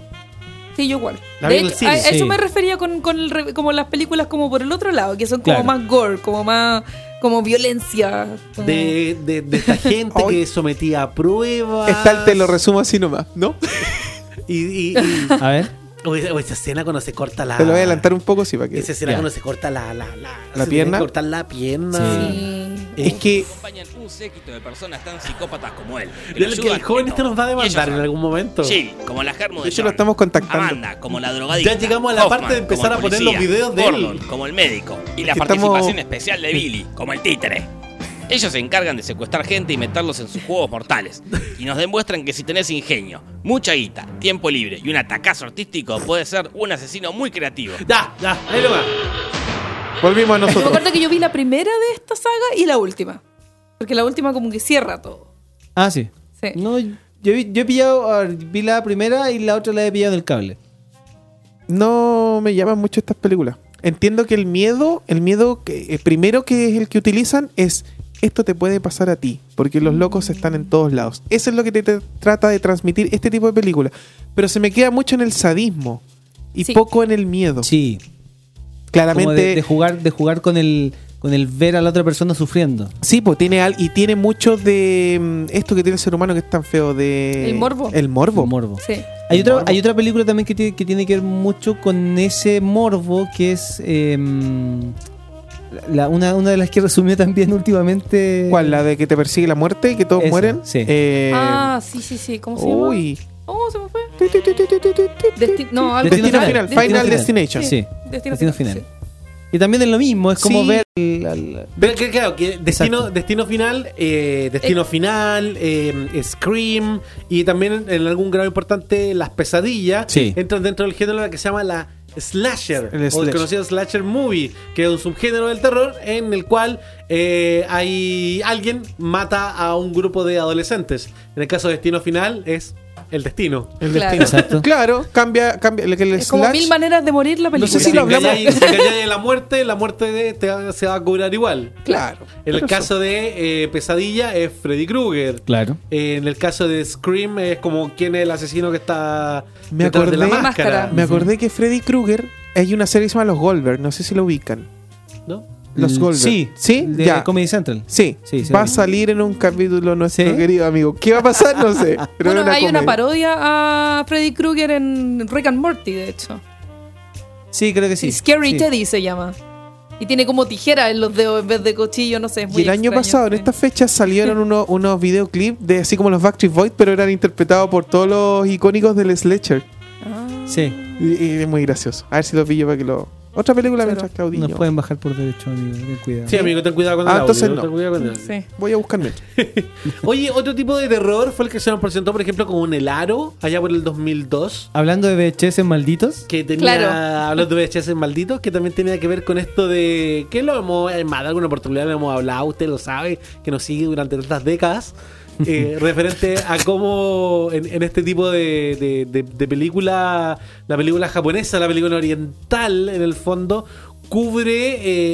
Speaker 6: Sí, yo igual.
Speaker 4: La
Speaker 6: de
Speaker 4: vi en el
Speaker 6: hecho,
Speaker 4: cine.
Speaker 6: a a
Speaker 8: Sí.
Speaker 6: eso me refería con, con el re- como las películas como por el otro lado, que son como
Speaker 8: Claro.
Speaker 6: más gore, como más como violencia. como-
Speaker 4: De, de- de esta gente
Speaker 5: Ay.
Speaker 4: que sometía a pruebas.
Speaker 5: Está el te lo resumo así nomás, ¿no?
Speaker 4: Y, y- y-
Speaker 8: A ver.
Speaker 4: o esa o esa escena cuando se corta la.
Speaker 5: Te lo voy a adelantar un poco, sí, para que...
Speaker 4: Esa escena
Speaker 8: Ya.
Speaker 4: cuando se corta la. La, la, se tiene
Speaker 5: pierna?
Speaker 4: que Cortar la pierna. Eh,
Speaker 6: Sí.
Speaker 4: Es
Speaker 5: Es que
Speaker 11: acompañan un séquito de personas tan psicópatas como él. que lo
Speaker 4: que,
Speaker 11: ayudan
Speaker 4: el joven
Speaker 11: en
Speaker 4: este
Speaker 11: todo.
Speaker 4: nos va a
Speaker 11: Y ellos
Speaker 4: demandar en
Speaker 11: son-
Speaker 4: algún momento.
Speaker 11: Sí, como la Germo
Speaker 5: de
Speaker 11: de
Speaker 5: hecho lo estamos contactando.
Speaker 11: Amanda, como la drogadicta.
Speaker 4: Ya llegamos a la parte de empezar
Speaker 11: como el
Speaker 4: a poner los videos de
Speaker 11: Gordon,
Speaker 4: él.
Speaker 11: como el médico. Y la
Speaker 5: que estamos-
Speaker 11: participación especial de Billy, como el títere. Ellos se encargan de secuestrar gente y meterlos en sus juegos mortales. Y nos demuestran que si tenés ingenio, mucha guita, tiempo libre y un atacazo artístico, puedes ser un asesino muy creativo.
Speaker 4: Ya, ya, ahí lo va.
Speaker 5: Volvimos a
Speaker 6: Yo me
Speaker 5: nosotros.
Speaker 6: acuerdo que yo vi la primera de esta saga y la última. Porque la última como que cierra todo.
Speaker 8: Ah, sí.
Speaker 6: Sí.
Speaker 8: No, yo, vi- yo he pillado, a ver, vi la primera y la otra la he pillado del cable.
Speaker 5: No me llaman mucho estas películas. Entiendo que el miedo, el miedo que, eh, primero que es el que utilizan es esto te puede pasar a ti, porque los locos están en todos lados. Eso es lo que te, te trata de transmitir este tipo de película. Pero se me queda mucho en el sadismo y
Speaker 6: Sí.
Speaker 5: poco en el miedo.
Speaker 8: Sí.
Speaker 5: Claramente
Speaker 8: Como de, de jugar, de jugar con el con el ver a la otra persona sufriendo.
Speaker 5: Sí, pues tiene al y tiene mucho de mm, esto que tiene el ser humano que es tan feo de
Speaker 6: El morbo.
Speaker 5: Eh, El morbo.
Speaker 8: Por morbo.
Speaker 6: Sí.
Speaker 8: Hay otra,
Speaker 5: Morbo.
Speaker 8: hay otra película también que tiene, que tiene que ver mucho con ese morbo que es eh, la- una, una de las que resumió también últimamente.
Speaker 5: ¿Cuál? La de que te persigue la muerte y que todos
Speaker 8: Esa,
Speaker 5: mueren.
Speaker 8: sí.
Speaker 5: Eh,
Speaker 6: ah, sí, sí, sí. ¿Cómo se llama?
Speaker 5: uy.
Speaker 6: Oh, se me fue.
Speaker 5: Tu, tu, tu, tu, tu, tu, tu, tu.
Speaker 6: Desti- no, algo-
Speaker 5: Destino
Speaker 8: Final.
Speaker 5: final.
Speaker 6: Destino
Speaker 5: Final
Speaker 6: Final.
Speaker 5: Destination.
Speaker 8: Sí.
Speaker 6: Destino,
Speaker 8: Destino
Speaker 6: Final.
Speaker 8: Final. Y también es lo mismo, es como
Speaker 5: Sí.
Speaker 8: ver. el- al-
Speaker 4: Pero que, claro, que destino,
Speaker 8: Exacto.
Speaker 4: destino final, eh, destino final, eh, Scream y también en algún grado importante las pesadillas
Speaker 8: Sí.
Speaker 4: entran dentro del género que se llama la slasher
Speaker 5: El
Speaker 4: o el
Speaker 5: slasher.
Speaker 4: conocido slasher movie, que es un subgénero del terror en el cual eh, hay alguien mata a un grupo de adolescentes. En el caso de destino final es el destino.
Speaker 5: El
Speaker 6: Claro.
Speaker 5: destino.
Speaker 8: Exacto.
Speaker 5: Claro, cambia, cambia. El, el
Speaker 6: Es como
Speaker 5: slash-
Speaker 6: mil maneras de morir la película.
Speaker 5: sé si lo hablamos.
Speaker 4: engañáis- Si engañáis en la muerte, la muerte de- te- se va a cobrar igual.
Speaker 5: Claro.
Speaker 4: En el
Speaker 5: Pero
Speaker 4: caso de eh, Pesadilla es Freddy Krueger.
Speaker 8: Claro.
Speaker 4: Eh, En el caso de Scream es como quién es el asesino que está
Speaker 5: Me
Speaker 4: detrás de la
Speaker 5: acordé-
Speaker 4: máscara.
Speaker 5: eso- Me acordé que Freddy Krueger hay una serie que se llama Los Goldberg. No sé si lo ubican.
Speaker 4: ¿no?
Speaker 5: Los
Speaker 8: Mm,
Speaker 5: Goldberg.
Speaker 8: Sí,
Speaker 5: Sí,
Speaker 8: de
Speaker 5: ya.
Speaker 8: Comedy Central.
Speaker 5: Ah. Sí,
Speaker 8: Sí, sí,
Speaker 5: va
Speaker 8: lo
Speaker 5: a
Speaker 8: vi.
Speaker 5: salir en un capítulo nuestro
Speaker 8: ¿Sí?
Speaker 5: querido amigo. ¿Qué va a pasar? No sé. Pero
Speaker 6: Bueno,
Speaker 5: es
Speaker 6: hay una
Speaker 5: comedia.
Speaker 6: parodia a Freddy Krueger en Rick and Morty, de hecho.
Speaker 8: Sí, creo que sí.
Speaker 6: Scary
Speaker 8: Sí.
Speaker 6: Teddy se llama. Y tiene como tijera en los dedos en vez de cuchillo, no sé. Es muy
Speaker 5: Y el año
Speaker 6: extraño,
Speaker 5: pasado, en
Speaker 6: sí.
Speaker 5: estas fechas, salieron uno- unos videoclips de así como los Backstreet Boys, pero eran interpretados por todos los icónicos del Slasher.
Speaker 6: Ah.
Speaker 8: Sí.
Speaker 5: Y, y es muy gracioso. A ver si lo pillo para que lo. Otra película mientras Claudinho.
Speaker 8: Nos pueden bajar por derecho, amigo. Ten cuidado.
Speaker 4: Sí, amigo, ten cuidado con el
Speaker 5: Ah,
Speaker 4: audio,
Speaker 5: entonces no.
Speaker 4: ten cuidado con el-
Speaker 6: Sí.
Speaker 5: Voy a buscarme.
Speaker 4: Oye, otro tipo de terror fue el que se nos presentó, por ejemplo, con el aro allá por el 2002.
Speaker 8: Hablando de VHS malditos.
Speaker 4: Que tenía,
Speaker 6: Claro.
Speaker 4: hablando de VHS malditos, que también tenía que ver con esto de que lo hemos, en más de alguna oportunidad lo hemos hablado, usted lo sabe, que nos sigue durante tantas décadas. eh, referente a cómo en, en este tipo de, de- de- de película, la película japonesa, la película oriental en el fondo, cubre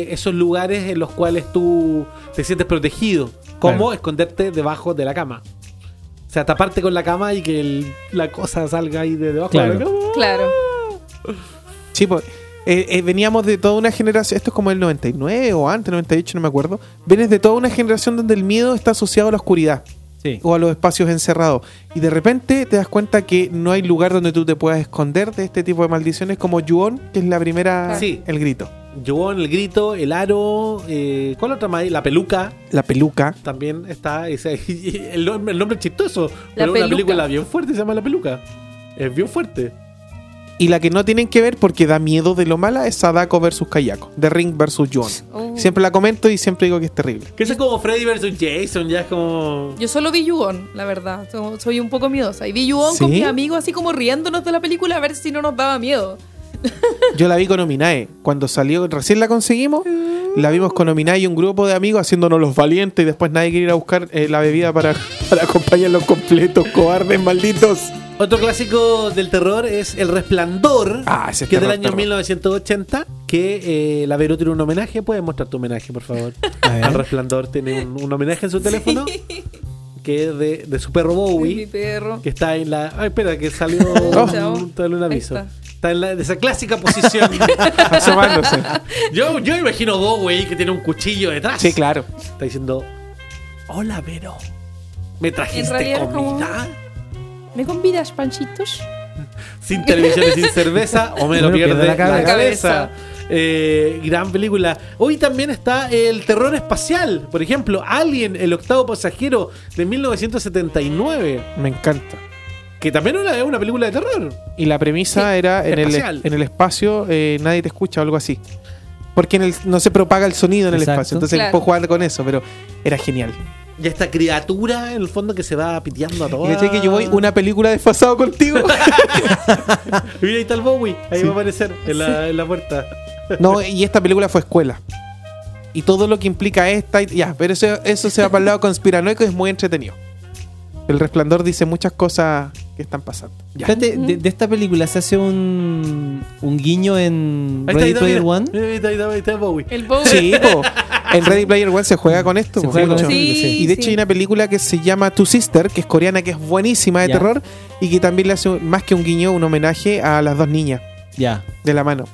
Speaker 4: eh, esos lugares en los cuales tú te sientes protegido, como
Speaker 5: Claro.
Speaker 4: esconderte debajo de la cama. O sea, taparte con la cama y que el- la cosa salga ahí de debajo de la
Speaker 5: Claro.
Speaker 4: cama.
Speaker 6: Claro.
Speaker 5: Sí, pues. eh, eh, veníamos de toda una generación, esto es como el 99 o antes, 98, no me acuerdo. Vienes de toda una generación donde el miedo está asociado a la oscuridad
Speaker 8: Sí.
Speaker 5: o a los espacios encerrados. Y de repente te das cuenta que no hay lugar donde tú te puedas esconder de este tipo de maldiciones, como Yuon, que es la primera,
Speaker 4: Sí.
Speaker 5: el grito.
Speaker 4: Yo el grito, el aro, eh, ¿cuál otra más? hay? La peluca.
Speaker 5: La peluca.
Speaker 4: También está ese, el, nombre, el nombre es chistoso. pero
Speaker 6: peluca.
Speaker 4: una película bien fuerte se llama La Peluca. Es bien fuerte.
Speaker 5: Y la que no tienen que ver porque da miedo de lo mala es Sadako versus Kayako, The Ring versus Yuon.
Speaker 6: Oh.
Speaker 5: Siempre la comento y siempre digo que es terrible.
Speaker 4: Que eso es como Freddy versus Jason, ya es como.
Speaker 6: Yo solo vi Yugon, la verdad. So- Soy un poco miedosa. Y vi Yugon con
Speaker 5: ¿Sí?
Speaker 6: mis amigos, así como riéndonos de la película a ver si no nos daba miedo.
Speaker 5: Yo la vi con Ominae. Cuando salió, recién la conseguimos, la vimos con Ominae y un grupo de amigos haciéndonos los valientes y después nadie quería ir a buscar eh, la bebida para, para acompañar los completos, cobardes malditos.
Speaker 4: Otro clásico del terror es El Resplandor,
Speaker 5: Ah, ese
Speaker 4: que es del
Speaker 5: terror,
Speaker 4: año
Speaker 5: terror.
Speaker 4: 1980. Que eh, la Vero tiene un homenaje. Puedes mostrar tu homenaje, por favor. Al Resplandor tiene un, un homenaje en su teléfono. Que es de, de su perro
Speaker 6: Es mi
Speaker 4: Bowie.
Speaker 6: perro.
Speaker 4: Que está en la. Ay, espera, que salió.
Speaker 6: Chao.
Speaker 4: un, salió un aviso.
Speaker 6: Ahí
Speaker 4: Está.
Speaker 6: está.
Speaker 4: en la- de esa clásica posición.
Speaker 5: Asomándose.
Speaker 4: Yo, yo imagino Bowie que tiene un cuchillo detrás.
Speaker 5: Sí, claro.
Speaker 4: Está diciendo: Hola, Vero. ¿Me
Speaker 6: En
Speaker 4: trajiste
Speaker 6: realidad, como-
Speaker 4: comida?
Speaker 6: ¿Me convidas, panchitos?
Speaker 4: Sin televisión y sin cerveza, o me lo
Speaker 8: Bueno,
Speaker 4: pierde
Speaker 8: pierde
Speaker 4: la
Speaker 8: la
Speaker 4: cabeza.
Speaker 6: cabeza.
Speaker 4: Eh, gran película. Hoy también está el terror espacial. Por ejemplo, Alien, el octavo pasajero de 1979.
Speaker 5: Me encanta.
Speaker 4: Que también es una- es una película de terror.
Speaker 5: Y la premisa era en el,
Speaker 4: espacial.
Speaker 5: en el espacio eh, nadie te escucha o algo así. Porque en el- no se propaga el sonido en el
Speaker 8: Exacto.
Speaker 5: espacio. Entonces
Speaker 6: Claro.
Speaker 5: puedo jugar con eso, pero era genial.
Speaker 4: Y esta criatura en el fondo que se va piteando a
Speaker 5: Y
Speaker 4: todas.
Speaker 5: caché que yo voy una película desfasado contigo.
Speaker 4: Mira, ahí está el Bowie. Ahí
Speaker 5: Sí.
Speaker 4: va a aparecer en la, en la puerta.
Speaker 5: No, y esta película fue escuela. Y todo lo que implica esta, y- ya, pero eso, eso se va para el lado conspiranoico y es muy entretenido. El resplandor dice muchas cosas que están pasando. Ya.
Speaker 8: Fíjate, de, de esta película se hace un, un guiño en
Speaker 4: Ahí está,
Speaker 8: Ready
Speaker 4: ahí está, mira.
Speaker 8: Player One.
Speaker 4: Mira, ahí está, ahí está, ahí está el Bowie.
Speaker 6: El Bowie.
Speaker 5: Sí, po. En Ready Player One se juega con esto.
Speaker 8: Se
Speaker 5: po.
Speaker 8: juega con esto,
Speaker 6: Sí, sí.
Speaker 5: Y de hecho hay una película que se llama Two Sister, que es coreana, que es buenísima de
Speaker 8: Ya.
Speaker 5: terror y que también le hace un- más que un guiño, un homenaje a las dos niñas
Speaker 8: Ya.
Speaker 5: de la mano.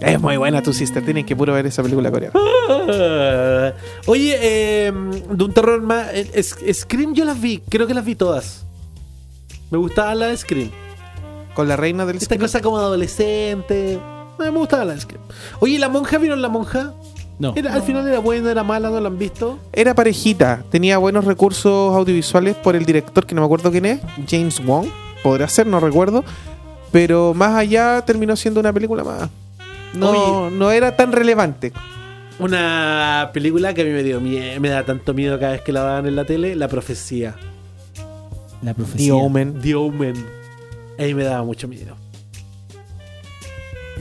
Speaker 5: Es muy buena Two Sister, tienen que puro ver esa película coreana.
Speaker 4: Ah. Oye, eh, de un terror más. eh, es- Scream yo las vi, creo que las vi todas. Me gustaba la de Scream.
Speaker 5: Con la reina del
Speaker 4: Esta cosa como adolescente. eh, Me gustaba la de Scream. Oye, ¿la monja vieron la monja?
Speaker 8: No.
Speaker 4: Era- Al final era buena, era mala, no la han visto.
Speaker 5: Era parejita, tenía buenos recursos audiovisuales por el director, que no me acuerdo quién es, James Wong, podrá ser, no recuerdo, pero más allá terminó siendo una película más. No, no era tan relevante.
Speaker 4: Una película que a mí me dio mie- me da tanto miedo cada vez que la daban en la tele, La Profecía.
Speaker 8: La profecía.
Speaker 5: The Omen.
Speaker 4: The Omen. A mí me daba mucho miedo.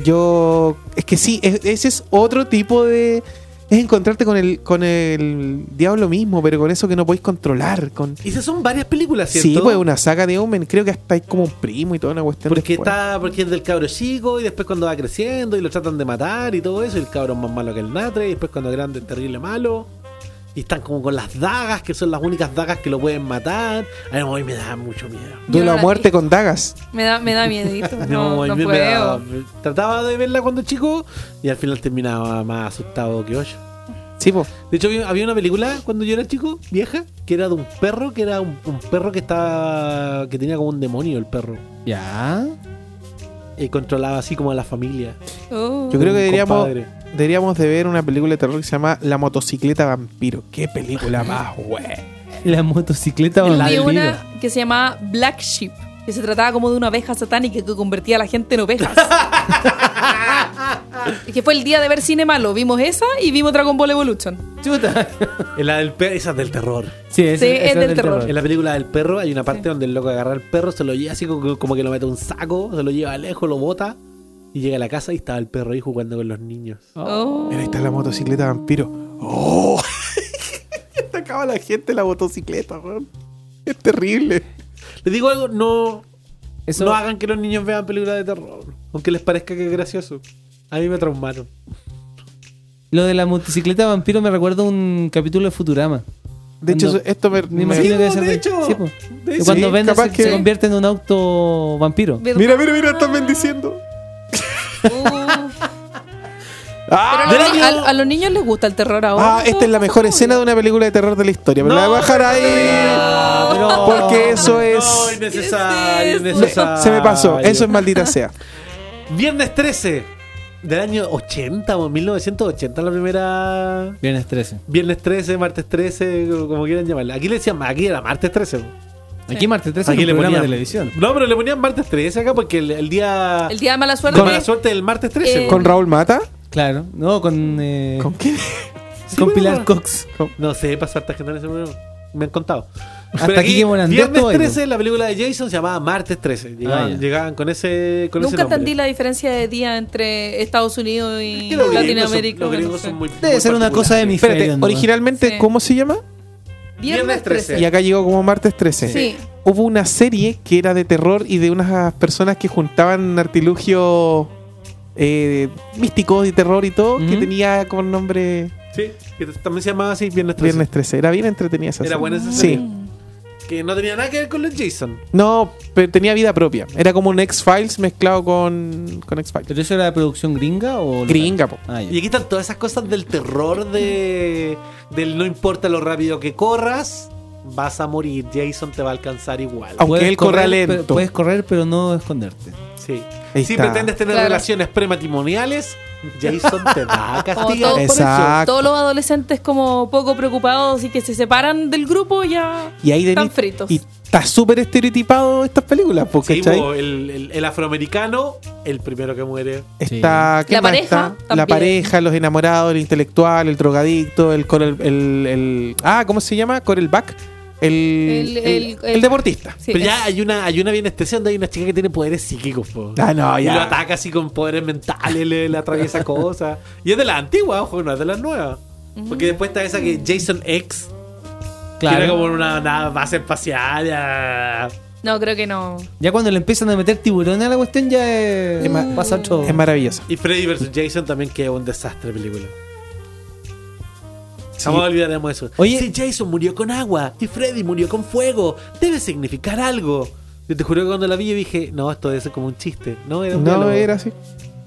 Speaker 5: Yo. Es que sí, es- ese es otro tipo de. Es encontrarte con el, con el diablo mismo, pero con eso que no podéis controlar. Con,
Speaker 4: Y esas son varias películas, ¿cierto?
Speaker 5: sí, pues una saga de Omen. Creo que hasta hay como un primo y toda una cuestión.
Speaker 4: Porque
Speaker 5: después.
Speaker 4: está, porque es del cabro chico y después cuando va creciendo y lo tratan de matar y todo eso, y el cabro es más malo que el natre, y después cuando es grande es terrible malo. Y están como con las dagas, que son las únicas dagas que lo pueden matar. Ay, no, a mí me da mucho miedo.
Speaker 5: Duelo
Speaker 6: Yo
Speaker 5: a
Speaker 6: la
Speaker 5: muerte
Speaker 6: vi.
Speaker 5: con dagas.
Speaker 6: Me da, me da miedito. No,
Speaker 4: a
Speaker 6: no,
Speaker 4: mí me
Speaker 6: puedo.
Speaker 4: da- trataba de verla cuando chico y al final terminaba más asustado que hoyo.
Speaker 5: Sí, pues.
Speaker 4: De hecho, había- había una película cuando yo era chico, vieja, que era de un perro, que era un, un perro que estaba. que tenía como un demonio el perro.
Speaker 8: Ya.
Speaker 4: Y controlaba así como a la familia.
Speaker 6: Oh.
Speaker 5: Yo creo que
Speaker 4: Un
Speaker 5: deberíamos,
Speaker 4: compadre.
Speaker 5: deberíamos de ver una película de terror que se llama La motocicleta vampiro. Qué película más, güey.
Speaker 8: La motocicleta
Speaker 6: Yo
Speaker 8: o la
Speaker 6: vi
Speaker 8: del libro.
Speaker 6: una que se llamaba Black Sheep, que se trataba como de una oveja satánica que convertía a la gente en ovejas. Y que fue el día de ver cine malo. Vimos esa y vimos Dragon Ball Evolution.
Speaker 4: En la del perro, esa es del terror.
Speaker 8: Sí, esa-
Speaker 6: Sí,
Speaker 8: esa
Speaker 6: es del terror.
Speaker 4: En la película del perro hay una parte donde el loco agarra al perro, se lo lleva así como, como que lo mete a un saco, se lo lleva lejos, lo bota y llega a la casa y estaba el perro ahí jugando con los niños.
Speaker 6: Oh.
Speaker 5: Mira, ahí está la motocicleta vampiro. ¡Oh! Atacaba a la gente la motocicleta, güey. Es terrible.
Speaker 4: Les digo algo, no,
Speaker 8: Eso-
Speaker 4: no hagan que los niños vean películas de terror. Aunque les parezca que es gracioso. A mí me traumaron.
Speaker 8: Lo de la motocicleta vampiro me recuerda a un capítulo de Futurama.
Speaker 5: De hecho,
Speaker 8: Cuando-
Speaker 5: eso- esto me.
Speaker 8: me
Speaker 5: me-
Speaker 8: imagino que debe
Speaker 4: po,
Speaker 8: ser
Speaker 4: pues, de hecho,
Speaker 8: sí, po.
Speaker 4: de
Speaker 8: Que
Speaker 4: hecho.
Speaker 8: cuando
Speaker 4: Sí,
Speaker 8: vende
Speaker 5: capaz
Speaker 8: se,
Speaker 5: que-
Speaker 8: se convierte en un auto vampiro.
Speaker 6: ¿Verdad?
Speaker 5: Mira, mira, mira, están bendiciendo.
Speaker 6: Uh,
Speaker 5: ¡Ah!
Speaker 6: pero a, a- a los niños les gusta el terror ahora.
Speaker 5: Ah,
Speaker 4: este-
Speaker 5: esta es la mejor escena de una película de terror de la historia. Pero la voy a bajar ahí.
Speaker 4: No,
Speaker 5: Porque eso es.
Speaker 4: No, innecesario,
Speaker 6: ¿Qué es
Speaker 5: Me-
Speaker 4: innecesario.
Speaker 5: se me
Speaker 8: Ah,
Speaker 5: pasó. Eso es maldita sea.
Speaker 4: Viernes 13 del año 80 o 1980, la primera.
Speaker 8: Viernes 13.
Speaker 4: Viernes 13, martes 13, como- como quieran llamarla. Aquí le decían, aquí era martes 13.
Speaker 8: Aquí martes 13
Speaker 4: Aquí
Speaker 8: en
Speaker 4: le
Speaker 8: un programa
Speaker 4: ponían-
Speaker 8: de televisión.
Speaker 4: No, pero le ponían martes 13 acá porque el, el día.
Speaker 6: El día de mala
Speaker 4: con
Speaker 6: suerte.
Speaker 4: mala suerte del martes 13.
Speaker 6: Eh,
Speaker 4: po.
Speaker 5: ¿Con Raúl Mata?
Speaker 8: Claro. No, con eh,
Speaker 5: ¿Con
Speaker 8: con,
Speaker 5: quién?
Speaker 4: bueno,
Speaker 8: Pilar
Speaker 4: no.
Speaker 8: Cox.
Speaker 4: No sé, pasar tarjeta en ese momento. Me han contado.
Speaker 8: Hasta
Speaker 4: Pero
Speaker 8: aquí que Morandé
Speaker 4: Viernes
Speaker 8: estuvo ahí,
Speaker 4: 13, la película de Jason se llamaba Martes 13. Llegaban,
Speaker 8: Ah, ya.
Speaker 4: llegaban con ese, con ese
Speaker 6: Nunca
Speaker 4: nombre.
Speaker 6: entendí la diferencia de día entre Estados Unidos y
Speaker 4: Que los gringos son-
Speaker 6: Latinoamérica.
Speaker 4: los gringos
Speaker 6: no sé.
Speaker 4: son muy-
Speaker 8: Debe
Speaker 4: muy
Speaker 8: ser una
Speaker 4: particulares.
Speaker 8: cosa de mi
Speaker 5: Espérate, originalmente,
Speaker 6: Sí.
Speaker 5: ¿cómo se llama?
Speaker 4: Viernes
Speaker 6: Viernes
Speaker 4: 13.
Speaker 6: 13.
Speaker 5: Y acá llegó como martes 13.
Speaker 6: Sí.
Speaker 5: Hubo una serie que era de terror y de unas personas que juntaban artilugios eh, místicos y terror y todo, que
Speaker 8: Ujú.
Speaker 5: tenía como nombre
Speaker 4: Mm. Sí, que también se llamaba así Viernes 13.
Speaker 5: Viernes 13. Era bien entretenida esa
Speaker 4: Era
Speaker 5: serie.
Speaker 4: buena esa
Speaker 5: Sí.
Speaker 4: serie. Que no tenía nada que ver con los Jason.
Speaker 5: No, pero tenía vida propia. Era como un X-Files mezclado con, con X-Files.
Speaker 8: ¿Pero eso era de producción gringa o local?
Speaker 5: Gringa, po.
Speaker 8: Ah, ya.
Speaker 4: Y aquí están todas esas cosas del terror de del no importa lo rápido que corras, vas a morir, Jason te va a alcanzar igual.
Speaker 5: Aunque
Speaker 8: Puedes
Speaker 5: él corra
Speaker 8: correr,
Speaker 5: lento.
Speaker 8: pero- Puedes correr, pero no esconderte.
Speaker 4: Sí.
Speaker 5: Ahí
Speaker 4: Si
Speaker 5: está.
Speaker 4: pretendes tener
Speaker 6: Claro.
Speaker 4: relaciones prematrimoniales, Jason te va a
Speaker 6: Como
Speaker 4: castigar.
Speaker 6: todo- por eso,
Speaker 5: Exacto.
Speaker 6: todos los adolescentes como poco preocupados y que se separan del grupo ya
Speaker 5: Y ahí
Speaker 6: están
Speaker 5: Denis-
Speaker 6: fritos.
Speaker 5: Y está súper estereotipado estas películas, po,
Speaker 4: Sí, eh.
Speaker 5: ¿cachai?
Speaker 4: bo, el, el- el afroamericano, el primero que muere.
Speaker 5: Está, ¿qué
Speaker 6: La
Speaker 5: más
Speaker 6: pareja
Speaker 5: está?
Speaker 6: también.
Speaker 5: La pareja, los enamorados, el intelectual, el drogadicto, el corel, el, el- ah, ¿cómo se llama? Corelback, el el,
Speaker 6: El- el-
Speaker 5: el deportista.
Speaker 6: Sí,
Speaker 4: Pero
Speaker 6: es-
Speaker 4: ya hay una, hay una bien extensión donde hay una chica que tiene poderes psíquicos, po.
Speaker 5: Ah, no,
Speaker 4: Y lo
Speaker 5: ya.
Speaker 4: ataca así con poderes mentales, le, le atraviesa cosas. Y es de la antigua, ojo, no es de las nuevas. Porque después está esa que Jason X, que era como una, una base espacial. ya.
Speaker 6: No, creo que no.
Speaker 8: Ya cuando le empiezan a meter tiburones a la cuestión, ya es-
Speaker 5: Es ma-
Speaker 8: Mm. pasa otro.
Speaker 5: Es maravilloso.
Speaker 4: Y Freddy vs. Jason también, que es un desastre de película. Jamás olvidaremos eso.
Speaker 8: Oye-
Speaker 4: si Jason murió con agua y Freddy murió con fuego, debe significar algo. Yo te juro que cuando la vi yo dije, no, esto debe ser como un chiste. No, era un
Speaker 5: No
Speaker 4: diálogo.
Speaker 5: era así.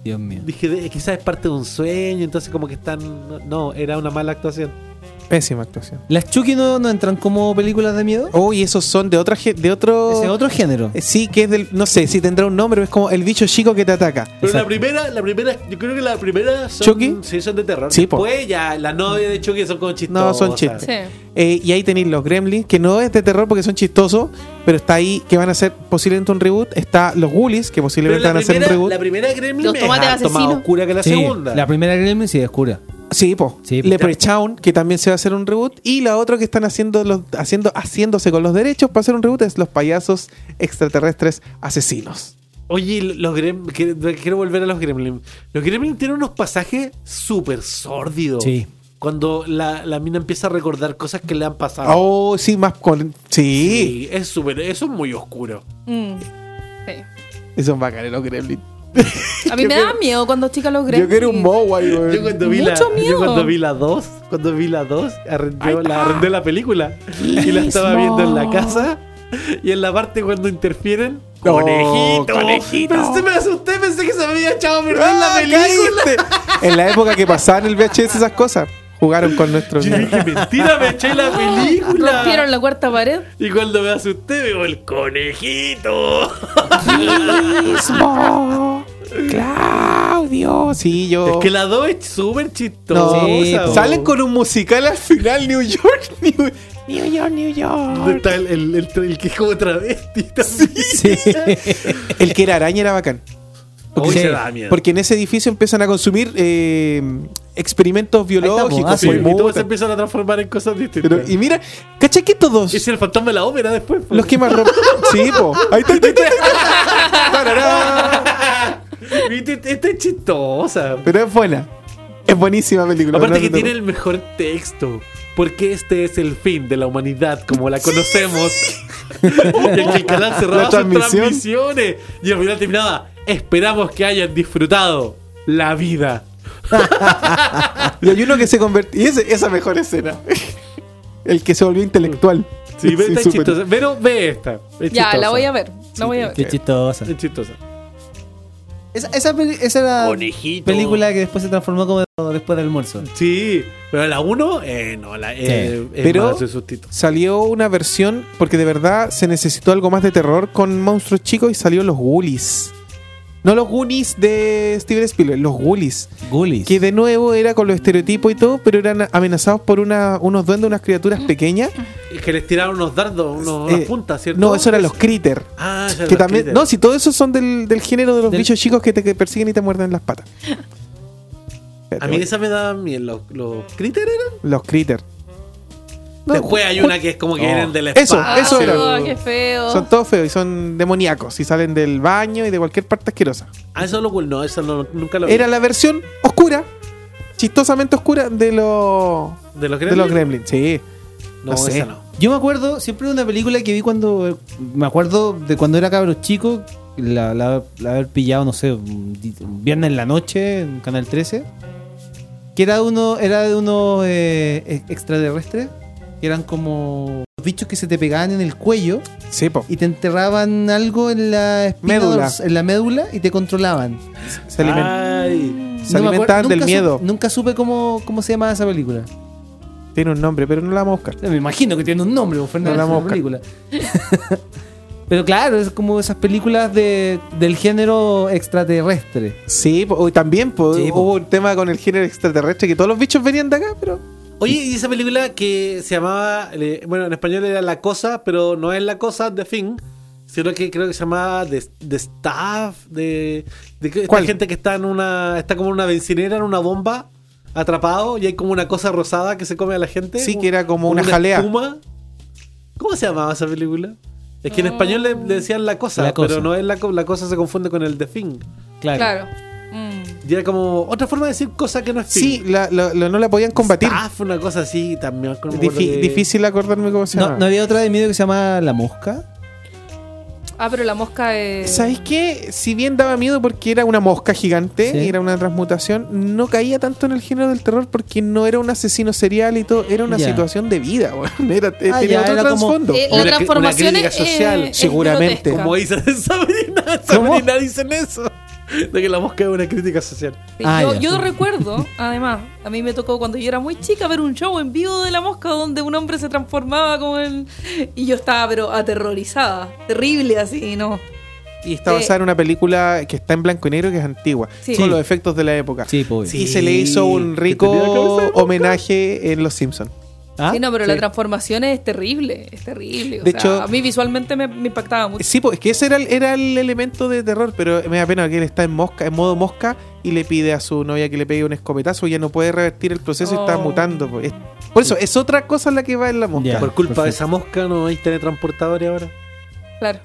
Speaker 8: Dios mío.
Speaker 4: Dije, de- quizás es parte de un sueño, entonces como que están... No, era una mala actuación.
Speaker 5: Pésima actuación.
Speaker 8: ¿Las Chucky no, no entran como películas de miedo?
Speaker 5: Oh, y esos son de otra gen- de otro
Speaker 8: Ese es otro género.
Speaker 5: Eh, Sí, que es del no sé, si tendrá un nombre, pero es como el bicho chico que te ataca.
Speaker 4: Pero
Speaker 8: Exacto.
Speaker 4: la primera, la primera, yo creo que la primera son,
Speaker 5: ¿Chucky?
Speaker 4: Sí, son de terror.
Speaker 5: Sí, po.
Speaker 4: Después ya, la novia de Chucky son como chistosas.
Speaker 5: No, son chistes.
Speaker 6: Sí.
Speaker 5: Eh, y ahí tenéis los Gremlins, que no es de terror porque son chistosos, pero está ahí que van a hacer posiblemente un reboot. Está los Ghoulies, que
Speaker 4: Pero
Speaker 5: posiblemente
Speaker 4: la
Speaker 5: van a hacer un
Speaker 4: primera,
Speaker 5: reboot.
Speaker 4: la primera Gremlin
Speaker 6: Los
Speaker 4: es
Speaker 6: tomates
Speaker 4: harto más
Speaker 6: asesinos.
Speaker 4: oscura que la
Speaker 8: Sí,
Speaker 4: segunda.
Speaker 8: La primera Gremlin sí es oscura.
Speaker 5: Sí, po.
Speaker 8: Sí, po.
Speaker 5: Leprechaun, que también se va a hacer un reboot. Y la otra que están haciendo los, haciendo, haciéndose con los derechos para hacer un reboot es los payasos extraterrestres asesinos.
Speaker 4: Oye, los grem... que- quiero volver a los Gremlin. Los Gremlin tienen unos pasajes súper sórdidos.
Speaker 8: Sí.
Speaker 4: Cuando la, la mina empieza a recordar cosas que le han pasado.
Speaker 5: Oh, sí, más con.
Speaker 4: Ah. Sí,
Speaker 5: Sí,
Speaker 4: es súper, eso es muy oscuro.
Speaker 6: Mm. Sí.
Speaker 5: son bacanes los Gremlins.
Speaker 6: A mí me da miedo cuando chicas los Gremlins.
Speaker 5: Yo quiero un Mowai,
Speaker 4: Yo
Speaker 5: weón.
Speaker 4: cuando vi la,
Speaker 6: Mucho miedo.
Speaker 4: yo cuando vi la 2, cuando vi la 2, arrendé, la arrendé la película y la estaba viendo en la casa y en la parte cuando interfieren
Speaker 5: No,
Speaker 4: conejito,
Speaker 5: conejito.
Speaker 4: Pensé, me asusté, pensé que se me había echado a perder
Speaker 5: ¡Ah,
Speaker 4: la película.
Speaker 5: caíste! En la época que pasaban el VHS esas cosas, jugaron con nuestros.
Speaker 4: Yo dije, mentira, me eché la película.
Speaker 6: Rompieron la cuarta pared.
Speaker 4: Y cuando me asusté, veo el conejito.
Speaker 5: ¡Mismo! ¡Claudio! Sí, yo.
Speaker 4: Es que la 2 es súper
Speaker 5: No,
Speaker 4: chistosa. bo.
Speaker 5: salen con un musical al final, New York, New, New York,
Speaker 4: ¿Dónde
Speaker 5: New York.
Speaker 4: está el, el, el, el que es como travesti también?
Speaker 8: Sí.
Speaker 5: El que era araña era bacán.
Speaker 4: Uy,
Speaker 8: Sí,
Speaker 4: se da miedo.
Speaker 5: Porque en ese edificio empiezan a consumir eh, experimentos biológicos.
Speaker 8: ah, sí.
Speaker 5: pues,
Speaker 4: Sí, y todos
Speaker 5: puta.
Speaker 4: se empiezan a transformar en cosas distintas.
Speaker 5: Pero- y mira, ¿cachai que todos
Speaker 4: Es el fantasma de la ópera después. pues. po.
Speaker 5: los que más rompen. sí, po. Ahí está, ahí está, ahí está, ahí está. Tarará.
Speaker 4: Viste, Esta es chistosa.
Speaker 5: Pero es buena. Es buenísima película.
Speaker 4: Aparte que
Speaker 5: no se
Speaker 4: tiene el mejor texto. Porque este es el fin de la humanidad como la conocemos. y el que el canal cerraba
Speaker 5: La
Speaker 4: sus
Speaker 5: transmisión.
Speaker 4: transmisiones. Y al final terminaba. Esperamos que hayan disfrutado la vida.
Speaker 5: Y hay uno que se convirtió. Y ese- esa mejor escena. El que se volvió intelectual.
Speaker 4: Sí, ve, está
Speaker 5: súper.
Speaker 4: chistosa. Pero ve esta. Es
Speaker 6: Ya, la
Speaker 4: chistosa.
Speaker 6: voy a ver. La voy a ver.
Speaker 8: Qué chistosa.
Speaker 4: Es chistosa.
Speaker 8: Esa, esa, peli- esa era
Speaker 11: Conejito.
Speaker 8: película que después se transformó como después del almuerzo.
Speaker 4: Sí, pero la 1, eh, no, la eh, es
Speaker 5: Pero-
Speaker 4: más de sustito.
Speaker 5: Salió una versión, porque de verdad se necesitó algo más de terror con monstruos chicos y salió los Ghoulies. No los Goonies de Steven Spielberg, los Ghoulies.
Speaker 8: Gullis.
Speaker 5: Que de nuevo era con los estereotipos y todo, pero eran amenazados por una, unos duendes, unas criaturas pequeñas.
Speaker 4: Es que les tiraron unos dardos, unos, unas
Speaker 5: Eh,
Speaker 4: puntas, ¿cierto?
Speaker 5: No, eso eran los Critter.
Speaker 4: Ah, eso eran
Speaker 5: Que
Speaker 4: los
Speaker 5: también,
Speaker 4: critters.
Speaker 5: no, si todo eso son del, del género de los
Speaker 8: Del-
Speaker 5: bichos chicos que te que persiguen y te muerden las patas. Espérate,
Speaker 4: A mí
Speaker 5: voy.
Speaker 4: esa me daba miedo. ¿Los, los critters eran?
Speaker 5: Los critter. No,
Speaker 4: Después hay
Speaker 5: ju-
Speaker 4: una que es como que eran del
Speaker 5: Eso,
Speaker 4: espacio.
Speaker 5: eso era.
Speaker 6: Ah, qué feo.
Speaker 5: Son todos feos y son demoníacos y salen del baño y de cualquier parte asquerosa.
Speaker 4: Ah, eso lo cool. No, eso no, nunca lo vi.
Speaker 5: Era la versión oscura, chistosamente oscura de los
Speaker 4: ¿De los
Speaker 5: de los gremlins. Sí.
Speaker 4: No,
Speaker 5: no sé.
Speaker 4: esa no.
Speaker 8: Yo me acuerdo siempre de una película que vi cuando. Me acuerdo de cuando era cabro chico. La, la, la haber pillado, no sé, un, di- un viernes en la noche en Canal 13. Que era de uno, era de unos eh, ex- extraterrestres. Que eran como bichos que se te pegaban en el cuello
Speaker 5: Sí, po.
Speaker 8: y te enterraban algo en la espina
Speaker 5: Médula.
Speaker 8: dors- en la médula y te controlaban.
Speaker 5: Se, alimen-
Speaker 4: Ay,
Speaker 5: se
Speaker 8: No me acuerdo-
Speaker 5: alimentaban del
Speaker 8: nunca su-
Speaker 5: miedo.
Speaker 8: nunca supe cómo, cómo se llamaba esa película.
Speaker 5: Tiene un nombre, pero no la vamos a buscar.
Speaker 8: O sea, Me imagino que tiene un nombre, vos, Fernando,
Speaker 5: No la
Speaker 8: esa
Speaker 5: mosca.
Speaker 8: película. Pero claro, es como esas películas de, del género extraterrestre.
Speaker 5: Sí, po. Uy, también po.
Speaker 8: Sí, po.
Speaker 5: hubo un tema con el género extraterrestre que todos los bichos venían de acá, pero
Speaker 4: Oye, y esa película que se llamaba, eh, bueno, en español era La Cosa, pero no es La Cosa, The Thing, sino que creo que se llamaba The, The Staff, de, de que esta
Speaker 5: ¿Cuál?
Speaker 4: gente que está en una, está como en una bencinera, en una bomba, atrapado, y hay como una cosa rosada que se come a la gente.
Speaker 5: Sí,
Speaker 4: un-
Speaker 5: que era como una jalea.
Speaker 4: espuma. ¿Cómo se llamaba esa película? Es que en español le, le decían la cosa,
Speaker 8: La Cosa.
Speaker 4: pero no es la, co- la cosa, se confunde con el The Thing.
Speaker 8: Claro.
Speaker 6: Claro. Mm.
Speaker 4: Y era como otra forma de decir cosa que no es
Speaker 5: sí,
Speaker 4: thing.
Speaker 5: la- la- la- no la podían combatir.
Speaker 4: Staff, una cosa así, también. me acuerdo
Speaker 5: Difi-
Speaker 4: que-
Speaker 5: Difícil acordarme cómo se
Speaker 8: No,
Speaker 5: llama.
Speaker 8: no había otra de miedo que se llama La Mosca?
Speaker 6: Ah, pero la mosca es.
Speaker 5: ¿Sabes qué? Si bien daba miedo porque era una mosca gigante
Speaker 8: Sí.
Speaker 5: y era una transmutación, no caía tanto en el género del terror porque no era un asesino serial y todo, era una
Speaker 8: Ya.
Speaker 5: situación de vida, weón. Era, eh,
Speaker 8: Ah,
Speaker 5: tenía
Speaker 8: ya,
Speaker 5: otro
Speaker 8: era como-
Speaker 5: trasfondo.
Speaker 6: Eh,
Speaker 4: Una
Speaker 6: la
Speaker 4: cri-
Speaker 6: transformación
Speaker 4: una crítica
Speaker 6: es-
Speaker 4: social,
Speaker 6: es
Speaker 5: seguramente.
Speaker 6: grotesca.
Speaker 4: Como dicen en Sabrina, Sabrina dicen eso. De que la mosca es una crítica social.
Speaker 6: Sí,
Speaker 8: Ah,
Speaker 6: yo,
Speaker 8: ya.
Speaker 6: yo recuerdo, además, a mí me tocó cuando yo era muy chica ver un show en vivo de La Mosca donde un hombre se transformaba como en... Y yo estaba, pero aterrorizada, terrible así, ¿no? Eh,
Speaker 5: Y está
Speaker 6: Sí.
Speaker 5: basada en una película que está en blanco y negro que es antigua,
Speaker 6: Sí.
Speaker 5: con
Speaker 6: Sí.
Speaker 5: los efectos de la época.
Speaker 8: Sí, pues.
Speaker 5: Y se le hizo un
Speaker 4: Que tenía
Speaker 5: rico
Speaker 4: cabeza de mosca.
Speaker 5: homenaje en Los Simpsons.
Speaker 8: ¿Ah?
Speaker 6: sí, no, pero la
Speaker 5: sí.
Speaker 6: transformación es terrible, es terrible. o
Speaker 5: De
Speaker 6: sea,
Speaker 5: hecho-
Speaker 6: a mí visualmente me, me impactaba mucho.
Speaker 5: Sí, pues es que ese era el, era el elemento de terror, pero me da pena que él está en mosca, en modo mosca, y le pide a su novia que le pegue un escopetazo, y ya no puede revertir el proceso y está
Speaker 6: Oh.
Speaker 5: mutando. pues. Es- Por eso, es otra cosa la que va en la mosca.
Speaker 8: Ya.
Speaker 4: Por culpa de
Speaker 8: perfecto.
Speaker 4: esa mosca no hay teletransportadores ahora.
Speaker 6: Claro.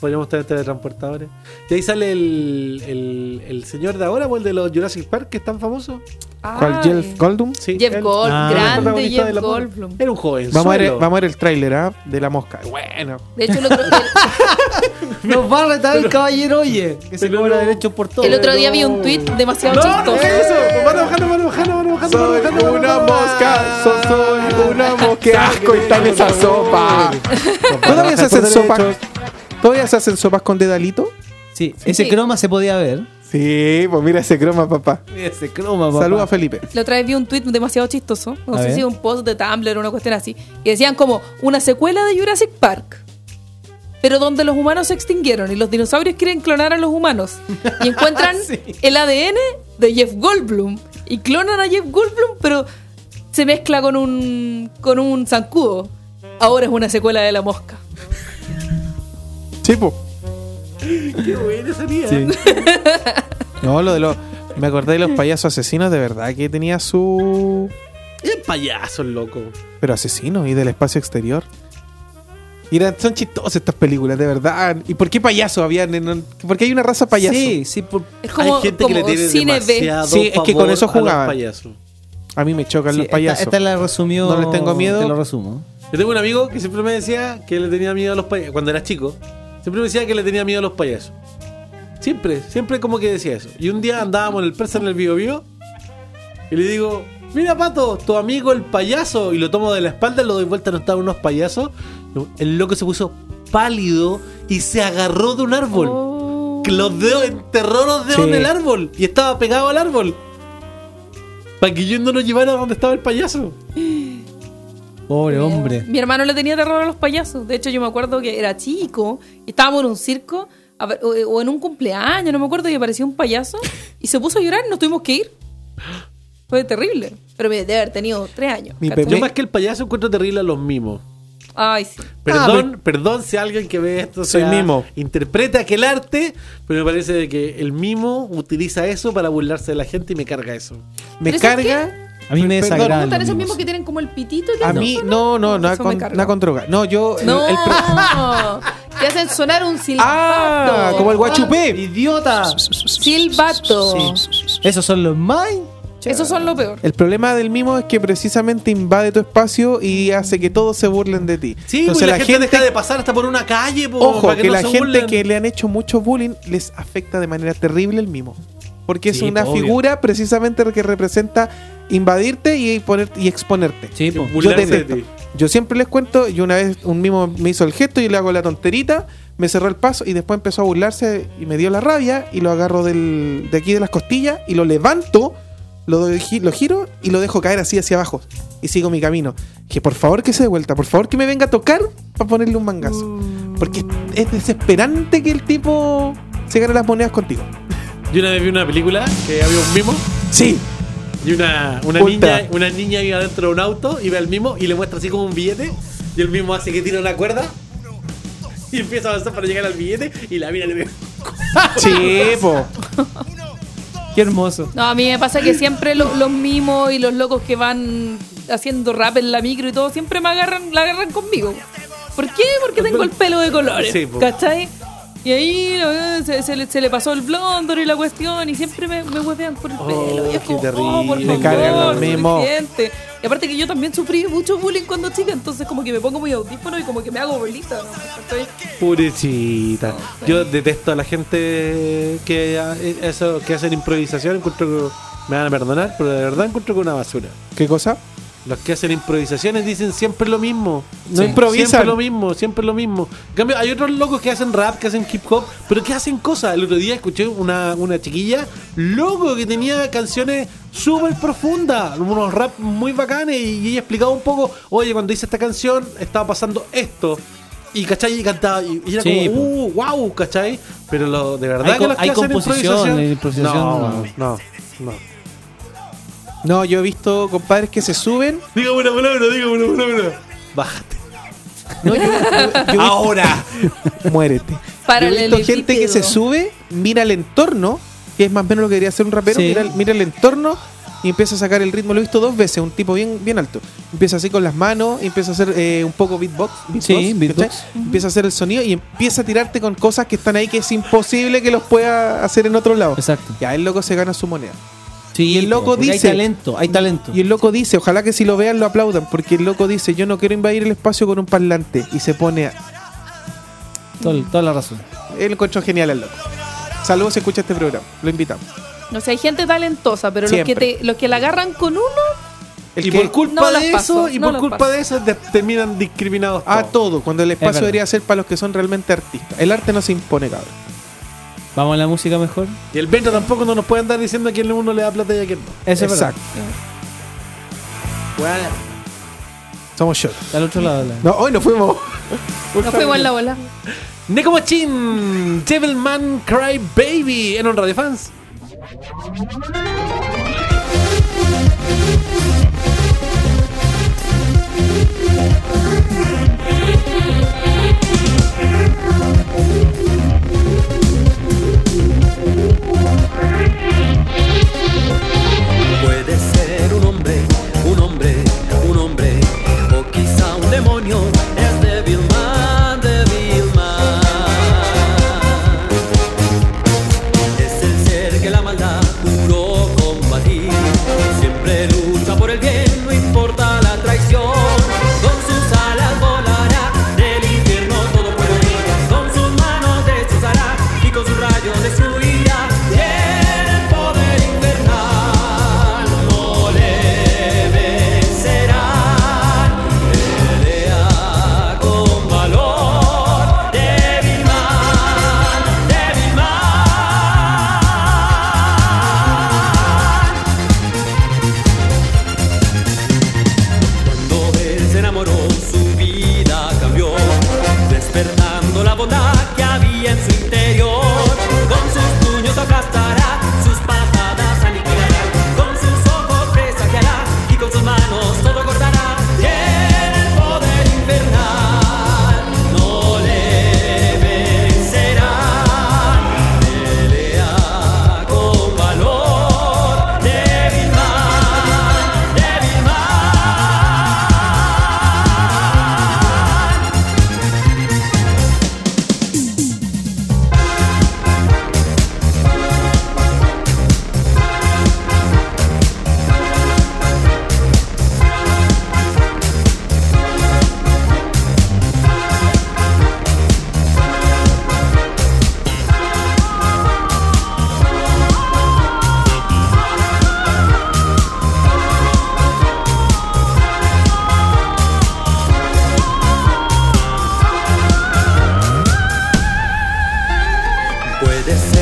Speaker 4: Podríamos tener teletransportadores. Y ahí sale el, el, el señor de ahora, o el de los Jurassic Park, que es tan famoso.
Speaker 5: ¿Cuál?
Speaker 6: Ay,
Speaker 5: Jeff Goldblum?
Speaker 4: Sí,
Speaker 6: Jeff
Speaker 4: él-
Speaker 6: Gold,
Speaker 8: Ah.
Speaker 4: era el
Speaker 6: grande
Speaker 4: protagonista de
Speaker 6: Jeff
Speaker 4: la-
Speaker 6: Goldblum.
Speaker 4: Era un joven.
Speaker 5: Vamos a, ver, vamos a ver el tráiler ¿ah? de la mosca. Bueno.
Speaker 6: De hecho, el otro, el-
Speaker 8: Nos va a retar el caballero, oye. Que se
Speaker 4: pero
Speaker 8: cobra
Speaker 4: no.
Speaker 8: derechos por todo.
Speaker 6: el otro día vi un tweet demasiado
Speaker 4: ¡Oh,
Speaker 6: chistoso.
Speaker 4: Van bajando, van bajando, van bajando.
Speaker 5: Soy
Speaker 4: van bajando, van
Speaker 5: una
Speaker 4: bajando.
Speaker 5: mosca, so- soy una mosca. ¡Qué asco está en esa sopa! ¿Todavía se hacen sopas? ¿Todavía se hacen sopas con dedalito?
Speaker 8: Sí, ese
Speaker 6: Sí.
Speaker 8: croma se podía ver.
Speaker 5: Sí, pues mira ese croma, papá.
Speaker 8: Ese croma, papá.
Speaker 5: Saluda a Felipe.
Speaker 6: La otra vez vi un tweet demasiado chistoso, no
Speaker 8: A
Speaker 6: sé
Speaker 8: ver.
Speaker 6: si un post de Tumblr o una cuestión así, y decían como una secuela de Jurassic Park, pero donde los humanos se extinguieron y los dinosaurios quieren clonar a los humanos y encuentran el ADN de Jeff Goldblum y clonan a Jeff Goldblum, pero se mezcla con un con un zancudo. Ahora es una secuela de La Mosca.
Speaker 5: Sí, pues.
Speaker 4: Qué buena esa tía.
Speaker 5: No, lo de los. Me acordé de los payasos asesinos, de verdad que tenía su.
Speaker 4: Es payaso, el loco.
Speaker 5: Pero asesinos y del espacio exterior. Y eran, son chistosas estas películas, de verdad. ¿Y por qué payasos habían? en el- porque hay una raza payaso.
Speaker 8: Sí, sí, por-
Speaker 6: Es como, como cine B.
Speaker 5: Sí, es que con eso jugaban.
Speaker 4: payasos.
Speaker 5: A mí me chocan
Speaker 8: Sí,
Speaker 5: los
Speaker 8: esta-
Speaker 5: payasos.
Speaker 8: Esta, la resumió.
Speaker 5: No les tengo miedo.
Speaker 8: Te lo resumo.
Speaker 4: Yo tengo un amigo que siempre me decía que le tenía miedo a los payasos. Cuando era chico, siempre me decía que le tenía miedo a los payasos. Siempre, siempre como que decía eso. Y un día andábamos en el presa en el Bio Bio y le digo, mira Pato, tu amigo el payaso. Y lo tomo de la espalda, lo doy vuelta, no estaban unos payasos. El loco se puso pálido y se agarró de un árbol. Que Los dedos, enterró los dedos
Speaker 5: Sí.
Speaker 4: en el árbol y estaba pegado al árbol. Para que yo no lo llevara a donde estaba el payaso.
Speaker 8: Pobre hombre.
Speaker 6: Mi hermano le tenía terror a los payasos. De hecho, yo me acuerdo que era chico y estábamos en un circo a ver, o, eh, o en un cumpleaños, no me acuerdo, y apareció un payaso y se puso a llorar y nos tuvimos que ir. Fue terrible. Pero mira, debe haber tenido tres años.
Speaker 5: Mi
Speaker 6: ¿cachai?
Speaker 4: Yo más que el payaso encuentro terrible a los mimos.
Speaker 6: Ay, sí.
Speaker 4: Perdón, perdón si alguien que ve esto
Speaker 5: Soy
Speaker 4: sea-
Speaker 5: mimo.
Speaker 4: interpreta que el arte, pero me parece de que el mimo utiliza eso para burlarse de la gente y me carga eso.
Speaker 5: Me
Speaker 6: ¿Pero sabes
Speaker 5: carga.
Speaker 8: A mí me
Speaker 5: Perdón,
Speaker 8: desagrada.
Speaker 6: ¿No están esos
Speaker 8: los
Speaker 6: mismos
Speaker 8: mimos.
Speaker 6: que tienen como el pitito? y
Speaker 5: A
Speaker 6: todo?
Speaker 5: mí, no, no, no,
Speaker 6: Eso me
Speaker 5: con,
Speaker 6: carga.
Speaker 5: no con droga. No, yo. el-
Speaker 6: No,
Speaker 5: el pro-
Speaker 6: te hacen sonar un silbato.
Speaker 5: ah, como el guachupé.
Speaker 8: ¡Idiota!
Speaker 6: Silbato.
Speaker 8: Esos son los más.
Speaker 6: Esos son lo peor.
Speaker 5: El problema del mimo es que precisamente invade tu espacio y hace que todos se burlen de ti.
Speaker 4: Sí,
Speaker 5: Entonces
Speaker 4: pues, la, gente, deja de pasar hasta por una calle, po,
Speaker 5: Ojo,
Speaker 4: para
Speaker 5: que,
Speaker 4: no
Speaker 5: la
Speaker 4: se
Speaker 5: gente
Speaker 4: burlen.
Speaker 5: que le han hecho mucho bullying les afecta de manera terrible el mimo. Porque es
Speaker 11: Sí,
Speaker 5: una
Speaker 11: obvio.
Speaker 5: figura precisamente que representa invadirte y, poner, y exponerte.
Speaker 8: Sí, po.
Speaker 5: Yo,
Speaker 4: Burlarse de
Speaker 5: detesto.
Speaker 4: ti.
Speaker 5: Yo siempre les cuento, yo una vez un mimo me hizo el gesto y le hago la tonterita, me cerró el paso y después empezó a burlarse y me dio la rabia y lo agarro del, de aquí de las costillas y lo levanto, lo, doy gi- lo giro y lo dejo caer así hacia abajo y sigo mi camino. Que por favor que se dé vuelta, por favor que me venga a tocar para ponerle un mangazo. Porque es- es desesperante que el tipo se gane las monedas contigo.
Speaker 4: Yo una vez vi una película que había un mimo
Speaker 5: Sí,
Speaker 4: y una, una
Speaker 5: Ultra.
Speaker 4: niña una niña iba dentro de un auto y ve al mimo y le muestra así como un billete y el mimo hace que tira una cuerda y empieza a avanzar para llegar al billete y la mira le ve.
Speaker 5: sí, po.
Speaker 8: Qué hermoso.
Speaker 6: No, a mí me pasa que siempre lo- los mimos y los locos que van haciendo rap en la micro y todo, siempre me agarran, la agarran conmigo. ¿Por qué? Porque tengo el pelo de colores.
Speaker 4: Sí, po.
Speaker 6: ¿Cachai? Y ahí eh, se, se le, se le pasó el blondo y la cuestión y siempre me, me huevean por el pelo. Y es
Speaker 4: qué
Speaker 6: como, oh, por
Speaker 4: terrible.
Speaker 5: Me cargan los
Speaker 6: favor,
Speaker 5: mimos.
Speaker 6: suficiente. Y aparte que yo también sufrí mucho bullying cuando chica, entonces como que me pongo mi audífono y como que me hago bolita. ¿no? ¿Cachai?
Speaker 4: Purecita. Yo detesto a la gente que, eh, eso, que hacen improvisación. Encuentro que me van a perdonar, pero de verdad encuentro que es una basura.
Speaker 5: ¿Qué cosa?
Speaker 4: Los que hacen improvisaciones dicen siempre lo mismo.
Speaker 5: No improvisan.
Speaker 4: Siempre lo mismo, siempre lo mismo. En cambio, hay otros locos que hacen rap, que hacen hip hop, pero que hacen cosas. El otro día escuché una, una chiquilla loco que tenía canciones súper profundas, unos rap muy bacanes, y ella explicaba un poco, oye, cuando hice esta canción estaba pasando esto. Y cachai, y cantaba, y, y era
Speaker 8: Sí,
Speaker 4: como, uh, wow, cachai. Pero lo, de verdad
Speaker 8: Hay
Speaker 4: que
Speaker 8: co-
Speaker 4: los que
Speaker 8: hay
Speaker 4: hacen
Speaker 8: composición,
Speaker 4: improvisación,
Speaker 8: eh, improvisación,
Speaker 4: no,
Speaker 8: no.
Speaker 4: no, no.
Speaker 5: No, yo he visto compadres que se suben.
Speaker 4: Diga una palabra, diga una palabra. Bájate.
Speaker 5: No, yo- yo- yo-
Speaker 4: Ahora.
Speaker 5: muérete. Yo he visto gente que se
Speaker 6: Paralelepípedo.
Speaker 5: sube, mira el entorno, que es más o menos lo que debería hacer un rapero,
Speaker 8: Sí.
Speaker 5: mira, el- mira el entorno y empieza a sacar el ritmo. Lo he visto dos veces, un tipo bien, bien alto. Empieza así con las manos, empieza a hacer eh, un poco beatbox. beatbox,
Speaker 8: Sí, beatbox.
Speaker 5: ¿cachai? Empieza a hacer el sonido y empieza a tirarte con cosas que están ahí que es imposible que los pueda hacer en otro lado.
Speaker 8: Exacto.
Speaker 5: Ya, el loco se gana su moneda.
Speaker 8: Sí,
Speaker 5: Y el loco
Speaker 8: porque Hay
Speaker 5: dice-
Speaker 8: talento, hay talento.
Speaker 5: Y el loco dice, ojalá que si lo vean lo aplaudan, porque el loco dice, yo no quiero invadir el espacio con un parlante. Y se pone... a-
Speaker 8: Todo- toda la razón.
Speaker 5: Él encontró genial al loco. Saludos, se escucha este programa. Lo invitamos.
Speaker 6: No sé, hay gente talentosa, pero los que,
Speaker 5: Siempre.
Speaker 6: te, los que la agarran con uno,
Speaker 5: El
Speaker 4: y
Speaker 5: que-
Speaker 4: por culpa
Speaker 6: No las
Speaker 4: de eso,
Speaker 6: paso,
Speaker 4: y
Speaker 6: no
Speaker 4: por
Speaker 6: las
Speaker 4: culpa
Speaker 6: paso.
Speaker 4: de eso, de- terminan discriminados.
Speaker 5: a
Speaker 4: todos.
Speaker 5: todo, cuando el espacio
Speaker 8: verdad.
Speaker 5: debería ser para los que son realmente artistas. El arte no se impone, cabrón.
Speaker 8: Vamos a la música mejor.
Speaker 4: Y el Bento tampoco no nos puede andar diciendo a quién uno le da plata y a quién no.
Speaker 8: Eso es verdad.
Speaker 5: Exacto. Somos yo.
Speaker 8: Al otro lado. la-
Speaker 5: No, hoy nos fuimos.
Speaker 6: nos fuimos en la bola.
Speaker 4: Necomachin, Devilman Cry Baby, en un Radio Fans.
Speaker 3: Puede ser un hombre, un hombre, un hombre, o quizá un demonio, es Devilman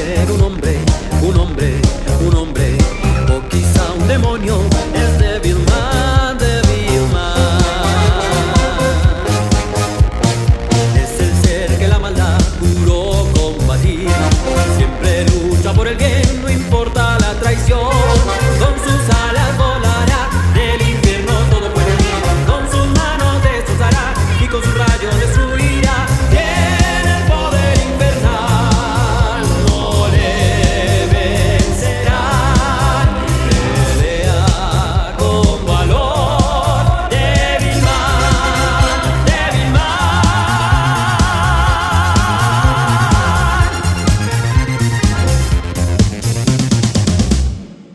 Speaker 3: ser un hombre, un hombre, un hombre, o quizá un demonio, es débil man, débil man. Es el ser que la maldad juró combatir, siempre lucha por el bien, no importa la traición, con sus alas volará, del infierno todo puede ir, con sus manos destrozará y con sus rayos destruirá. Tiene el poder infernal, no le vencerán. Pelea con valor, débil man, débil man.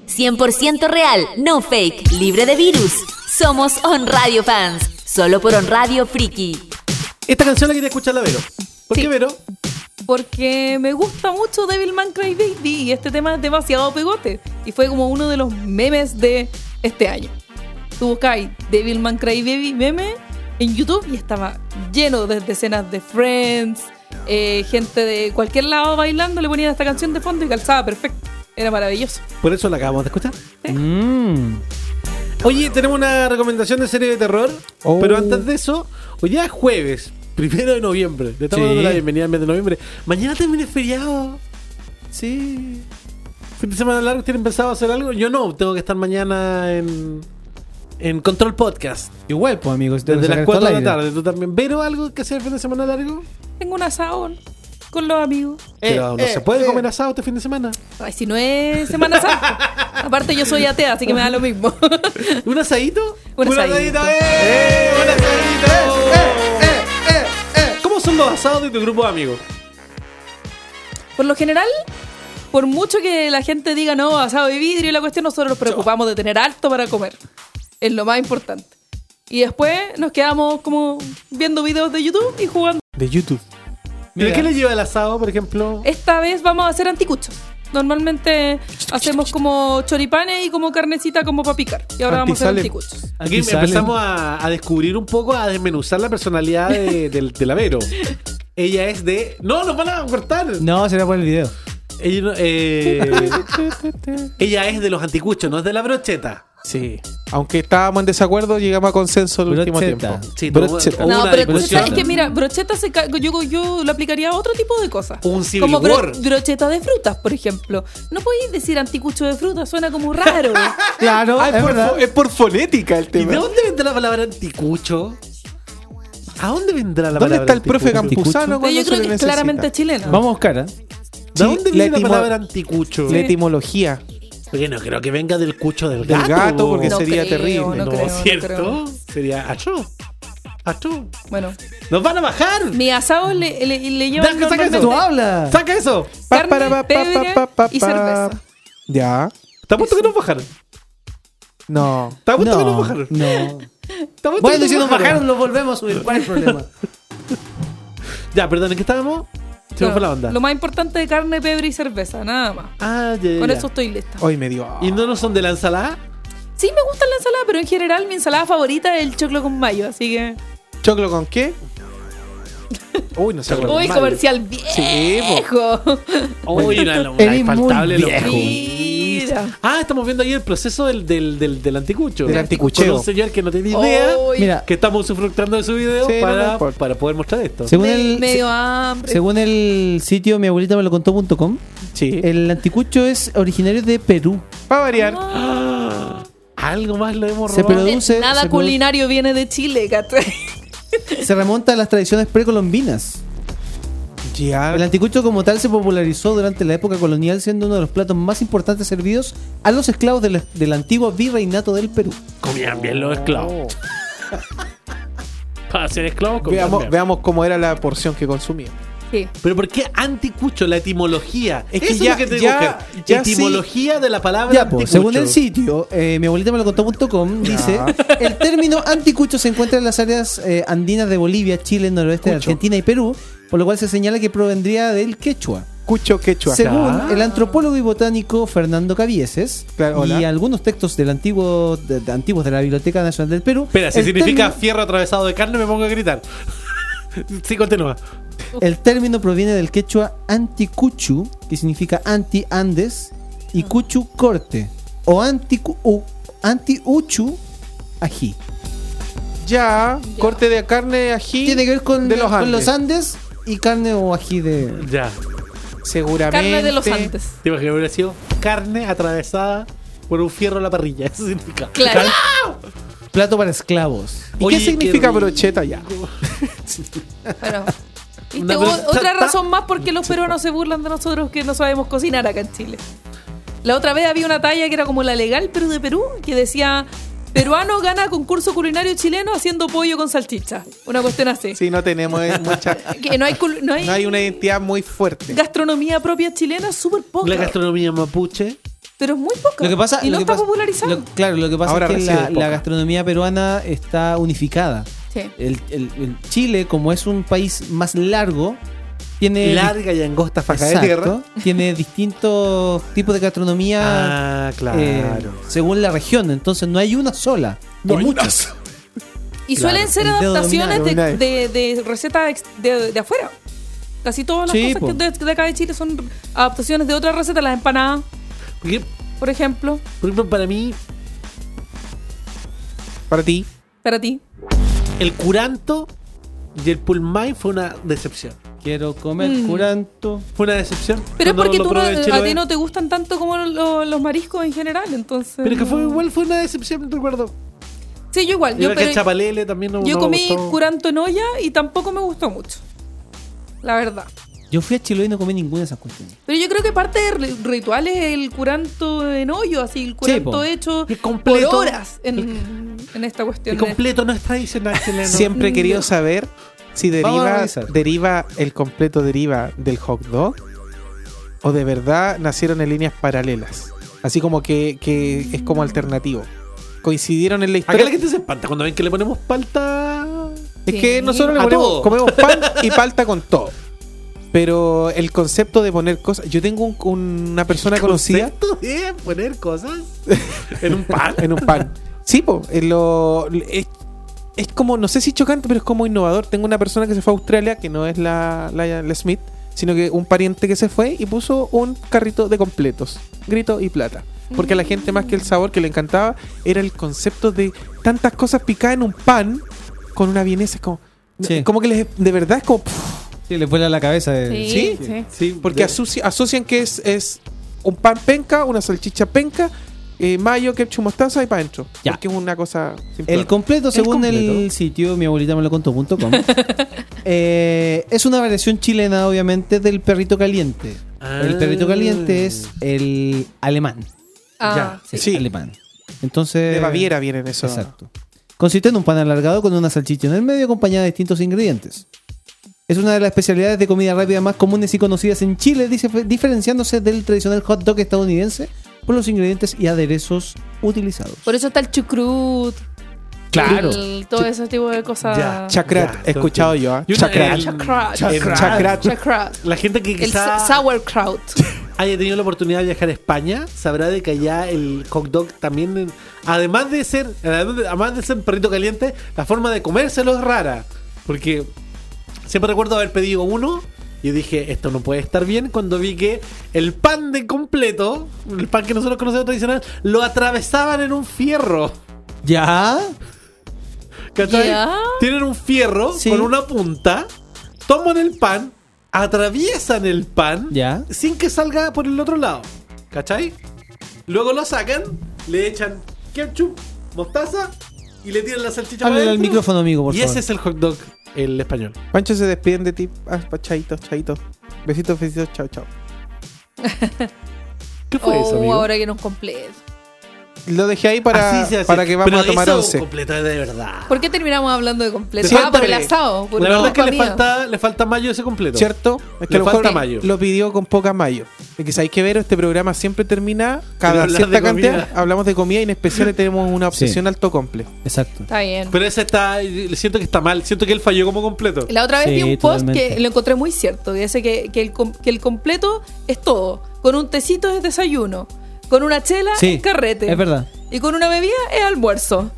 Speaker 2: 100% real, no fake, libre de virus. Somos On Radio Fans, solo por On Radio Friki.
Speaker 4: Esta canción la quería escuchar la Vero. ¿Por qué Vero?
Speaker 6: Porque me gusta mucho Devilman Cry Baby y este tema es demasiado pegote. Y fue como uno de los memes de este año. Tú buscáis Devilman Cry Baby meme en YouTube y estaba lleno de escenas de Friends, eh, gente de cualquier lado bailando, le ponían esta canción de fondo y calzaba perfecto. Era maravilloso.
Speaker 4: Por eso la acabamos de escuchar. Mm. Oye, tenemos una recomendación de serie de terror.
Speaker 5: Oh.
Speaker 4: Pero antes de eso, hoy ya es jueves, primero de noviembre. Le estamos
Speaker 5: Sí.
Speaker 4: dando la bienvenida al mes de noviembre. Mañana también es feriado. Sí. Fin de semana largo, ¿tienen pensado hacer algo? Yo no, tengo que estar mañana en, en Control Podcast.
Speaker 8: Igual, pues, amigos. tengo
Speaker 4: Desde
Speaker 8: que sacar
Speaker 4: las 4
Speaker 8: todo
Speaker 4: de
Speaker 8: al
Speaker 4: la
Speaker 8: aire.
Speaker 4: tarde, tú también. ¿Pero algo que hacer el fin de semana largo?
Speaker 6: Tengo un asado con los amigos.
Speaker 4: Pero no
Speaker 6: eh,
Speaker 4: se puede comer asado este fin de semana.
Speaker 6: Ay, si no es Semana Santa. Aparte yo soy atea, así que me da lo mismo.
Speaker 4: ¿Un asadito?
Speaker 6: Un
Speaker 4: ¡Un
Speaker 6: asadito.
Speaker 4: asadito! ¡Eh! ¡Un asadito! ¿Cómo son los asados de tu grupo de amigos?
Speaker 6: Por lo general, por mucho que la gente diga no, asado de vidrio y la cuestión, nosotros nos preocupamos de tener alto para comer. Es lo más importante. Y después nos quedamos como viendo videos de YouTube y jugando.
Speaker 5: De YouTube.
Speaker 4: ¿Pero qué le lleva el asado, por ejemplo?
Speaker 6: Esta vez vamos a hacer anticuchos. Normalmente hacemos como choripanes y como carnecita como para picar. Y ahora vamos a
Speaker 4: Antisalen.
Speaker 6: hacer anticuchos.
Speaker 4: Aquí
Speaker 5: Antisalen.
Speaker 4: empezamos a, a descubrir un poco, a desmenuzar la personalidad de, del, del Avero. eh. Ella es de. ¡No, nos van a cortar!
Speaker 8: No, será por el video.
Speaker 4: Ella, no- eh, ella es de los anticuchos, no es de la brocheta.
Speaker 5: Sí. Aunque estábamos en desacuerdo, llegamos a consenso el último
Speaker 8: Brocheta.
Speaker 5: tiempo.
Speaker 4: Sí,
Speaker 5: Brocheta.
Speaker 4: todo-
Speaker 6: No,
Speaker 4: una
Speaker 6: pero tú
Speaker 4: discusión.
Speaker 6: sabes que, mira, brocheta se ca- yo, yo lo aplicaría a otro tipo de cosas.
Speaker 4: Un civil
Speaker 6: Como bro-
Speaker 4: war.
Speaker 6: brocheta de frutas, por ejemplo. No podéis decir anticucho de frutas, suena como raro.
Speaker 8: Claro,
Speaker 5: Ah,
Speaker 8: es
Speaker 5: es, por,
Speaker 8: verdad.
Speaker 5: fo- es por fonética el
Speaker 4: ¿Y de
Speaker 5: tema.
Speaker 4: dónde vendrá la palabra anticucho? ¿A dónde vendrá la
Speaker 5: ¿Dónde
Speaker 4: palabra
Speaker 5: está el profe
Speaker 4: anticucho?
Speaker 5: Campuzano cuando
Speaker 6: yo
Speaker 5: se le
Speaker 6: creo que es
Speaker 5: necesita?
Speaker 6: claramente chileno.
Speaker 8: Vamos a buscar, ¿eh?
Speaker 4: ¿De dónde
Speaker 5: Sí,
Speaker 4: viene la
Speaker 5: etimo-
Speaker 4: palabra anticucho?
Speaker 5: La etimología
Speaker 4: Porque no creo que venga del cucho del
Speaker 5: del
Speaker 4: gato.
Speaker 5: gato, porque
Speaker 6: No
Speaker 5: sería
Speaker 6: creo,
Speaker 5: terrible.
Speaker 6: no
Speaker 4: No,
Speaker 6: creo, no
Speaker 4: ¿cierto?
Speaker 6: creo.
Speaker 4: Sería achú. Achú.
Speaker 6: Bueno,
Speaker 4: ¡Nos van a bajar!
Speaker 6: mi asado le, le, le lleva
Speaker 4: Deja que saque
Speaker 6: normalmente
Speaker 4: eso.
Speaker 8: ¡Tú habla!
Speaker 4: ¡Saca eso!
Speaker 5: Pa,
Speaker 6: Carne,
Speaker 5: para, pa, pa,
Speaker 6: pebre
Speaker 5: pa, pa,
Speaker 6: y
Speaker 5: pa.
Speaker 6: cerveza.
Speaker 5: Ya.
Speaker 4: ¿Te apuesto que nos bajaron?
Speaker 5: No.
Speaker 4: ¿Te apuesto que nos
Speaker 8: No,
Speaker 4: bajaron?
Speaker 8: no.
Speaker 4: ¿Te apuesto que
Speaker 8: Bueno,
Speaker 4: nos
Speaker 8: si nos
Speaker 4: bajaron?
Speaker 8: bajaron, lo volvemos a subir. ¿Cuál es el problema?
Speaker 4: Ya, perdón, ¿en qué estábamos? Se me
Speaker 6: claro,
Speaker 4: fue la onda.
Speaker 6: Lo más importante de carne, pebre y cerveza, nada más.
Speaker 4: Ah, ya, ya,
Speaker 6: Con
Speaker 4: ya.
Speaker 6: eso estoy lista.
Speaker 5: Hoy me dio.
Speaker 4: ¿Y no nos son de la ensalada?
Speaker 6: Sí, me gusta la ensalada, pero en general mi ensalada favorita es el choclo con mayo, así que.
Speaker 5: ¿Choclo con qué? Uy, no sé.
Speaker 6: Uy, comercial viejo.
Speaker 4: Uy, una, una
Speaker 8: Eres muy
Speaker 4: infaltable los
Speaker 8: viejo.
Speaker 6: Mira.
Speaker 4: Ah, estamos viendo ahí el proceso del, del, del, del anticucho.
Speaker 5: Del anticucheo.
Speaker 4: Con un señor que no tiene idea
Speaker 6: Uy,
Speaker 8: Mira,
Speaker 4: que estamos usufructando de su video
Speaker 5: Sí, no, no
Speaker 4: para,
Speaker 5: importa.
Speaker 4: para poder mostrar esto.
Speaker 8: según
Speaker 6: me-
Speaker 8: el,
Speaker 6: me dio hambre.
Speaker 8: según el sitio mi abuelita me lo contó.com,
Speaker 5: Sí.
Speaker 8: el anticucho es originario de Perú.
Speaker 5: Para variar.
Speaker 4: Ah, algo más lo hemos
Speaker 8: Se
Speaker 4: robado.
Speaker 8: produ- produce-
Speaker 6: Nada
Speaker 8: se produ-
Speaker 6: culinario viene de Chile, ¿cachai?
Speaker 8: Se remonta a las tradiciones precolombinas.
Speaker 5: Ya.
Speaker 8: El anticucho como tal se popularizó durante la época colonial siendo uno de los platos más importantes servidos a los esclavos del, del antiguo virreinato del Perú.
Speaker 4: Comían bien los esclavos. Para ser esclavos, comían
Speaker 5: Oh. Veamos,
Speaker 4: bien.
Speaker 5: veamos cómo era la porción que consumía.
Speaker 6: Sí.
Speaker 4: Pero ¿por qué anticucho? La etimología.
Speaker 5: Es que
Speaker 4: Eso
Speaker 5: ya-
Speaker 4: es lo que te
Speaker 5: ya-
Speaker 4: buscan.
Speaker 5: ya
Speaker 4: Etimología de la palabra
Speaker 8: Ya, po,
Speaker 4: anticucho.
Speaker 8: según el sitio, eh, mi abuelita me lo contó.com, dice, el término anticucho se encuentra en las áreas eh, andinas de Bolivia, Chile, noroeste de Argentina y Perú, por lo cual se señala que provendría del quechua.
Speaker 5: Cucho quechua.
Speaker 8: Según el antropólogo y botánico Fernando Cavieses
Speaker 5: Claro, hola.
Speaker 8: y algunos textos del antiguo, de, de antiguos de la Biblioteca Nacional del Perú.
Speaker 4: Espera, si
Speaker 8: el
Speaker 4: significa
Speaker 8: término-
Speaker 4: fierro atravesado de carne, me pongo a gritar. sí, continúa.
Speaker 8: El término proviene del quechua anticuchu, que significa anti-Andes, y cuchu corte, o anticu- u- anti-uchu ají.
Speaker 5: Ya, corte de carne ají.
Speaker 8: Tiene que ver con,
Speaker 5: de
Speaker 8: con
Speaker 5: los
Speaker 8: los
Speaker 5: Andes.
Speaker 8: Andes y carne o ají de.
Speaker 4: Ya.
Speaker 5: Seguramente.
Speaker 6: Carne de los Andes.
Speaker 4: ¿Te imaginas hubiera sido carne atravesada por un fierro a la parrilla? Eso significa.
Speaker 6: Claro.
Speaker 8: Plato para esclavos.
Speaker 5: ¿Y
Speaker 4: Oye,
Speaker 5: qué significa
Speaker 4: rico.
Speaker 5: brocheta ya?
Speaker 6: Bueno, ¿viste?
Speaker 4: Una
Speaker 6: O-
Speaker 4: cosa-
Speaker 6: otra razón más por qué los peruanos se burlan de nosotros que no sabemos cocinar acá en Chile. La otra vez había una talla que era como la legal, pero de Perú, que decía: Peruano gana concurso culinario chileno haciendo pollo con salchicha. Una cuestión así.
Speaker 5: Sí, no tenemos eh, mucha.
Speaker 6: Que no hay, cul- no hay
Speaker 5: No hay una identidad muy fuerte.
Speaker 6: gastronomía propia chilena, es súper poca.
Speaker 4: La gastronomía mapuche.
Speaker 6: pero es muy poca.
Speaker 8: Lo que pasa,
Speaker 6: y no
Speaker 8: lo que
Speaker 6: está
Speaker 8: pasa-
Speaker 6: popularizado.
Speaker 8: lo- claro, lo que pasa
Speaker 5: Ahora
Speaker 8: es que
Speaker 5: recibe
Speaker 8: la,
Speaker 5: poco.
Speaker 8: la gastronomía peruana está unificada.
Speaker 6: Sí.
Speaker 8: El, el- el Chile, como es un país más largo, tiene.
Speaker 4: Larga y angosta faja
Speaker 8: Exacto.
Speaker 4: de tierra.
Speaker 8: Tiene distintos tipos de gastronomía
Speaker 4: Ah,
Speaker 8: eh,
Speaker 4: claro.
Speaker 8: según la región. Entonces no hay una sola. hay muchas.
Speaker 6: Y suelen ser
Speaker 8: El dedo
Speaker 6: adaptaciones de,
Speaker 5: dominado,
Speaker 6: de- de recetas ex- de, de afuera. Casi todas las
Speaker 8: Sí, po.
Speaker 6: cosas que de, de acá de Chile son adaptaciones de otras recetas, las empanadas,
Speaker 4: Porque,
Speaker 6: por ejemplo,
Speaker 4: por ejemplo, para mí,
Speaker 5: Para ti.
Speaker 6: para ti.
Speaker 4: el curanto y el pulmay fue una decepción.
Speaker 8: Quiero comer
Speaker 6: Mm.
Speaker 8: curanto.
Speaker 4: Fue una decepción.
Speaker 6: Pero es
Speaker 4: Cuando
Speaker 6: porque
Speaker 4: lo
Speaker 6: tú no,
Speaker 4: probé en
Speaker 6: a
Speaker 4: Chiloé.
Speaker 6: ti no te gustan tanto como lo- los mariscos en general, entonces.
Speaker 4: Pero es que fue
Speaker 6: no.
Speaker 4: igual, fue una decepción, recuerdo.
Speaker 6: Sí, yo igual. Yo,
Speaker 4: Igual que el
Speaker 6: pero-
Speaker 4: chapalele también no
Speaker 6: yo
Speaker 4: no me
Speaker 6: comí
Speaker 4: gustó.
Speaker 6: curanto en olla y tampoco me gustó mucho. La verdad.
Speaker 8: Yo fui a Chiloé y no comí ninguna de esas cuestiones.
Speaker 6: Pero yo creo que parte del ri- ritual es el curanto en hoyo, así, el curanto
Speaker 8: po.
Speaker 6: hecho
Speaker 4: Y completo.
Speaker 6: por horas en, en esta cuestión.
Speaker 4: El
Speaker 6: de-
Speaker 4: completo no es tradicional chileno. Mm.
Speaker 5: Siempre he querido saber si
Speaker 8: Vamos a
Speaker 5: deriva,
Speaker 8: revisar.
Speaker 5: deriva el completo deriva del hot dog o de verdad nacieron en líneas paralelas. Así como que, que es como alternativo. Coincidieron en la
Speaker 4: Acá
Speaker 5: historia.
Speaker 4: la gente se espanta cuando ven que le ponemos palta.
Speaker 5: Es que
Speaker 6: Sí.
Speaker 5: nosotros le
Speaker 4: A
Speaker 5: ponemos-
Speaker 4: todo.
Speaker 5: comemos pan y palta con todo. Pero el concepto de poner cosas. Yo tengo un- un- una persona conocida
Speaker 4: ¿Concepto de poner cosas en un pan?
Speaker 5: en un pan. Sí, po, en lo- es, es como, no sé si chocante, pero es como innovador. Tengo una persona que se fue a Australia, que no es la, la, la Smith, sino que un pariente que se fue y puso un carrito de completos, grito y plata. Porque a la gente más que el sabor que le encantaba era el concepto de tantas cosas picadas en un pan con una vienesa. Es como,
Speaker 8: Sí.
Speaker 5: como que les, de verdad es como... pff,
Speaker 8: Sí, le vuela la cabeza.
Speaker 6: Sí,
Speaker 5: ¿Sí?
Speaker 6: sí.
Speaker 4: Sí,
Speaker 5: porque asoci- asocian que es, es un pan penca, una salchicha penca, eh, mayo, ketchup, mostaza y pan dentro.
Speaker 8: Ya.
Speaker 5: Porque es una cosa simple.
Speaker 8: El completo, según el,
Speaker 5: completo.
Speaker 8: sitio mi abuelita me lo contó.com, Eh, es una variación chilena, obviamente, del perrito caliente. El perrito caliente es el alemán.
Speaker 6: Ah, sí.
Speaker 8: Es
Speaker 5: Sí.
Speaker 8: alemán. Entonces.
Speaker 4: Eh,
Speaker 5: de Baviera vienen eso.
Speaker 8: Exacto. Consiste en un pan alargado con una salchicha en el medio acompañada de distintos ingredientes. Es una de las especialidades de comida rápida más comunes y conocidas en Chile, dice- diferenciándose del tradicional hot dog estadounidense por los ingredientes y aderezos utilizados.
Speaker 6: Por eso está el chucrut.
Speaker 8: Claro.
Speaker 6: el- todo ese tipo de cosas.
Speaker 4: Ya.
Speaker 5: Chacrat,
Speaker 4: Ya,
Speaker 5: he escuchado yo. ¿ah?
Speaker 4: Y una-
Speaker 5: Chacrat.
Speaker 4: el-
Speaker 6: Chakrat.
Speaker 4: Chakrat.
Speaker 5: Chacrat.
Speaker 6: Chakrat.
Speaker 4: La gente que
Speaker 6: El sa-
Speaker 4: quizá
Speaker 6: sauerkraut.
Speaker 4: haya tenido la oportunidad de viajar a España sabrá de que allá el hot dog también, en- además de ser, además de- además de ser perrito caliente, la forma de comérselo es rara. Porque siempre recuerdo haber pedido uno y dije, esto no puede estar bien, cuando vi que el pan de completo, el pan que nosotros conocemos tradicional, lo atravesaban en un fierro.
Speaker 8: ¿Ya?
Speaker 4: ¿Cachai?
Speaker 6: Ya.
Speaker 4: Tienen un fierro
Speaker 8: Sí.
Speaker 4: con una punta, toman el pan, atraviesan el pan
Speaker 8: ¿Ya?
Speaker 4: sin que salga por el otro lado. ¿Cachai? Luego lo sacan, le echan ketchup, mostaza y le tiran la salchicha para
Speaker 8: Háblale al
Speaker 4: adentro.
Speaker 8: micrófono, amigo, por
Speaker 4: Y
Speaker 8: favor.
Speaker 4: ese es el hot dog, el español.
Speaker 5: Pancho se despiden de ti. Ah, pa- chaito, chaito. Besitos, besitos, chao, chao.
Speaker 4: ¿Qué fue eso,
Speaker 6: Oh,
Speaker 4: amigo?
Speaker 6: ahora que no completo.
Speaker 5: Lo dejé ahí para,
Speaker 4: Así se hace.
Speaker 5: para que vamos
Speaker 4: Pero
Speaker 5: a tomar
Speaker 4: eso
Speaker 5: once.
Speaker 4: completo es de verdad.
Speaker 6: ¿Por qué terminamos hablando de completo?
Speaker 5: Siéntale.
Speaker 6: Ah, por el asado. Por
Speaker 4: la verdad es que
Speaker 6: culpa
Speaker 4: le
Speaker 6: mía.
Speaker 4: falta, le falta mayo ese completo.
Speaker 5: ¿Cierto? Es que
Speaker 4: Le
Speaker 5: a lo mejor
Speaker 4: falta mayo.
Speaker 5: lo pidió con poca mayo. Es que sabéis que ver, este programa siempre termina cada
Speaker 4: hablar
Speaker 5: cierta
Speaker 4: de
Speaker 5: cantidad.
Speaker 4: comida.
Speaker 5: Hablamos de comida y en especial le tenemos una obsesión
Speaker 8: Sí.
Speaker 5: alto comple.
Speaker 8: Exacto.
Speaker 6: Está bien.
Speaker 4: Pero ese está, siento que está mal, siento que él falló como completo.
Speaker 6: La otra vez
Speaker 8: Sí,
Speaker 6: vi un post
Speaker 8: totalmente.
Speaker 6: que lo encontré muy cierto, que dice que, que el, com- que el completo es todo. Con un tecito es desayuno, con una chela
Speaker 8: Sí,
Speaker 6: es carrete
Speaker 8: Es verdad.
Speaker 6: y con una bebida es almuerzo.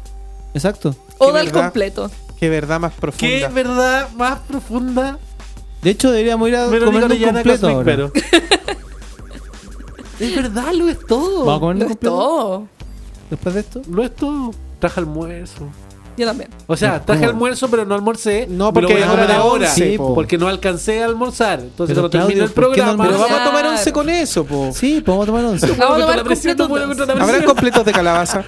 Speaker 8: Exacto.
Speaker 6: O
Speaker 5: Qué
Speaker 6: del
Speaker 5: verdad.
Speaker 6: completo.
Speaker 5: Qué verdad más
Speaker 4: Qué
Speaker 5: profunda.
Speaker 4: verdad más profunda
Speaker 8: De hecho, deberíamos ir a
Speaker 4: Verónica
Speaker 8: comer un
Speaker 4: Orellana,
Speaker 8: completo
Speaker 4: Cosmic
Speaker 8: ahora.
Speaker 4: Pero. es verdad, lo es todo.
Speaker 8: ¿Vamos a comer un
Speaker 4: Lo es
Speaker 8: completo?
Speaker 6: Todo.
Speaker 8: Después de esto.
Speaker 4: Lo es todo. Traje almuerzo.
Speaker 6: Yo también.
Speaker 4: O sea, traje
Speaker 8: ¿Cómo?
Speaker 4: almuerzo, pero no almorcé.
Speaker 8: No,
Speaker 4: Me lo
Speaker 8: porque
Speaker 4: voy a comer
Speaker 8: ahora era
Speaker 4: ahora.
Speaker 8: once, po.
Speaker 4: porque no alcancé a almorzar. Entonces,
Speaker 8: Pero,
Speaker 4: cuando termine
Speaker 8: Claudio,
Speaker 4: el
Speaker 8: ¿por qué no
Speaker 4: programa.
Speaker 8: almorzar?
Speaker 5: Pero vamos a tomar
Speaker 6: Claro.
Speaker 5: once con eso, po.
Speaker 8: Sí, podemos tomar once.
Speaker 6: Vamos a
Speaker 4: Contra la
Speaker 6: tomar
Speaker 4: presión, no
Speaker 6: completo.
Speaker 4: puedo contra la
Speaker 5: ¿Habrán
Speaker 4: presión.
Speaker 5: completos de calabaza?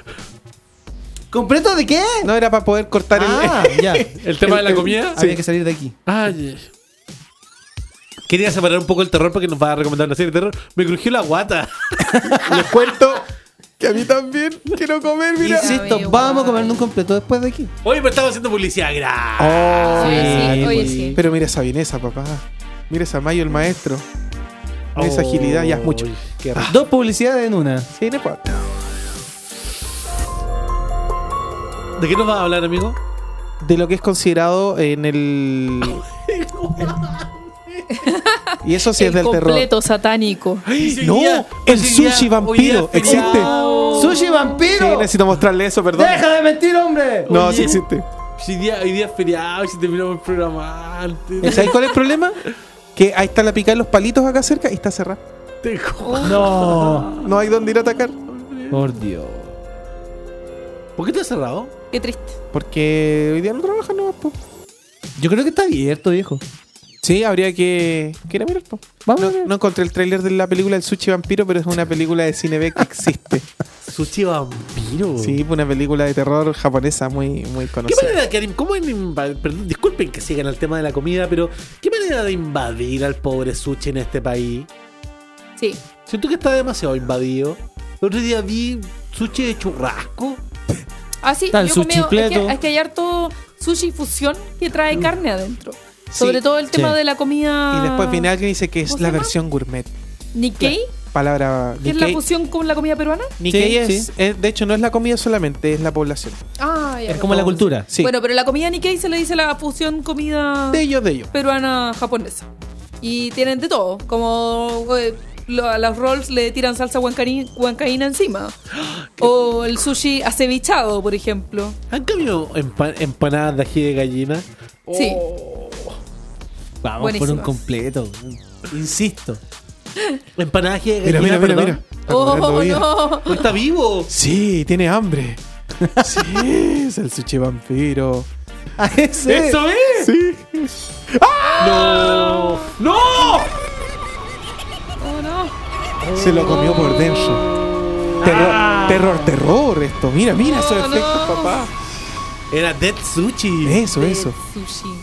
Speaker 8: ¿Completo de qué?
Speaker 5: No era para poder cortar
Speaker 8: Ah, ya.
Speaker 4: ¿El tema de la comida?
Speaker 8: Había que salir de aquí.
Speaker 4: Ay. Quería separar un poco el terror porque nos va a recomendar una serie de terror. Me crujió la guata.
Speaker 5: el. Les cuento que a mí también quiero comer, mira.
Speaker 8: Insisto,
Speaker 6: Amigo,
Speaker 8: vamos a
Speaker 6: guay.
Speaker 8: comer un completo después de aquí.
Speaker 4: Oye, pero estamos haciendo publicidad gratis.
Speaker 5: Oh,
Speaker 6: Sí, sí,
Speaker 5: mira.
Speaker 6: oye, sí.
Speaker 5: Pero mira esa vienesa, papá. Mira esa Mayo, el maestro. Mira esa agilidad, ya es mucho.
Speaker 4: Uy, qué rico.
Speaker 8: Ah. Dos publicidades en una.
Speaker 5: Sí, no importa.
Speaker 4: ¿De qué nos vas a hablar, amigo?
Speaker 5: De lo que es considerado en el. y eso sí es
Speaker 6: El
Speaker 5: del terror.
Speaker 6: completo satánico.
Speaker 5: No, el sushi vampiro existe.
Speaker 8: ¡Sushi
Speaker 5: Sí,
Speaker 8: vampiro!
Speaker 5: necesito mostrarle eso, perdón.
Speaker 8: ¡Deja de mentir, hombre!
Speaker 5: No,
Speaker 4: Oye.
Speaker 5: sí existe.
Speaker 4: Si día, hoy día es feriado y si terminamos el programa antes.
Speaker 5: ¿Sabes cuál es el problema? Que ahí está la pica de los palitos acá cerca y está cerrada.
Speaker 4: Te juro.
Speaker 8: No.
Speaker 5: No hay dónde ir a atacar.
Speaker 8: Por Dios.
Speaker 4: ¿Por qué te has cerrado?
Speaker 6: Qué triste.
Speaker 5: Porque hoy día no trabajan, no. po.
Speaker 8: Yo creo que está abierto, viejo.
Speaker 5: Sí, habría que, que ir a mirar. po.
Speaker 8: Vamos a
Speaker 5: No,
Speaker 8: ver.
Speaker 5: no encontré el tráiler de la película El Sushi Vampiro, pero es una película de cine B que existe.
Speaker 4: Sushi vampiro.
Speaker 5: Sí, una película de terror japonesa muy, muy
Speaker 4: ¿Qué
Speaker 5: conocida.
Speaker 4: manera que anim- cómo han inva- perdón, disculpen que sigan al tema de la comida, pero ¿qué manera de invadir al pobre sushi en este país?
Speaker 6: Sí.
Speaker 4: Siento que está demasiado invadido. El otro día vi sushi de churrasco.
Speaker 6: Ah, sí,
Speaker 8: Está el
Speaker 6: yo comí-
Speaker 8: sushi
Speaker 6: es,
Speaker 8: pleto.
Speaker 6: que, es que hay harto sushi fusión que trae carne adentro. Sobre todo el tema
Speaker 8: sí.
Speaker 6: de la comida.
Speaker 5: Mm. Y después viene alguien y dice que es
Speaker 6: ¿Cómo se
Speaker 5: la
Speaker 6: llama?
Speaker 5: versión gourmet.
Speaker 6: Nikkei,
Speaker 5: Palabra
Speaker 6: que es la
Speaker 5: Nikkei.
Speaker 6: fusión con la comida peruana.
Speaker 5: Nikkei
Speaker 8: Sí,
Speaker 5: es,
Speaker 8: sí.
Speaker 5: es- de hecho, no es la comida solamente, es la población.
Speaker 6: Ah, ya.
Speaker 8: Es como la cultura.
Speaker 5: Sí.
Speaker 6: Bueno, pero la comida Nikkei se le dice la fusión comida
Speaker 5: de ellos, de ellos.
Speaker 6: peruana-japonesa. Y tienen de todo. Como eh, lo- a los rolls le tiran salsa huancari- huancaína encima. O el sushi acevichado, por ejemplo.
Speaker 4: ¿Han cambiado empa- empanadas de ají de gallina?
Speaker 5: Oh,
Speaker 6: Sí.
Speaker 8: Vamos por
Speaker 6: Buenísimo.
Speaker 8: un completo. Insisto.
Speaker 4: Empanadas de ají de gallina.
Speaker 5: Mira, mira, mira,
Speaker 4: perdón.
Speaker 5: mira. Está comiendo
Speaker 6: Oh,
Speaker 5: bien.
Speaker 6: no.
Speaker 4: Oh, Está vivo.
Speaker 5: Sí, tiene hambre. Sí, es el sushi vampiro.
Speaker 8: Ah, ese.
Speaker 4: ¡Eso es!
Speaker 5: Sí. ¡Ah!
Speaker 4: ¡No! ¡No!
Speaker 6: Oh, no.
Speaker 5: Se lo comió por dentro. Terror, terror, terror esto. Mira, mira esos
Speaker 6: Ah. No, no.
Speaker 5: efectos,
Speaker 6: Oh.
Speaker 5: papá.
Speaker 4: Era Dead Sushi.
Speaker 5: Eso, eso.
Speaker 6: Sushi.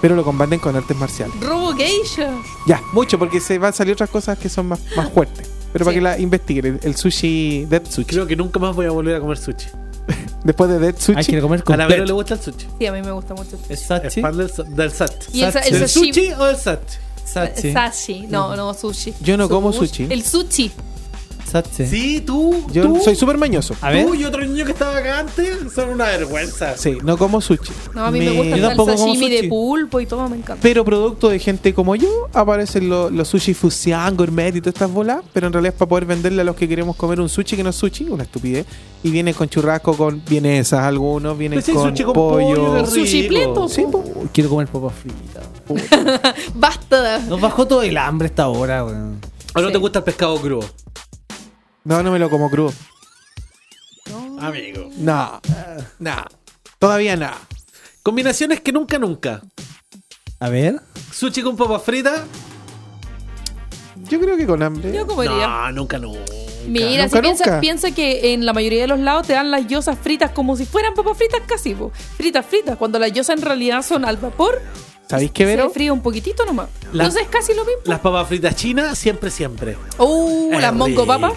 Speaker 5: Pero lo combaten con artes marciales.
Speaker 6: Robo geisha.
Speaker 5: Ya, mucho, porque se van a salir otras cosas que son más, más fuertes. Pero para
Speaker 6: Sí.
Speaker 5: que la investiguen, el- el sushi, Dead Sushi.
Speaker 4: Creo que nunca más voy a volver a comer sushi.
Speaker 5: Después de Dead
Speaker 8: Hay
Speaker 5: Sushi,
Speaker 8: que comer
Speaker 4: A la Vero le
Speaker 8: completo.
Speaker 4: gusta el sushi.
Speaker 6: Sí, a mí me gusta mucho.
Speaker 8: Es
Speaker 4: Es
Speaker 8: sachi.
Speaker 4: fan del, sa- del SAT.
Speaker 6: Y el, sa- el
Speaker 4: ¿Del
Speaker 6: sashimi- Eh,
Speaker 4: sushi o del SAT?
Speaker 8: Sachi.
Speaker 6: Sashi. No, no, sushi.
Speaker 5: Yo no como
Speaker 6: Sushi.
Speaker 5: sushi.
Speaker 6: El sushi.
Speaker 8: Sachi.
Speaker 4: Sí, tú.
Speaker 5: yo
Speaker 4: tú,
Speaker 5: soy súper mañoso.
Speaker 8: A ver.
Speaker 4: Tú y otro niño que estaba acá antes son una vergüenza.
Speaker 5: Sí, no como sushi.
Speaker 6: No, a mí me, gusta
Speaker 8: Yo
Speaker 6: hasta
Speaker 8: tampoco
Speaker 6: el
Speaker 8: como
Speaker 6: sashimi de
Speaker 8: sushi.
Speaker 6: pulpo y todo, me encanta.
Speaker 5: Pero producto de gente como yo, aparecen lo- los sushi fusión, gourmet y todas estas bolas. Pero en realidad es para poder venderle a los que queremos comer un sushi que no es sushi, una estupidez. Y vienen con churrasco, con vienesas algunos, vienen
Speaker 4: Pero sí,
Speaker 5: con,
Speaker 4: sushi con
Speaker 5: pollo.
Speaker 4: pollo,
Speaker 6: El sushi
Speaker 4: rico.
Speaker 6: pleto.
Speaker 5: Sí,
Speaker 6: po.
Speaker 5: po.
Speaker 8: Uy, quiero comer papas fritas.
Speaker 6: Basta.
Speaker 8: Nos bajó todo el hambre esta hora, weón.
Speaker 4: ¿O no
Speaker 6: Sí.
Speaker 4: te gusta el pescado crudo?
Speaker 5: No, no me lo como crudo.
Speaker 4: Amigo.
Speaker 5: No, no. Todavía no.
Speaker 4: Combinaciones que nunca, nunca.
Speaker 8: A ver.
Speaker 4: Sushi con papas fritas.
Speaker 5: Yo creo que con hambre.
Speaker 6: Yo comería.
Speaker 4: No, nunca, nunca.
Speaker 6: Mira,
Speaker 5: nunca,
Speaker 6: si piensas
Speaker 5: nunca.
Speaker 6: piensa que en la mayoría de los lados te dan las yosas fritas como si fueran papas fritas casi, po. fritas fritas, cuando las yosas en realidad son al vapor,
Speaker 5: ¿Sabéis qué,
Speaker 6: se
Speaker 5: Vero?
Speaker 6: fríe un poquitito nomás.
Speaker 4: La-
Speaker 6: Entonces es casi lo mismo.
Speaker 4: Las papas fritas chinas, siempre, siempre.
Speaker 6: Uh,
Speaker 4: Es
Speaker 6: las mongo
Speaker 4: rica.
Speaker 6: papas.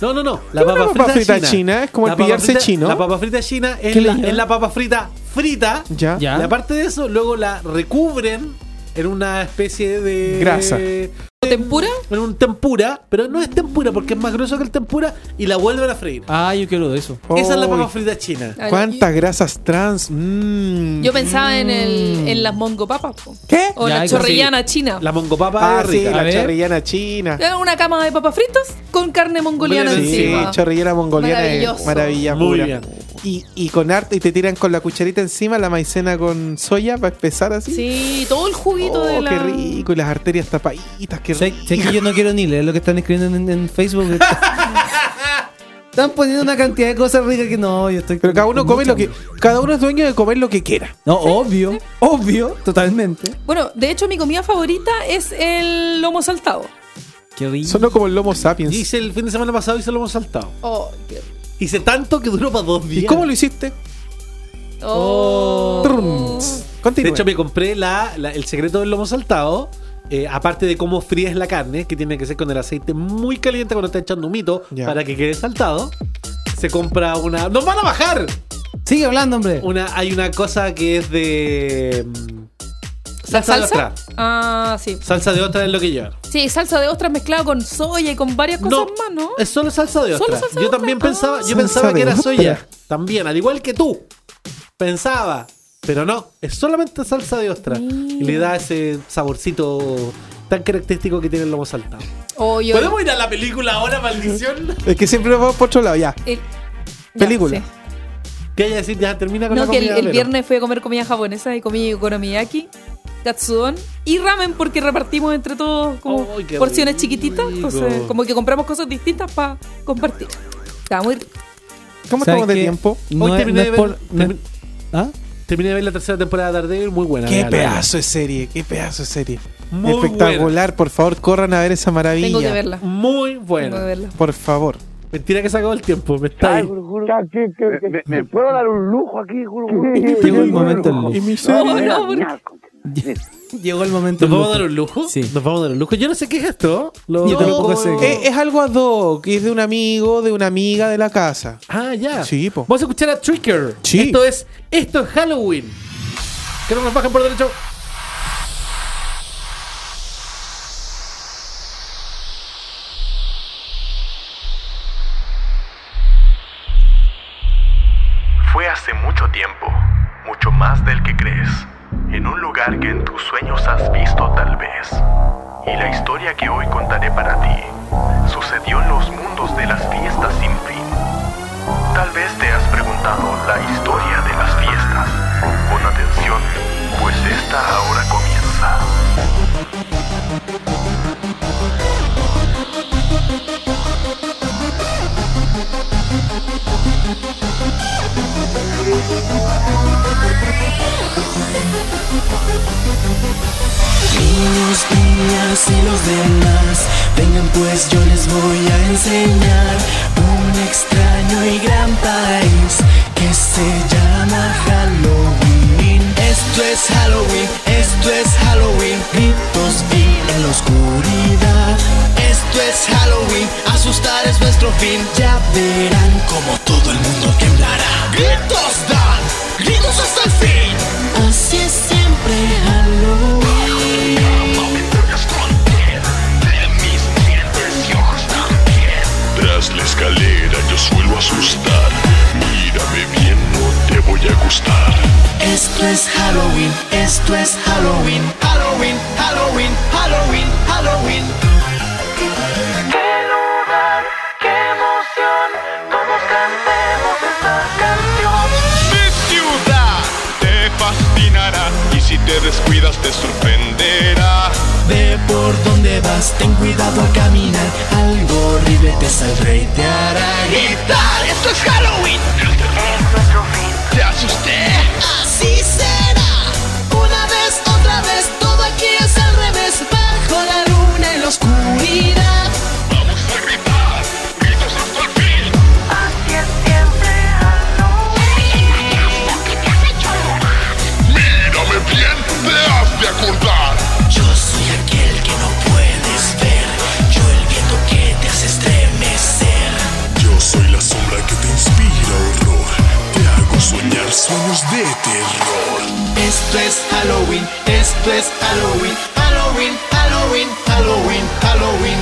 Speaker 4: No, no, no. La
Speaker 5: ¿Qué una
Speaker 4: papa,
Speaker 5: papa
Speaker 4: frita,
Speaker 5: frita
Speaker 4: china.
Speaker 5: china? Es como el
Speaker 4: papa
Speaker 5: pillarse
Speaker 4: frita-
Speaker 5: chino.
Speaker 4: La papa frita china
Speaker 8: ¿Qué
Speaker 4: es
Speaker 8: le
Speaker 4: la,
Speaker 8: llaman?
Speaker 4: es la papa frita frita.
Speaker 5: Ya.
Speaker 8: Ya.
Speaker 4: Y aparte de eso, luego la recubren en una especie de.
Speaker 5: Grasa.
Speaker 6: ¿Tempura?
Speaker 4: En un tempura, pero no es tempura porque es más grueso que el tempura y la vuelven a freír.
Speaker 8: Ah, yo quiero de eso.
Speaker 4: Esa es la
Speaker 5: Oy,
Speaker 4: papa frita china.
Speaker 6: Ay,
Speaker 5: ¿Cuántas grasas trans? Mm.
Speaker 6: Yo pensaba en, el, en las mongo papas. po.
Speaker 5: ¿Qué?
Speaker 6: O
Speaker 8: Ya,
Speaker 6: la
Speaker 8: algo así.
Speaker 6: chorrellana china.
Speaker 4: La mongopapa
Speaker 5: Ah,
Speaker 4: es
Speaker 5: sí,
Speaker 4: rica.
Speaker 8: A
Speaker 5: la
Speaker 8: ver.
Speaker 5: charrillana china.
Speaker 6: Es Una cama de papas fritas con carne mongoliana
Speaker 4: Hombre,
Speaker 5: Sí,
Speaker 6: encima.
Speaker 5: charrillana mongoliana es
Speaker 6: Maravilloso.
Speaker 5: maravilla
Speaker 4: Muy
Speaker 5: pura.
Speaker 4: bien.
Speaker 5: y, y con harto y te tiran con la cucharita encima la maicena con soya para espesar así.
Speaker 6: Sí, todo el juguito
Speaker 5: Oh,
Speaker 6: de la.
Speaker 5: qué rico, y las arterias tapaditas, qué
Speaker 8: Sé,
Speaker 5: rico.
Speaker 8: sé que yo no quiero ni leer lo que están escribiendo en, en Facebook. Están poniendo una cantidad de cosas ricas que no, yo estoy.
Speaker 5: Pero cada uno come lo que. Cada uno es dueño de comer lo que quiera.
Speaker 8: No, obvio, obvio, totalmente.
Speaker 6: Bueno, de hecho, mi comida favorita es el lomo saltado.
Speaker 8: Qué rico.
Speaker 5: Solo como el Lomo Sapiens.
Speaker 4: Yo hice el fin de semana pasado y se lo hemos saltado.
Speaker 6: Oh, qué rico.
Speaker 4: Hice tanto que duró para dos días.
Speaker 5: ¿Y cómo lo hiciste?
Speaker 6: Oh.
Speaker 5: Continúe.
Speaker 4: De hecho, me compré la, la- el secreto del lomo saltado. eh, aparte de cómo fríes la carne, que tiene que ser con el aceite muy caliente cuando está echando humito
Speaker 5: Ya.
Speaker 4: para que quede saltado. Se compra una. ¡Nos van a bajar!
Speaker 8: Sigue hablando, hombre.
Speaker 4: Una, hay una cosa que es de. mm,
Speaker 6: ¿La
Speaker 4: de
Speaker 6: salsa?
Speaker 4: ostra.
Speaker 6: Ah, sí.
Speaker 4: Salsa de ostra es lo que llevan.
Speaker 6: Sí, salsa de ostras mezclada con soya y con varias cosas más, ¿no?
Speaker 4: Es solo salsa de
Speaker 6: Solo
Speaker 4: ostra.
Speaker 6: salsa de
Speaker 4: yo
Speaker 6: ostra.
Speaker 4: también pensaba, yo
Speaker 5: Salsa
Speaker 4: pensaba
Speaker 5: de
Speaker 4: que era
Speaker 5: ostra.
Speaker 4: soya. También, al igual que tú. Pensaba, pero no, es solamente salsa de ostra. Y le da ese saborcito tan característico que tiene el lomo saltado.
Speaker 6: Oh, yo-
Speaker 4: ¿Podemos ir a la película ahora, maldición?
Speaker 5: Es que siempre nos vamos por otro lado, ya.
Speaker 6: el-
Speaker 5: Película.
Speaker 6: sí.
Speaker 4: ¿Qué hay a decir? Ya termina con la
Speaker 6: No, que el,
Speaker 4: comida,
Speaker 6: el
Speaker 4: pero-
Speaker 6: viernes fui a comer comida japonesa y comí okonomiyaki, katsudon y ramen porque repartimos entre todos como
Speaker 4: Ay, qué
Speaker 6: porciones
Speaker 4: rico.
Speaker 6: chiquititas. Entonces, como que compramos cosas distintas para compartir. Estaba muy rico.
Speaker 5: ¿Cómo
Speaker 8: ¿Sabes
Speaker 5: estamos de
Speaker 8: qué?
Speaker 5: tiempo?
Speaker 8: No
Speaker 4: Hoy
Speaker 8: es-
Speaker 4: terminé
Speaker 8: no
Speaker 4: de
Speaker 8: es
Speaker 4: ver-
Speaker 8: por- no es-
Speaker 4: termi-
Speaker 8: ¿Ah?
Speaker 4: Terminé de ver la tercera temporada de Daredevil, muy buena.
Speaker 5: Qué
Speaker 4: vean, la verdad.
Speaker 5: pedazo de serie, qué pedazo de serie.
Speaker 4: Muy
Speaker 5: Espectacular, por favor, corran a ver esa maravilla.
Speaker 6: Tengo que verla.
Speaker 4: Muy
Speaker 6: Tengo que
Speaker 4: buena.
Speaker 6: verla.
Speaker 5: Por favor.
Speaker 4: Mentira que se acabó el tiempo. Me está ahí.
Speaker 8: Eh,
Speaker 12: Me, me puedo dar un lujo aquí, Gurguru?
Speaker 8: Llegó el momento del lujo.
Speaker 6: Oh, no, porque-
Speaker 8: Llegó el momento
Speaker 4: ¿Nos
Speaker 8: del
Speaker 4: vamos a
Speaker 8: lujo.
Speaker 4: dar un lujo?
Speaker 8: Sí.
Speaker 4: Nos vamos a dar un lujo. Yo no sé qué es esto. Lo-
Speaker 8: Yo tampoco sé.
Speaker 5: Eh, Es, algo ad hoc, es de un amigo, de una amiga de la casa.
Speaker 4: Ah, ya.
Speaker 5: Sí, po.
Speaker 4: Vamos a escuchar a Tricker.
Speaker 5: Sí.
Speaker 4: Esto es. Esto es Halloween. Que no nos bajen por derecho.
Speaker 12: Fue hace mucho tiempo, mucho más del que crees, en un lugar que en tus sueños has visto tal vez. Y la historia que hoy contaré para ti sucedió en los mundos de las fiestas sin fin. Tal vez te has preguntado la historia de las fiestas. Pon atención, pues esta ahora comienza.
Speaker 9: Niños, niñas y los demás, vengan pues yo les voy a enseñar un extraño y gran país que se llama Halloween. Esto es Halloween, esto es Halloween, gritos y en la oscuridad. Esto es Halloween, asustar es nuestro fin. Ya verán como todo el mundo temblará. Gritos dan, gritos hasta el fin. Así es siempre Halloween.
Speaker 12: Tras la escalera yo suelo asustar. Mírame bien, no te voy a gustar.
Speaker 9: Esto es Halloween, esto es Halloween, Halloween, Halloween, Halloween, Halloween.
Speaker 12: Mi ciudad te fascinará y si te descuidas te sorprenderá.
Speaker 9: Ve por donde vas, ten cuidado al caminar. Algo horrible te saldrá y te hará gritar. Esto es Halloween.
Speaker 12: Te asusté.
Speaker 9: Así será. Una vez, otra vez, todo aquí es al revés. Bajo la luna en la oscuridad.
Speaker 12: Vamos a gritar, gritos hasta el fin. Mírame bien, te has de acordar.
Speaker 9: Yo soy aquel que no puedes ver. Yo el viento que te hace estremecer.
Speaker 12: Yo soy la sombra que te inspira horror. Te hago soñar sueños de terror.
Speaker 9: Esto es Halloween, esto es Halloween, Halloween, Halloween, Halloween, Halloween.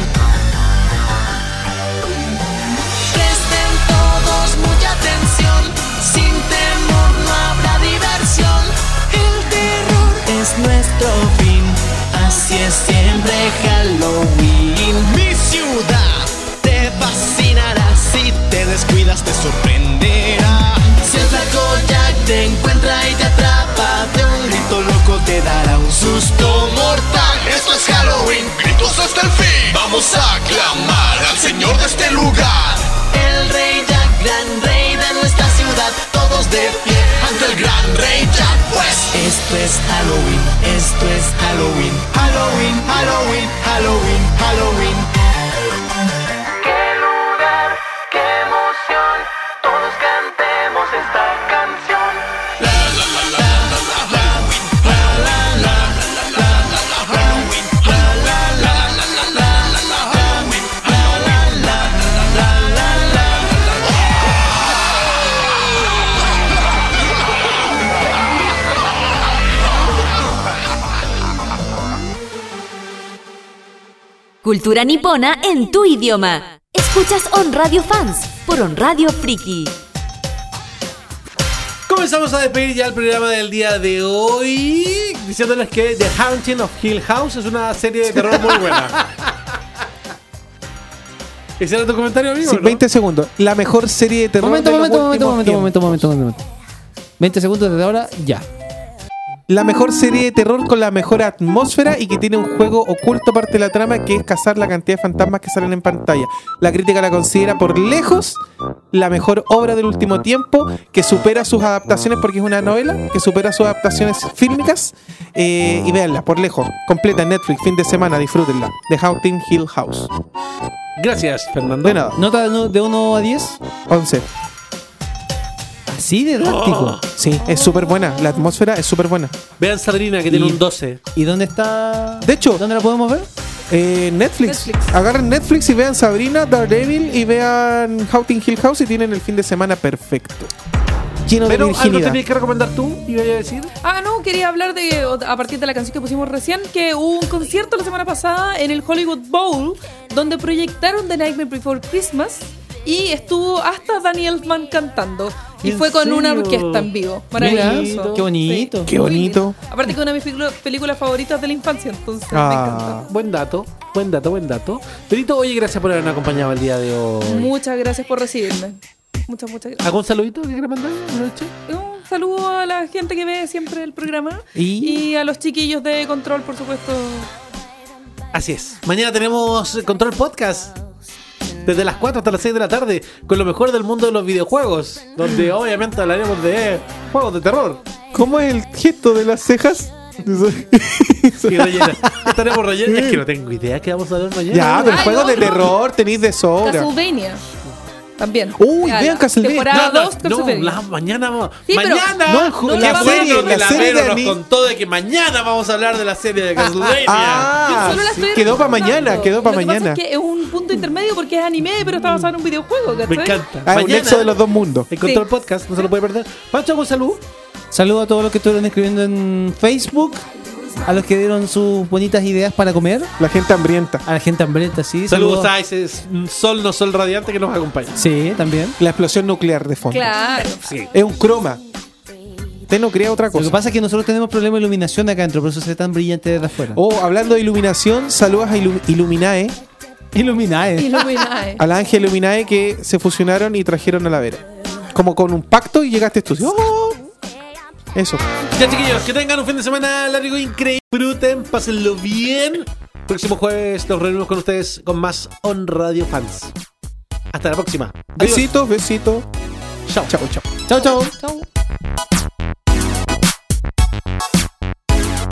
Speaker 9: Presten todos mucha atención, sin temor no habrá diversión. El terror es nuestro fin, así es siempre Halloween. Mi ciudad te fascinará, si te descuidas te sorprenderá. Se
Speaker 13: fin vamos a aclamar al Señor de este lugar.
Speaker 9: El rey Jack, gran rey de nuestra ciudad, todos de pie ante el gran rey Jack, pues esto es Halloween, esto es Halloween, Halloween, Halloween, Halloween, Halloween. Qué lugar, qué emoción, todos cantemos esta canción. La la la la la la Halloween, la la la la la la Halloween, la la la la la la la Halloween, la la la la la la
Speaker 2: Cultura nipona en tu idioma. Escuchas On Radio Fans por On Radio Friki.
Speaker 4: Comenzamos a despedir ya el programa del día de hoy diciéndoles que The Haunting of Hill House es una serie de terror muy buena. ¿Ese era tu comentario, amigo?
Speaker 5: Sí,
Speaker 4: no?
Speaker 5: 20 segundos. La mejor serie de terror.
Speaker 8: Momento,
Speaker 5: de los
Speaker 8: momento, momento,
Speaker 5: últimos
Speaker 8: momento, momento, momento, momento. 20 segundos desde ahora, ya.
Speaker 5: La mejor serie de terror con la mejor atmósfera y que tiene un juego oculto parte de la trama que es cazar la cantidad de fantasmas que salen en pantalla. La crítica la considera por lejos la mejor obra del último tiempo que supera sus adaptaciones porque es una novela que supera sus adaptaciones fílmicas Eh, y véanla por lejos. Completa en Netflix, fin de semana, disfrútenla. The Haunting Hill House.
Speaker 4: Gracias, Fernando.
Speaker 5: De nada.
Speaker 8: ¿Nota de 1 a 10?
Speaker 5: 11.
Speaker 8: Así didáctico.
Speaker 5: Sí, es súper buena. La atmósfera es súper buena.
Speaker 4: Vean Sabrina que tiene
Speaker 5: Y-
Speaker 4: un 12.
Speaker 8: ¿Y dónde está?
Speaker 5: De hecho,
Speaker 8: ¿Dónde la podemos ver?
Speaker 5: Eh, Netflix. Agarren Netflix y vean Sabrina, Daredevil y vean Haunting Hill House y tienen el fin de semana perfecto. ah, Lleno
Speaker 4: Pero
Speaker 5: de
Speaker 4: algo
Speaker 5: virginidad.
Speaker 4: tenías que recomendar tú y voy a decir.
Speaker 6: Ah, no, quería hablar de, o- a partir de la canción que pusimos recién, que hubo un concierto la semana pasada en el Hollywood Bowl, donde proyectaron The Nightmare Before Christmas y estuvo hasta Danny Elfman cantando. Y
Speaker 8: ¿En
Speaker 6: fue con una
Speaker 8: serio?
Speaker 6: orquesta en vivo.
Speaker 8: Mira,
Speaker 6: Maravilloso.
Speaker 8: qué bonito.
Speaker 6: Sí.
Speaker 5: Qué
Speaker 6: Muy
Speaker 5: bonito.
Speaker 6: lindo. Aparte que es una de mis películas- películas favoritas de la infancia, entonces me encanta.
Speaker 5: Ah,
Speaker 4: Buen dato, buen dato, buen dato. Perito, oye, gracias por habernos acompañado el día de hoy.
Speaker 6: Muchas gracias por recibirme. Muchas, muchas gracias.
Speaker 4: ¿Algún saludito que quieras mandar? Noche?
Speaker 6: Un saludo a la gente que ve siempre el programa
Speaker 4: Y-
Speaker 6: y a los chiquillos de control, por supuesto.
Speaker 4: Así es. Mañana tenemos eh, Control Podcast. Desde las 4 hasta las 6 de la tarde, con lo mejor del mundo de los videojuegos, donde obviamente hablaremos de juegos de terror.
Speaker 5: ¿Cómo es el gesto de las cejas?
Speaker 4: Y rellena. Estaremos rellena. Es que no tengo idea que vamos a hablar mañana.
Speaker 5: ya, pero
Speaker 6: Ay,
Speaker 5: juegos
Speaker 6: no,
Speaker 5: de
Speaker 6: no.
Speaker 5: terror tenéis de sobra.
Speaker 6: Castlevania. También.
Speaker 5: Uy,
Speaker 6: Ya,
Speaker 5: vean
Speaker 6: la
Speaker 5: Castlevania.
Speaker 6: Temporada
Speaker 4: No,
Speaker 6: 2
Speaker 4: no, no,
Speaker 6: Castlevania.
Speaker 4: la- mañana vamos.
Speaker 6: Sí, pero-
Speaker 4: mañana.
Speaker 5: No, ju-
Speaker 4: Qué
Speaker 5: la serie,
Speaker 4: bueno que
Speaker 5: la
Speaker 4: la
Speaker 5: serie de
Speaker 4: Vero nos
Speaker 5: ani-
Speaker 4: contó de que mañana vamos a hablar de la serie de Castlevania.
Speaker 5: Ah,
Speaker 6: Solo la
Speaker 5: sí,
Speaker 6: estoy
Speaker 5: quedó para
Speaker 6: recomendando.
Speaker 5: mañana, quedó para
Speaker 6: Lo que pasa
Speaker 5: mañana.
Speaker 6: es que es un punto intermedio porque es anime, pero está basado en un videojuego, ¿cachai?
Speaker 4: Me encanta.
Speaker 5: Ah, un
Speaker 4: Mañana,
Speaker 5: nexo de los dos mundos.
Speaker 4: el Control Podcast, no se lo puede perder. Pacho, un saludo.
Speaker 8: pues, Saludo a todos los que estuvieron escribiendo en Facebook, a los que dieron sus bonitas ideas para comer,
Speaker 5: La gente hambrienta.
Speaker 8: a la gente hambrienta, sí.
Speaker 4: Saludos
Speaker 8: saludo-
Speaker 4: a ese sol, no sol radiante que nos acompaña.
Speaker 8: Sí, también.
Speaker 5: La explosión nuclear de fondo.
Speaker 6: Claro.
Speaker 4: Sí.
Speaker 5: Es un croma. Usted no crea otra
Speaker 8: Lo que
Speaker 5: cosa.
Speaker 8: pasa es que nosotros tenemos problemas de iluminación acá adentro, por eso se ve tan brillante desde afuera.
Speaker 5: Oh, hablando de iluminación, saludos a Ilu- Iluminae,
Speaker 8: Iluminae.
Speaker 6: Iluminae.
Speaker 5: a la Ángel Iluminae que se fusionaron y trajeron a la Vera. Como con un pacto y llegaste tú. ¡Oh! Eso.
Speaker 4: Ya, chiquillos, que tengan un fin de semana largo increíble. Disfruten, pásenlo bien. Próximo jueves nos reunimos con ustedes con más On Radio Fans. Hasta la próxima. Adiós.
Speaker 5: Besitos, besitos.
Speaker 4: Chao.
Speaker 5: Chao, chao.
Speaker 8: Chao, chao.
Speaker 6: Chau.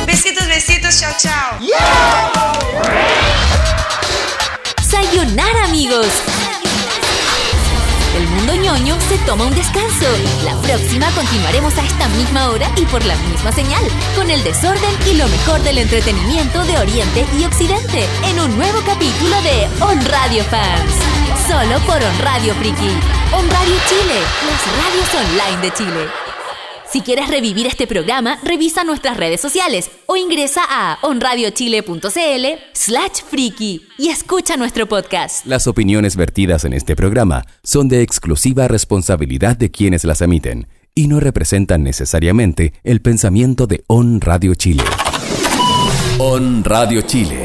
Speaker 9: Besitos, besitos, chao, chao.
Speaker 2: Sayonara amigos. El mundo ñoño se toma un descanso. La próxima continuaremos a esta misma hora y por la misma señal, con el desorden y lo mejor del entretenimiento de Oriente y Occidente, en un nuevo capítulo de On Radio Fans. Solo por On Radio Friki. On Radio Chile, las radios online de Chile. Si quieres revivir este programa, revisa nuestras redes sociales o ingresa a onradiochile.cl slash friki y escucha nuestro podcast.
Speaker 1: Las opiniones vertidas en este programa son de exclusiva responsabilidad de quienes las emiten y no representan necesariamente el pensamiento de On Radio Chile. On Radio Chile.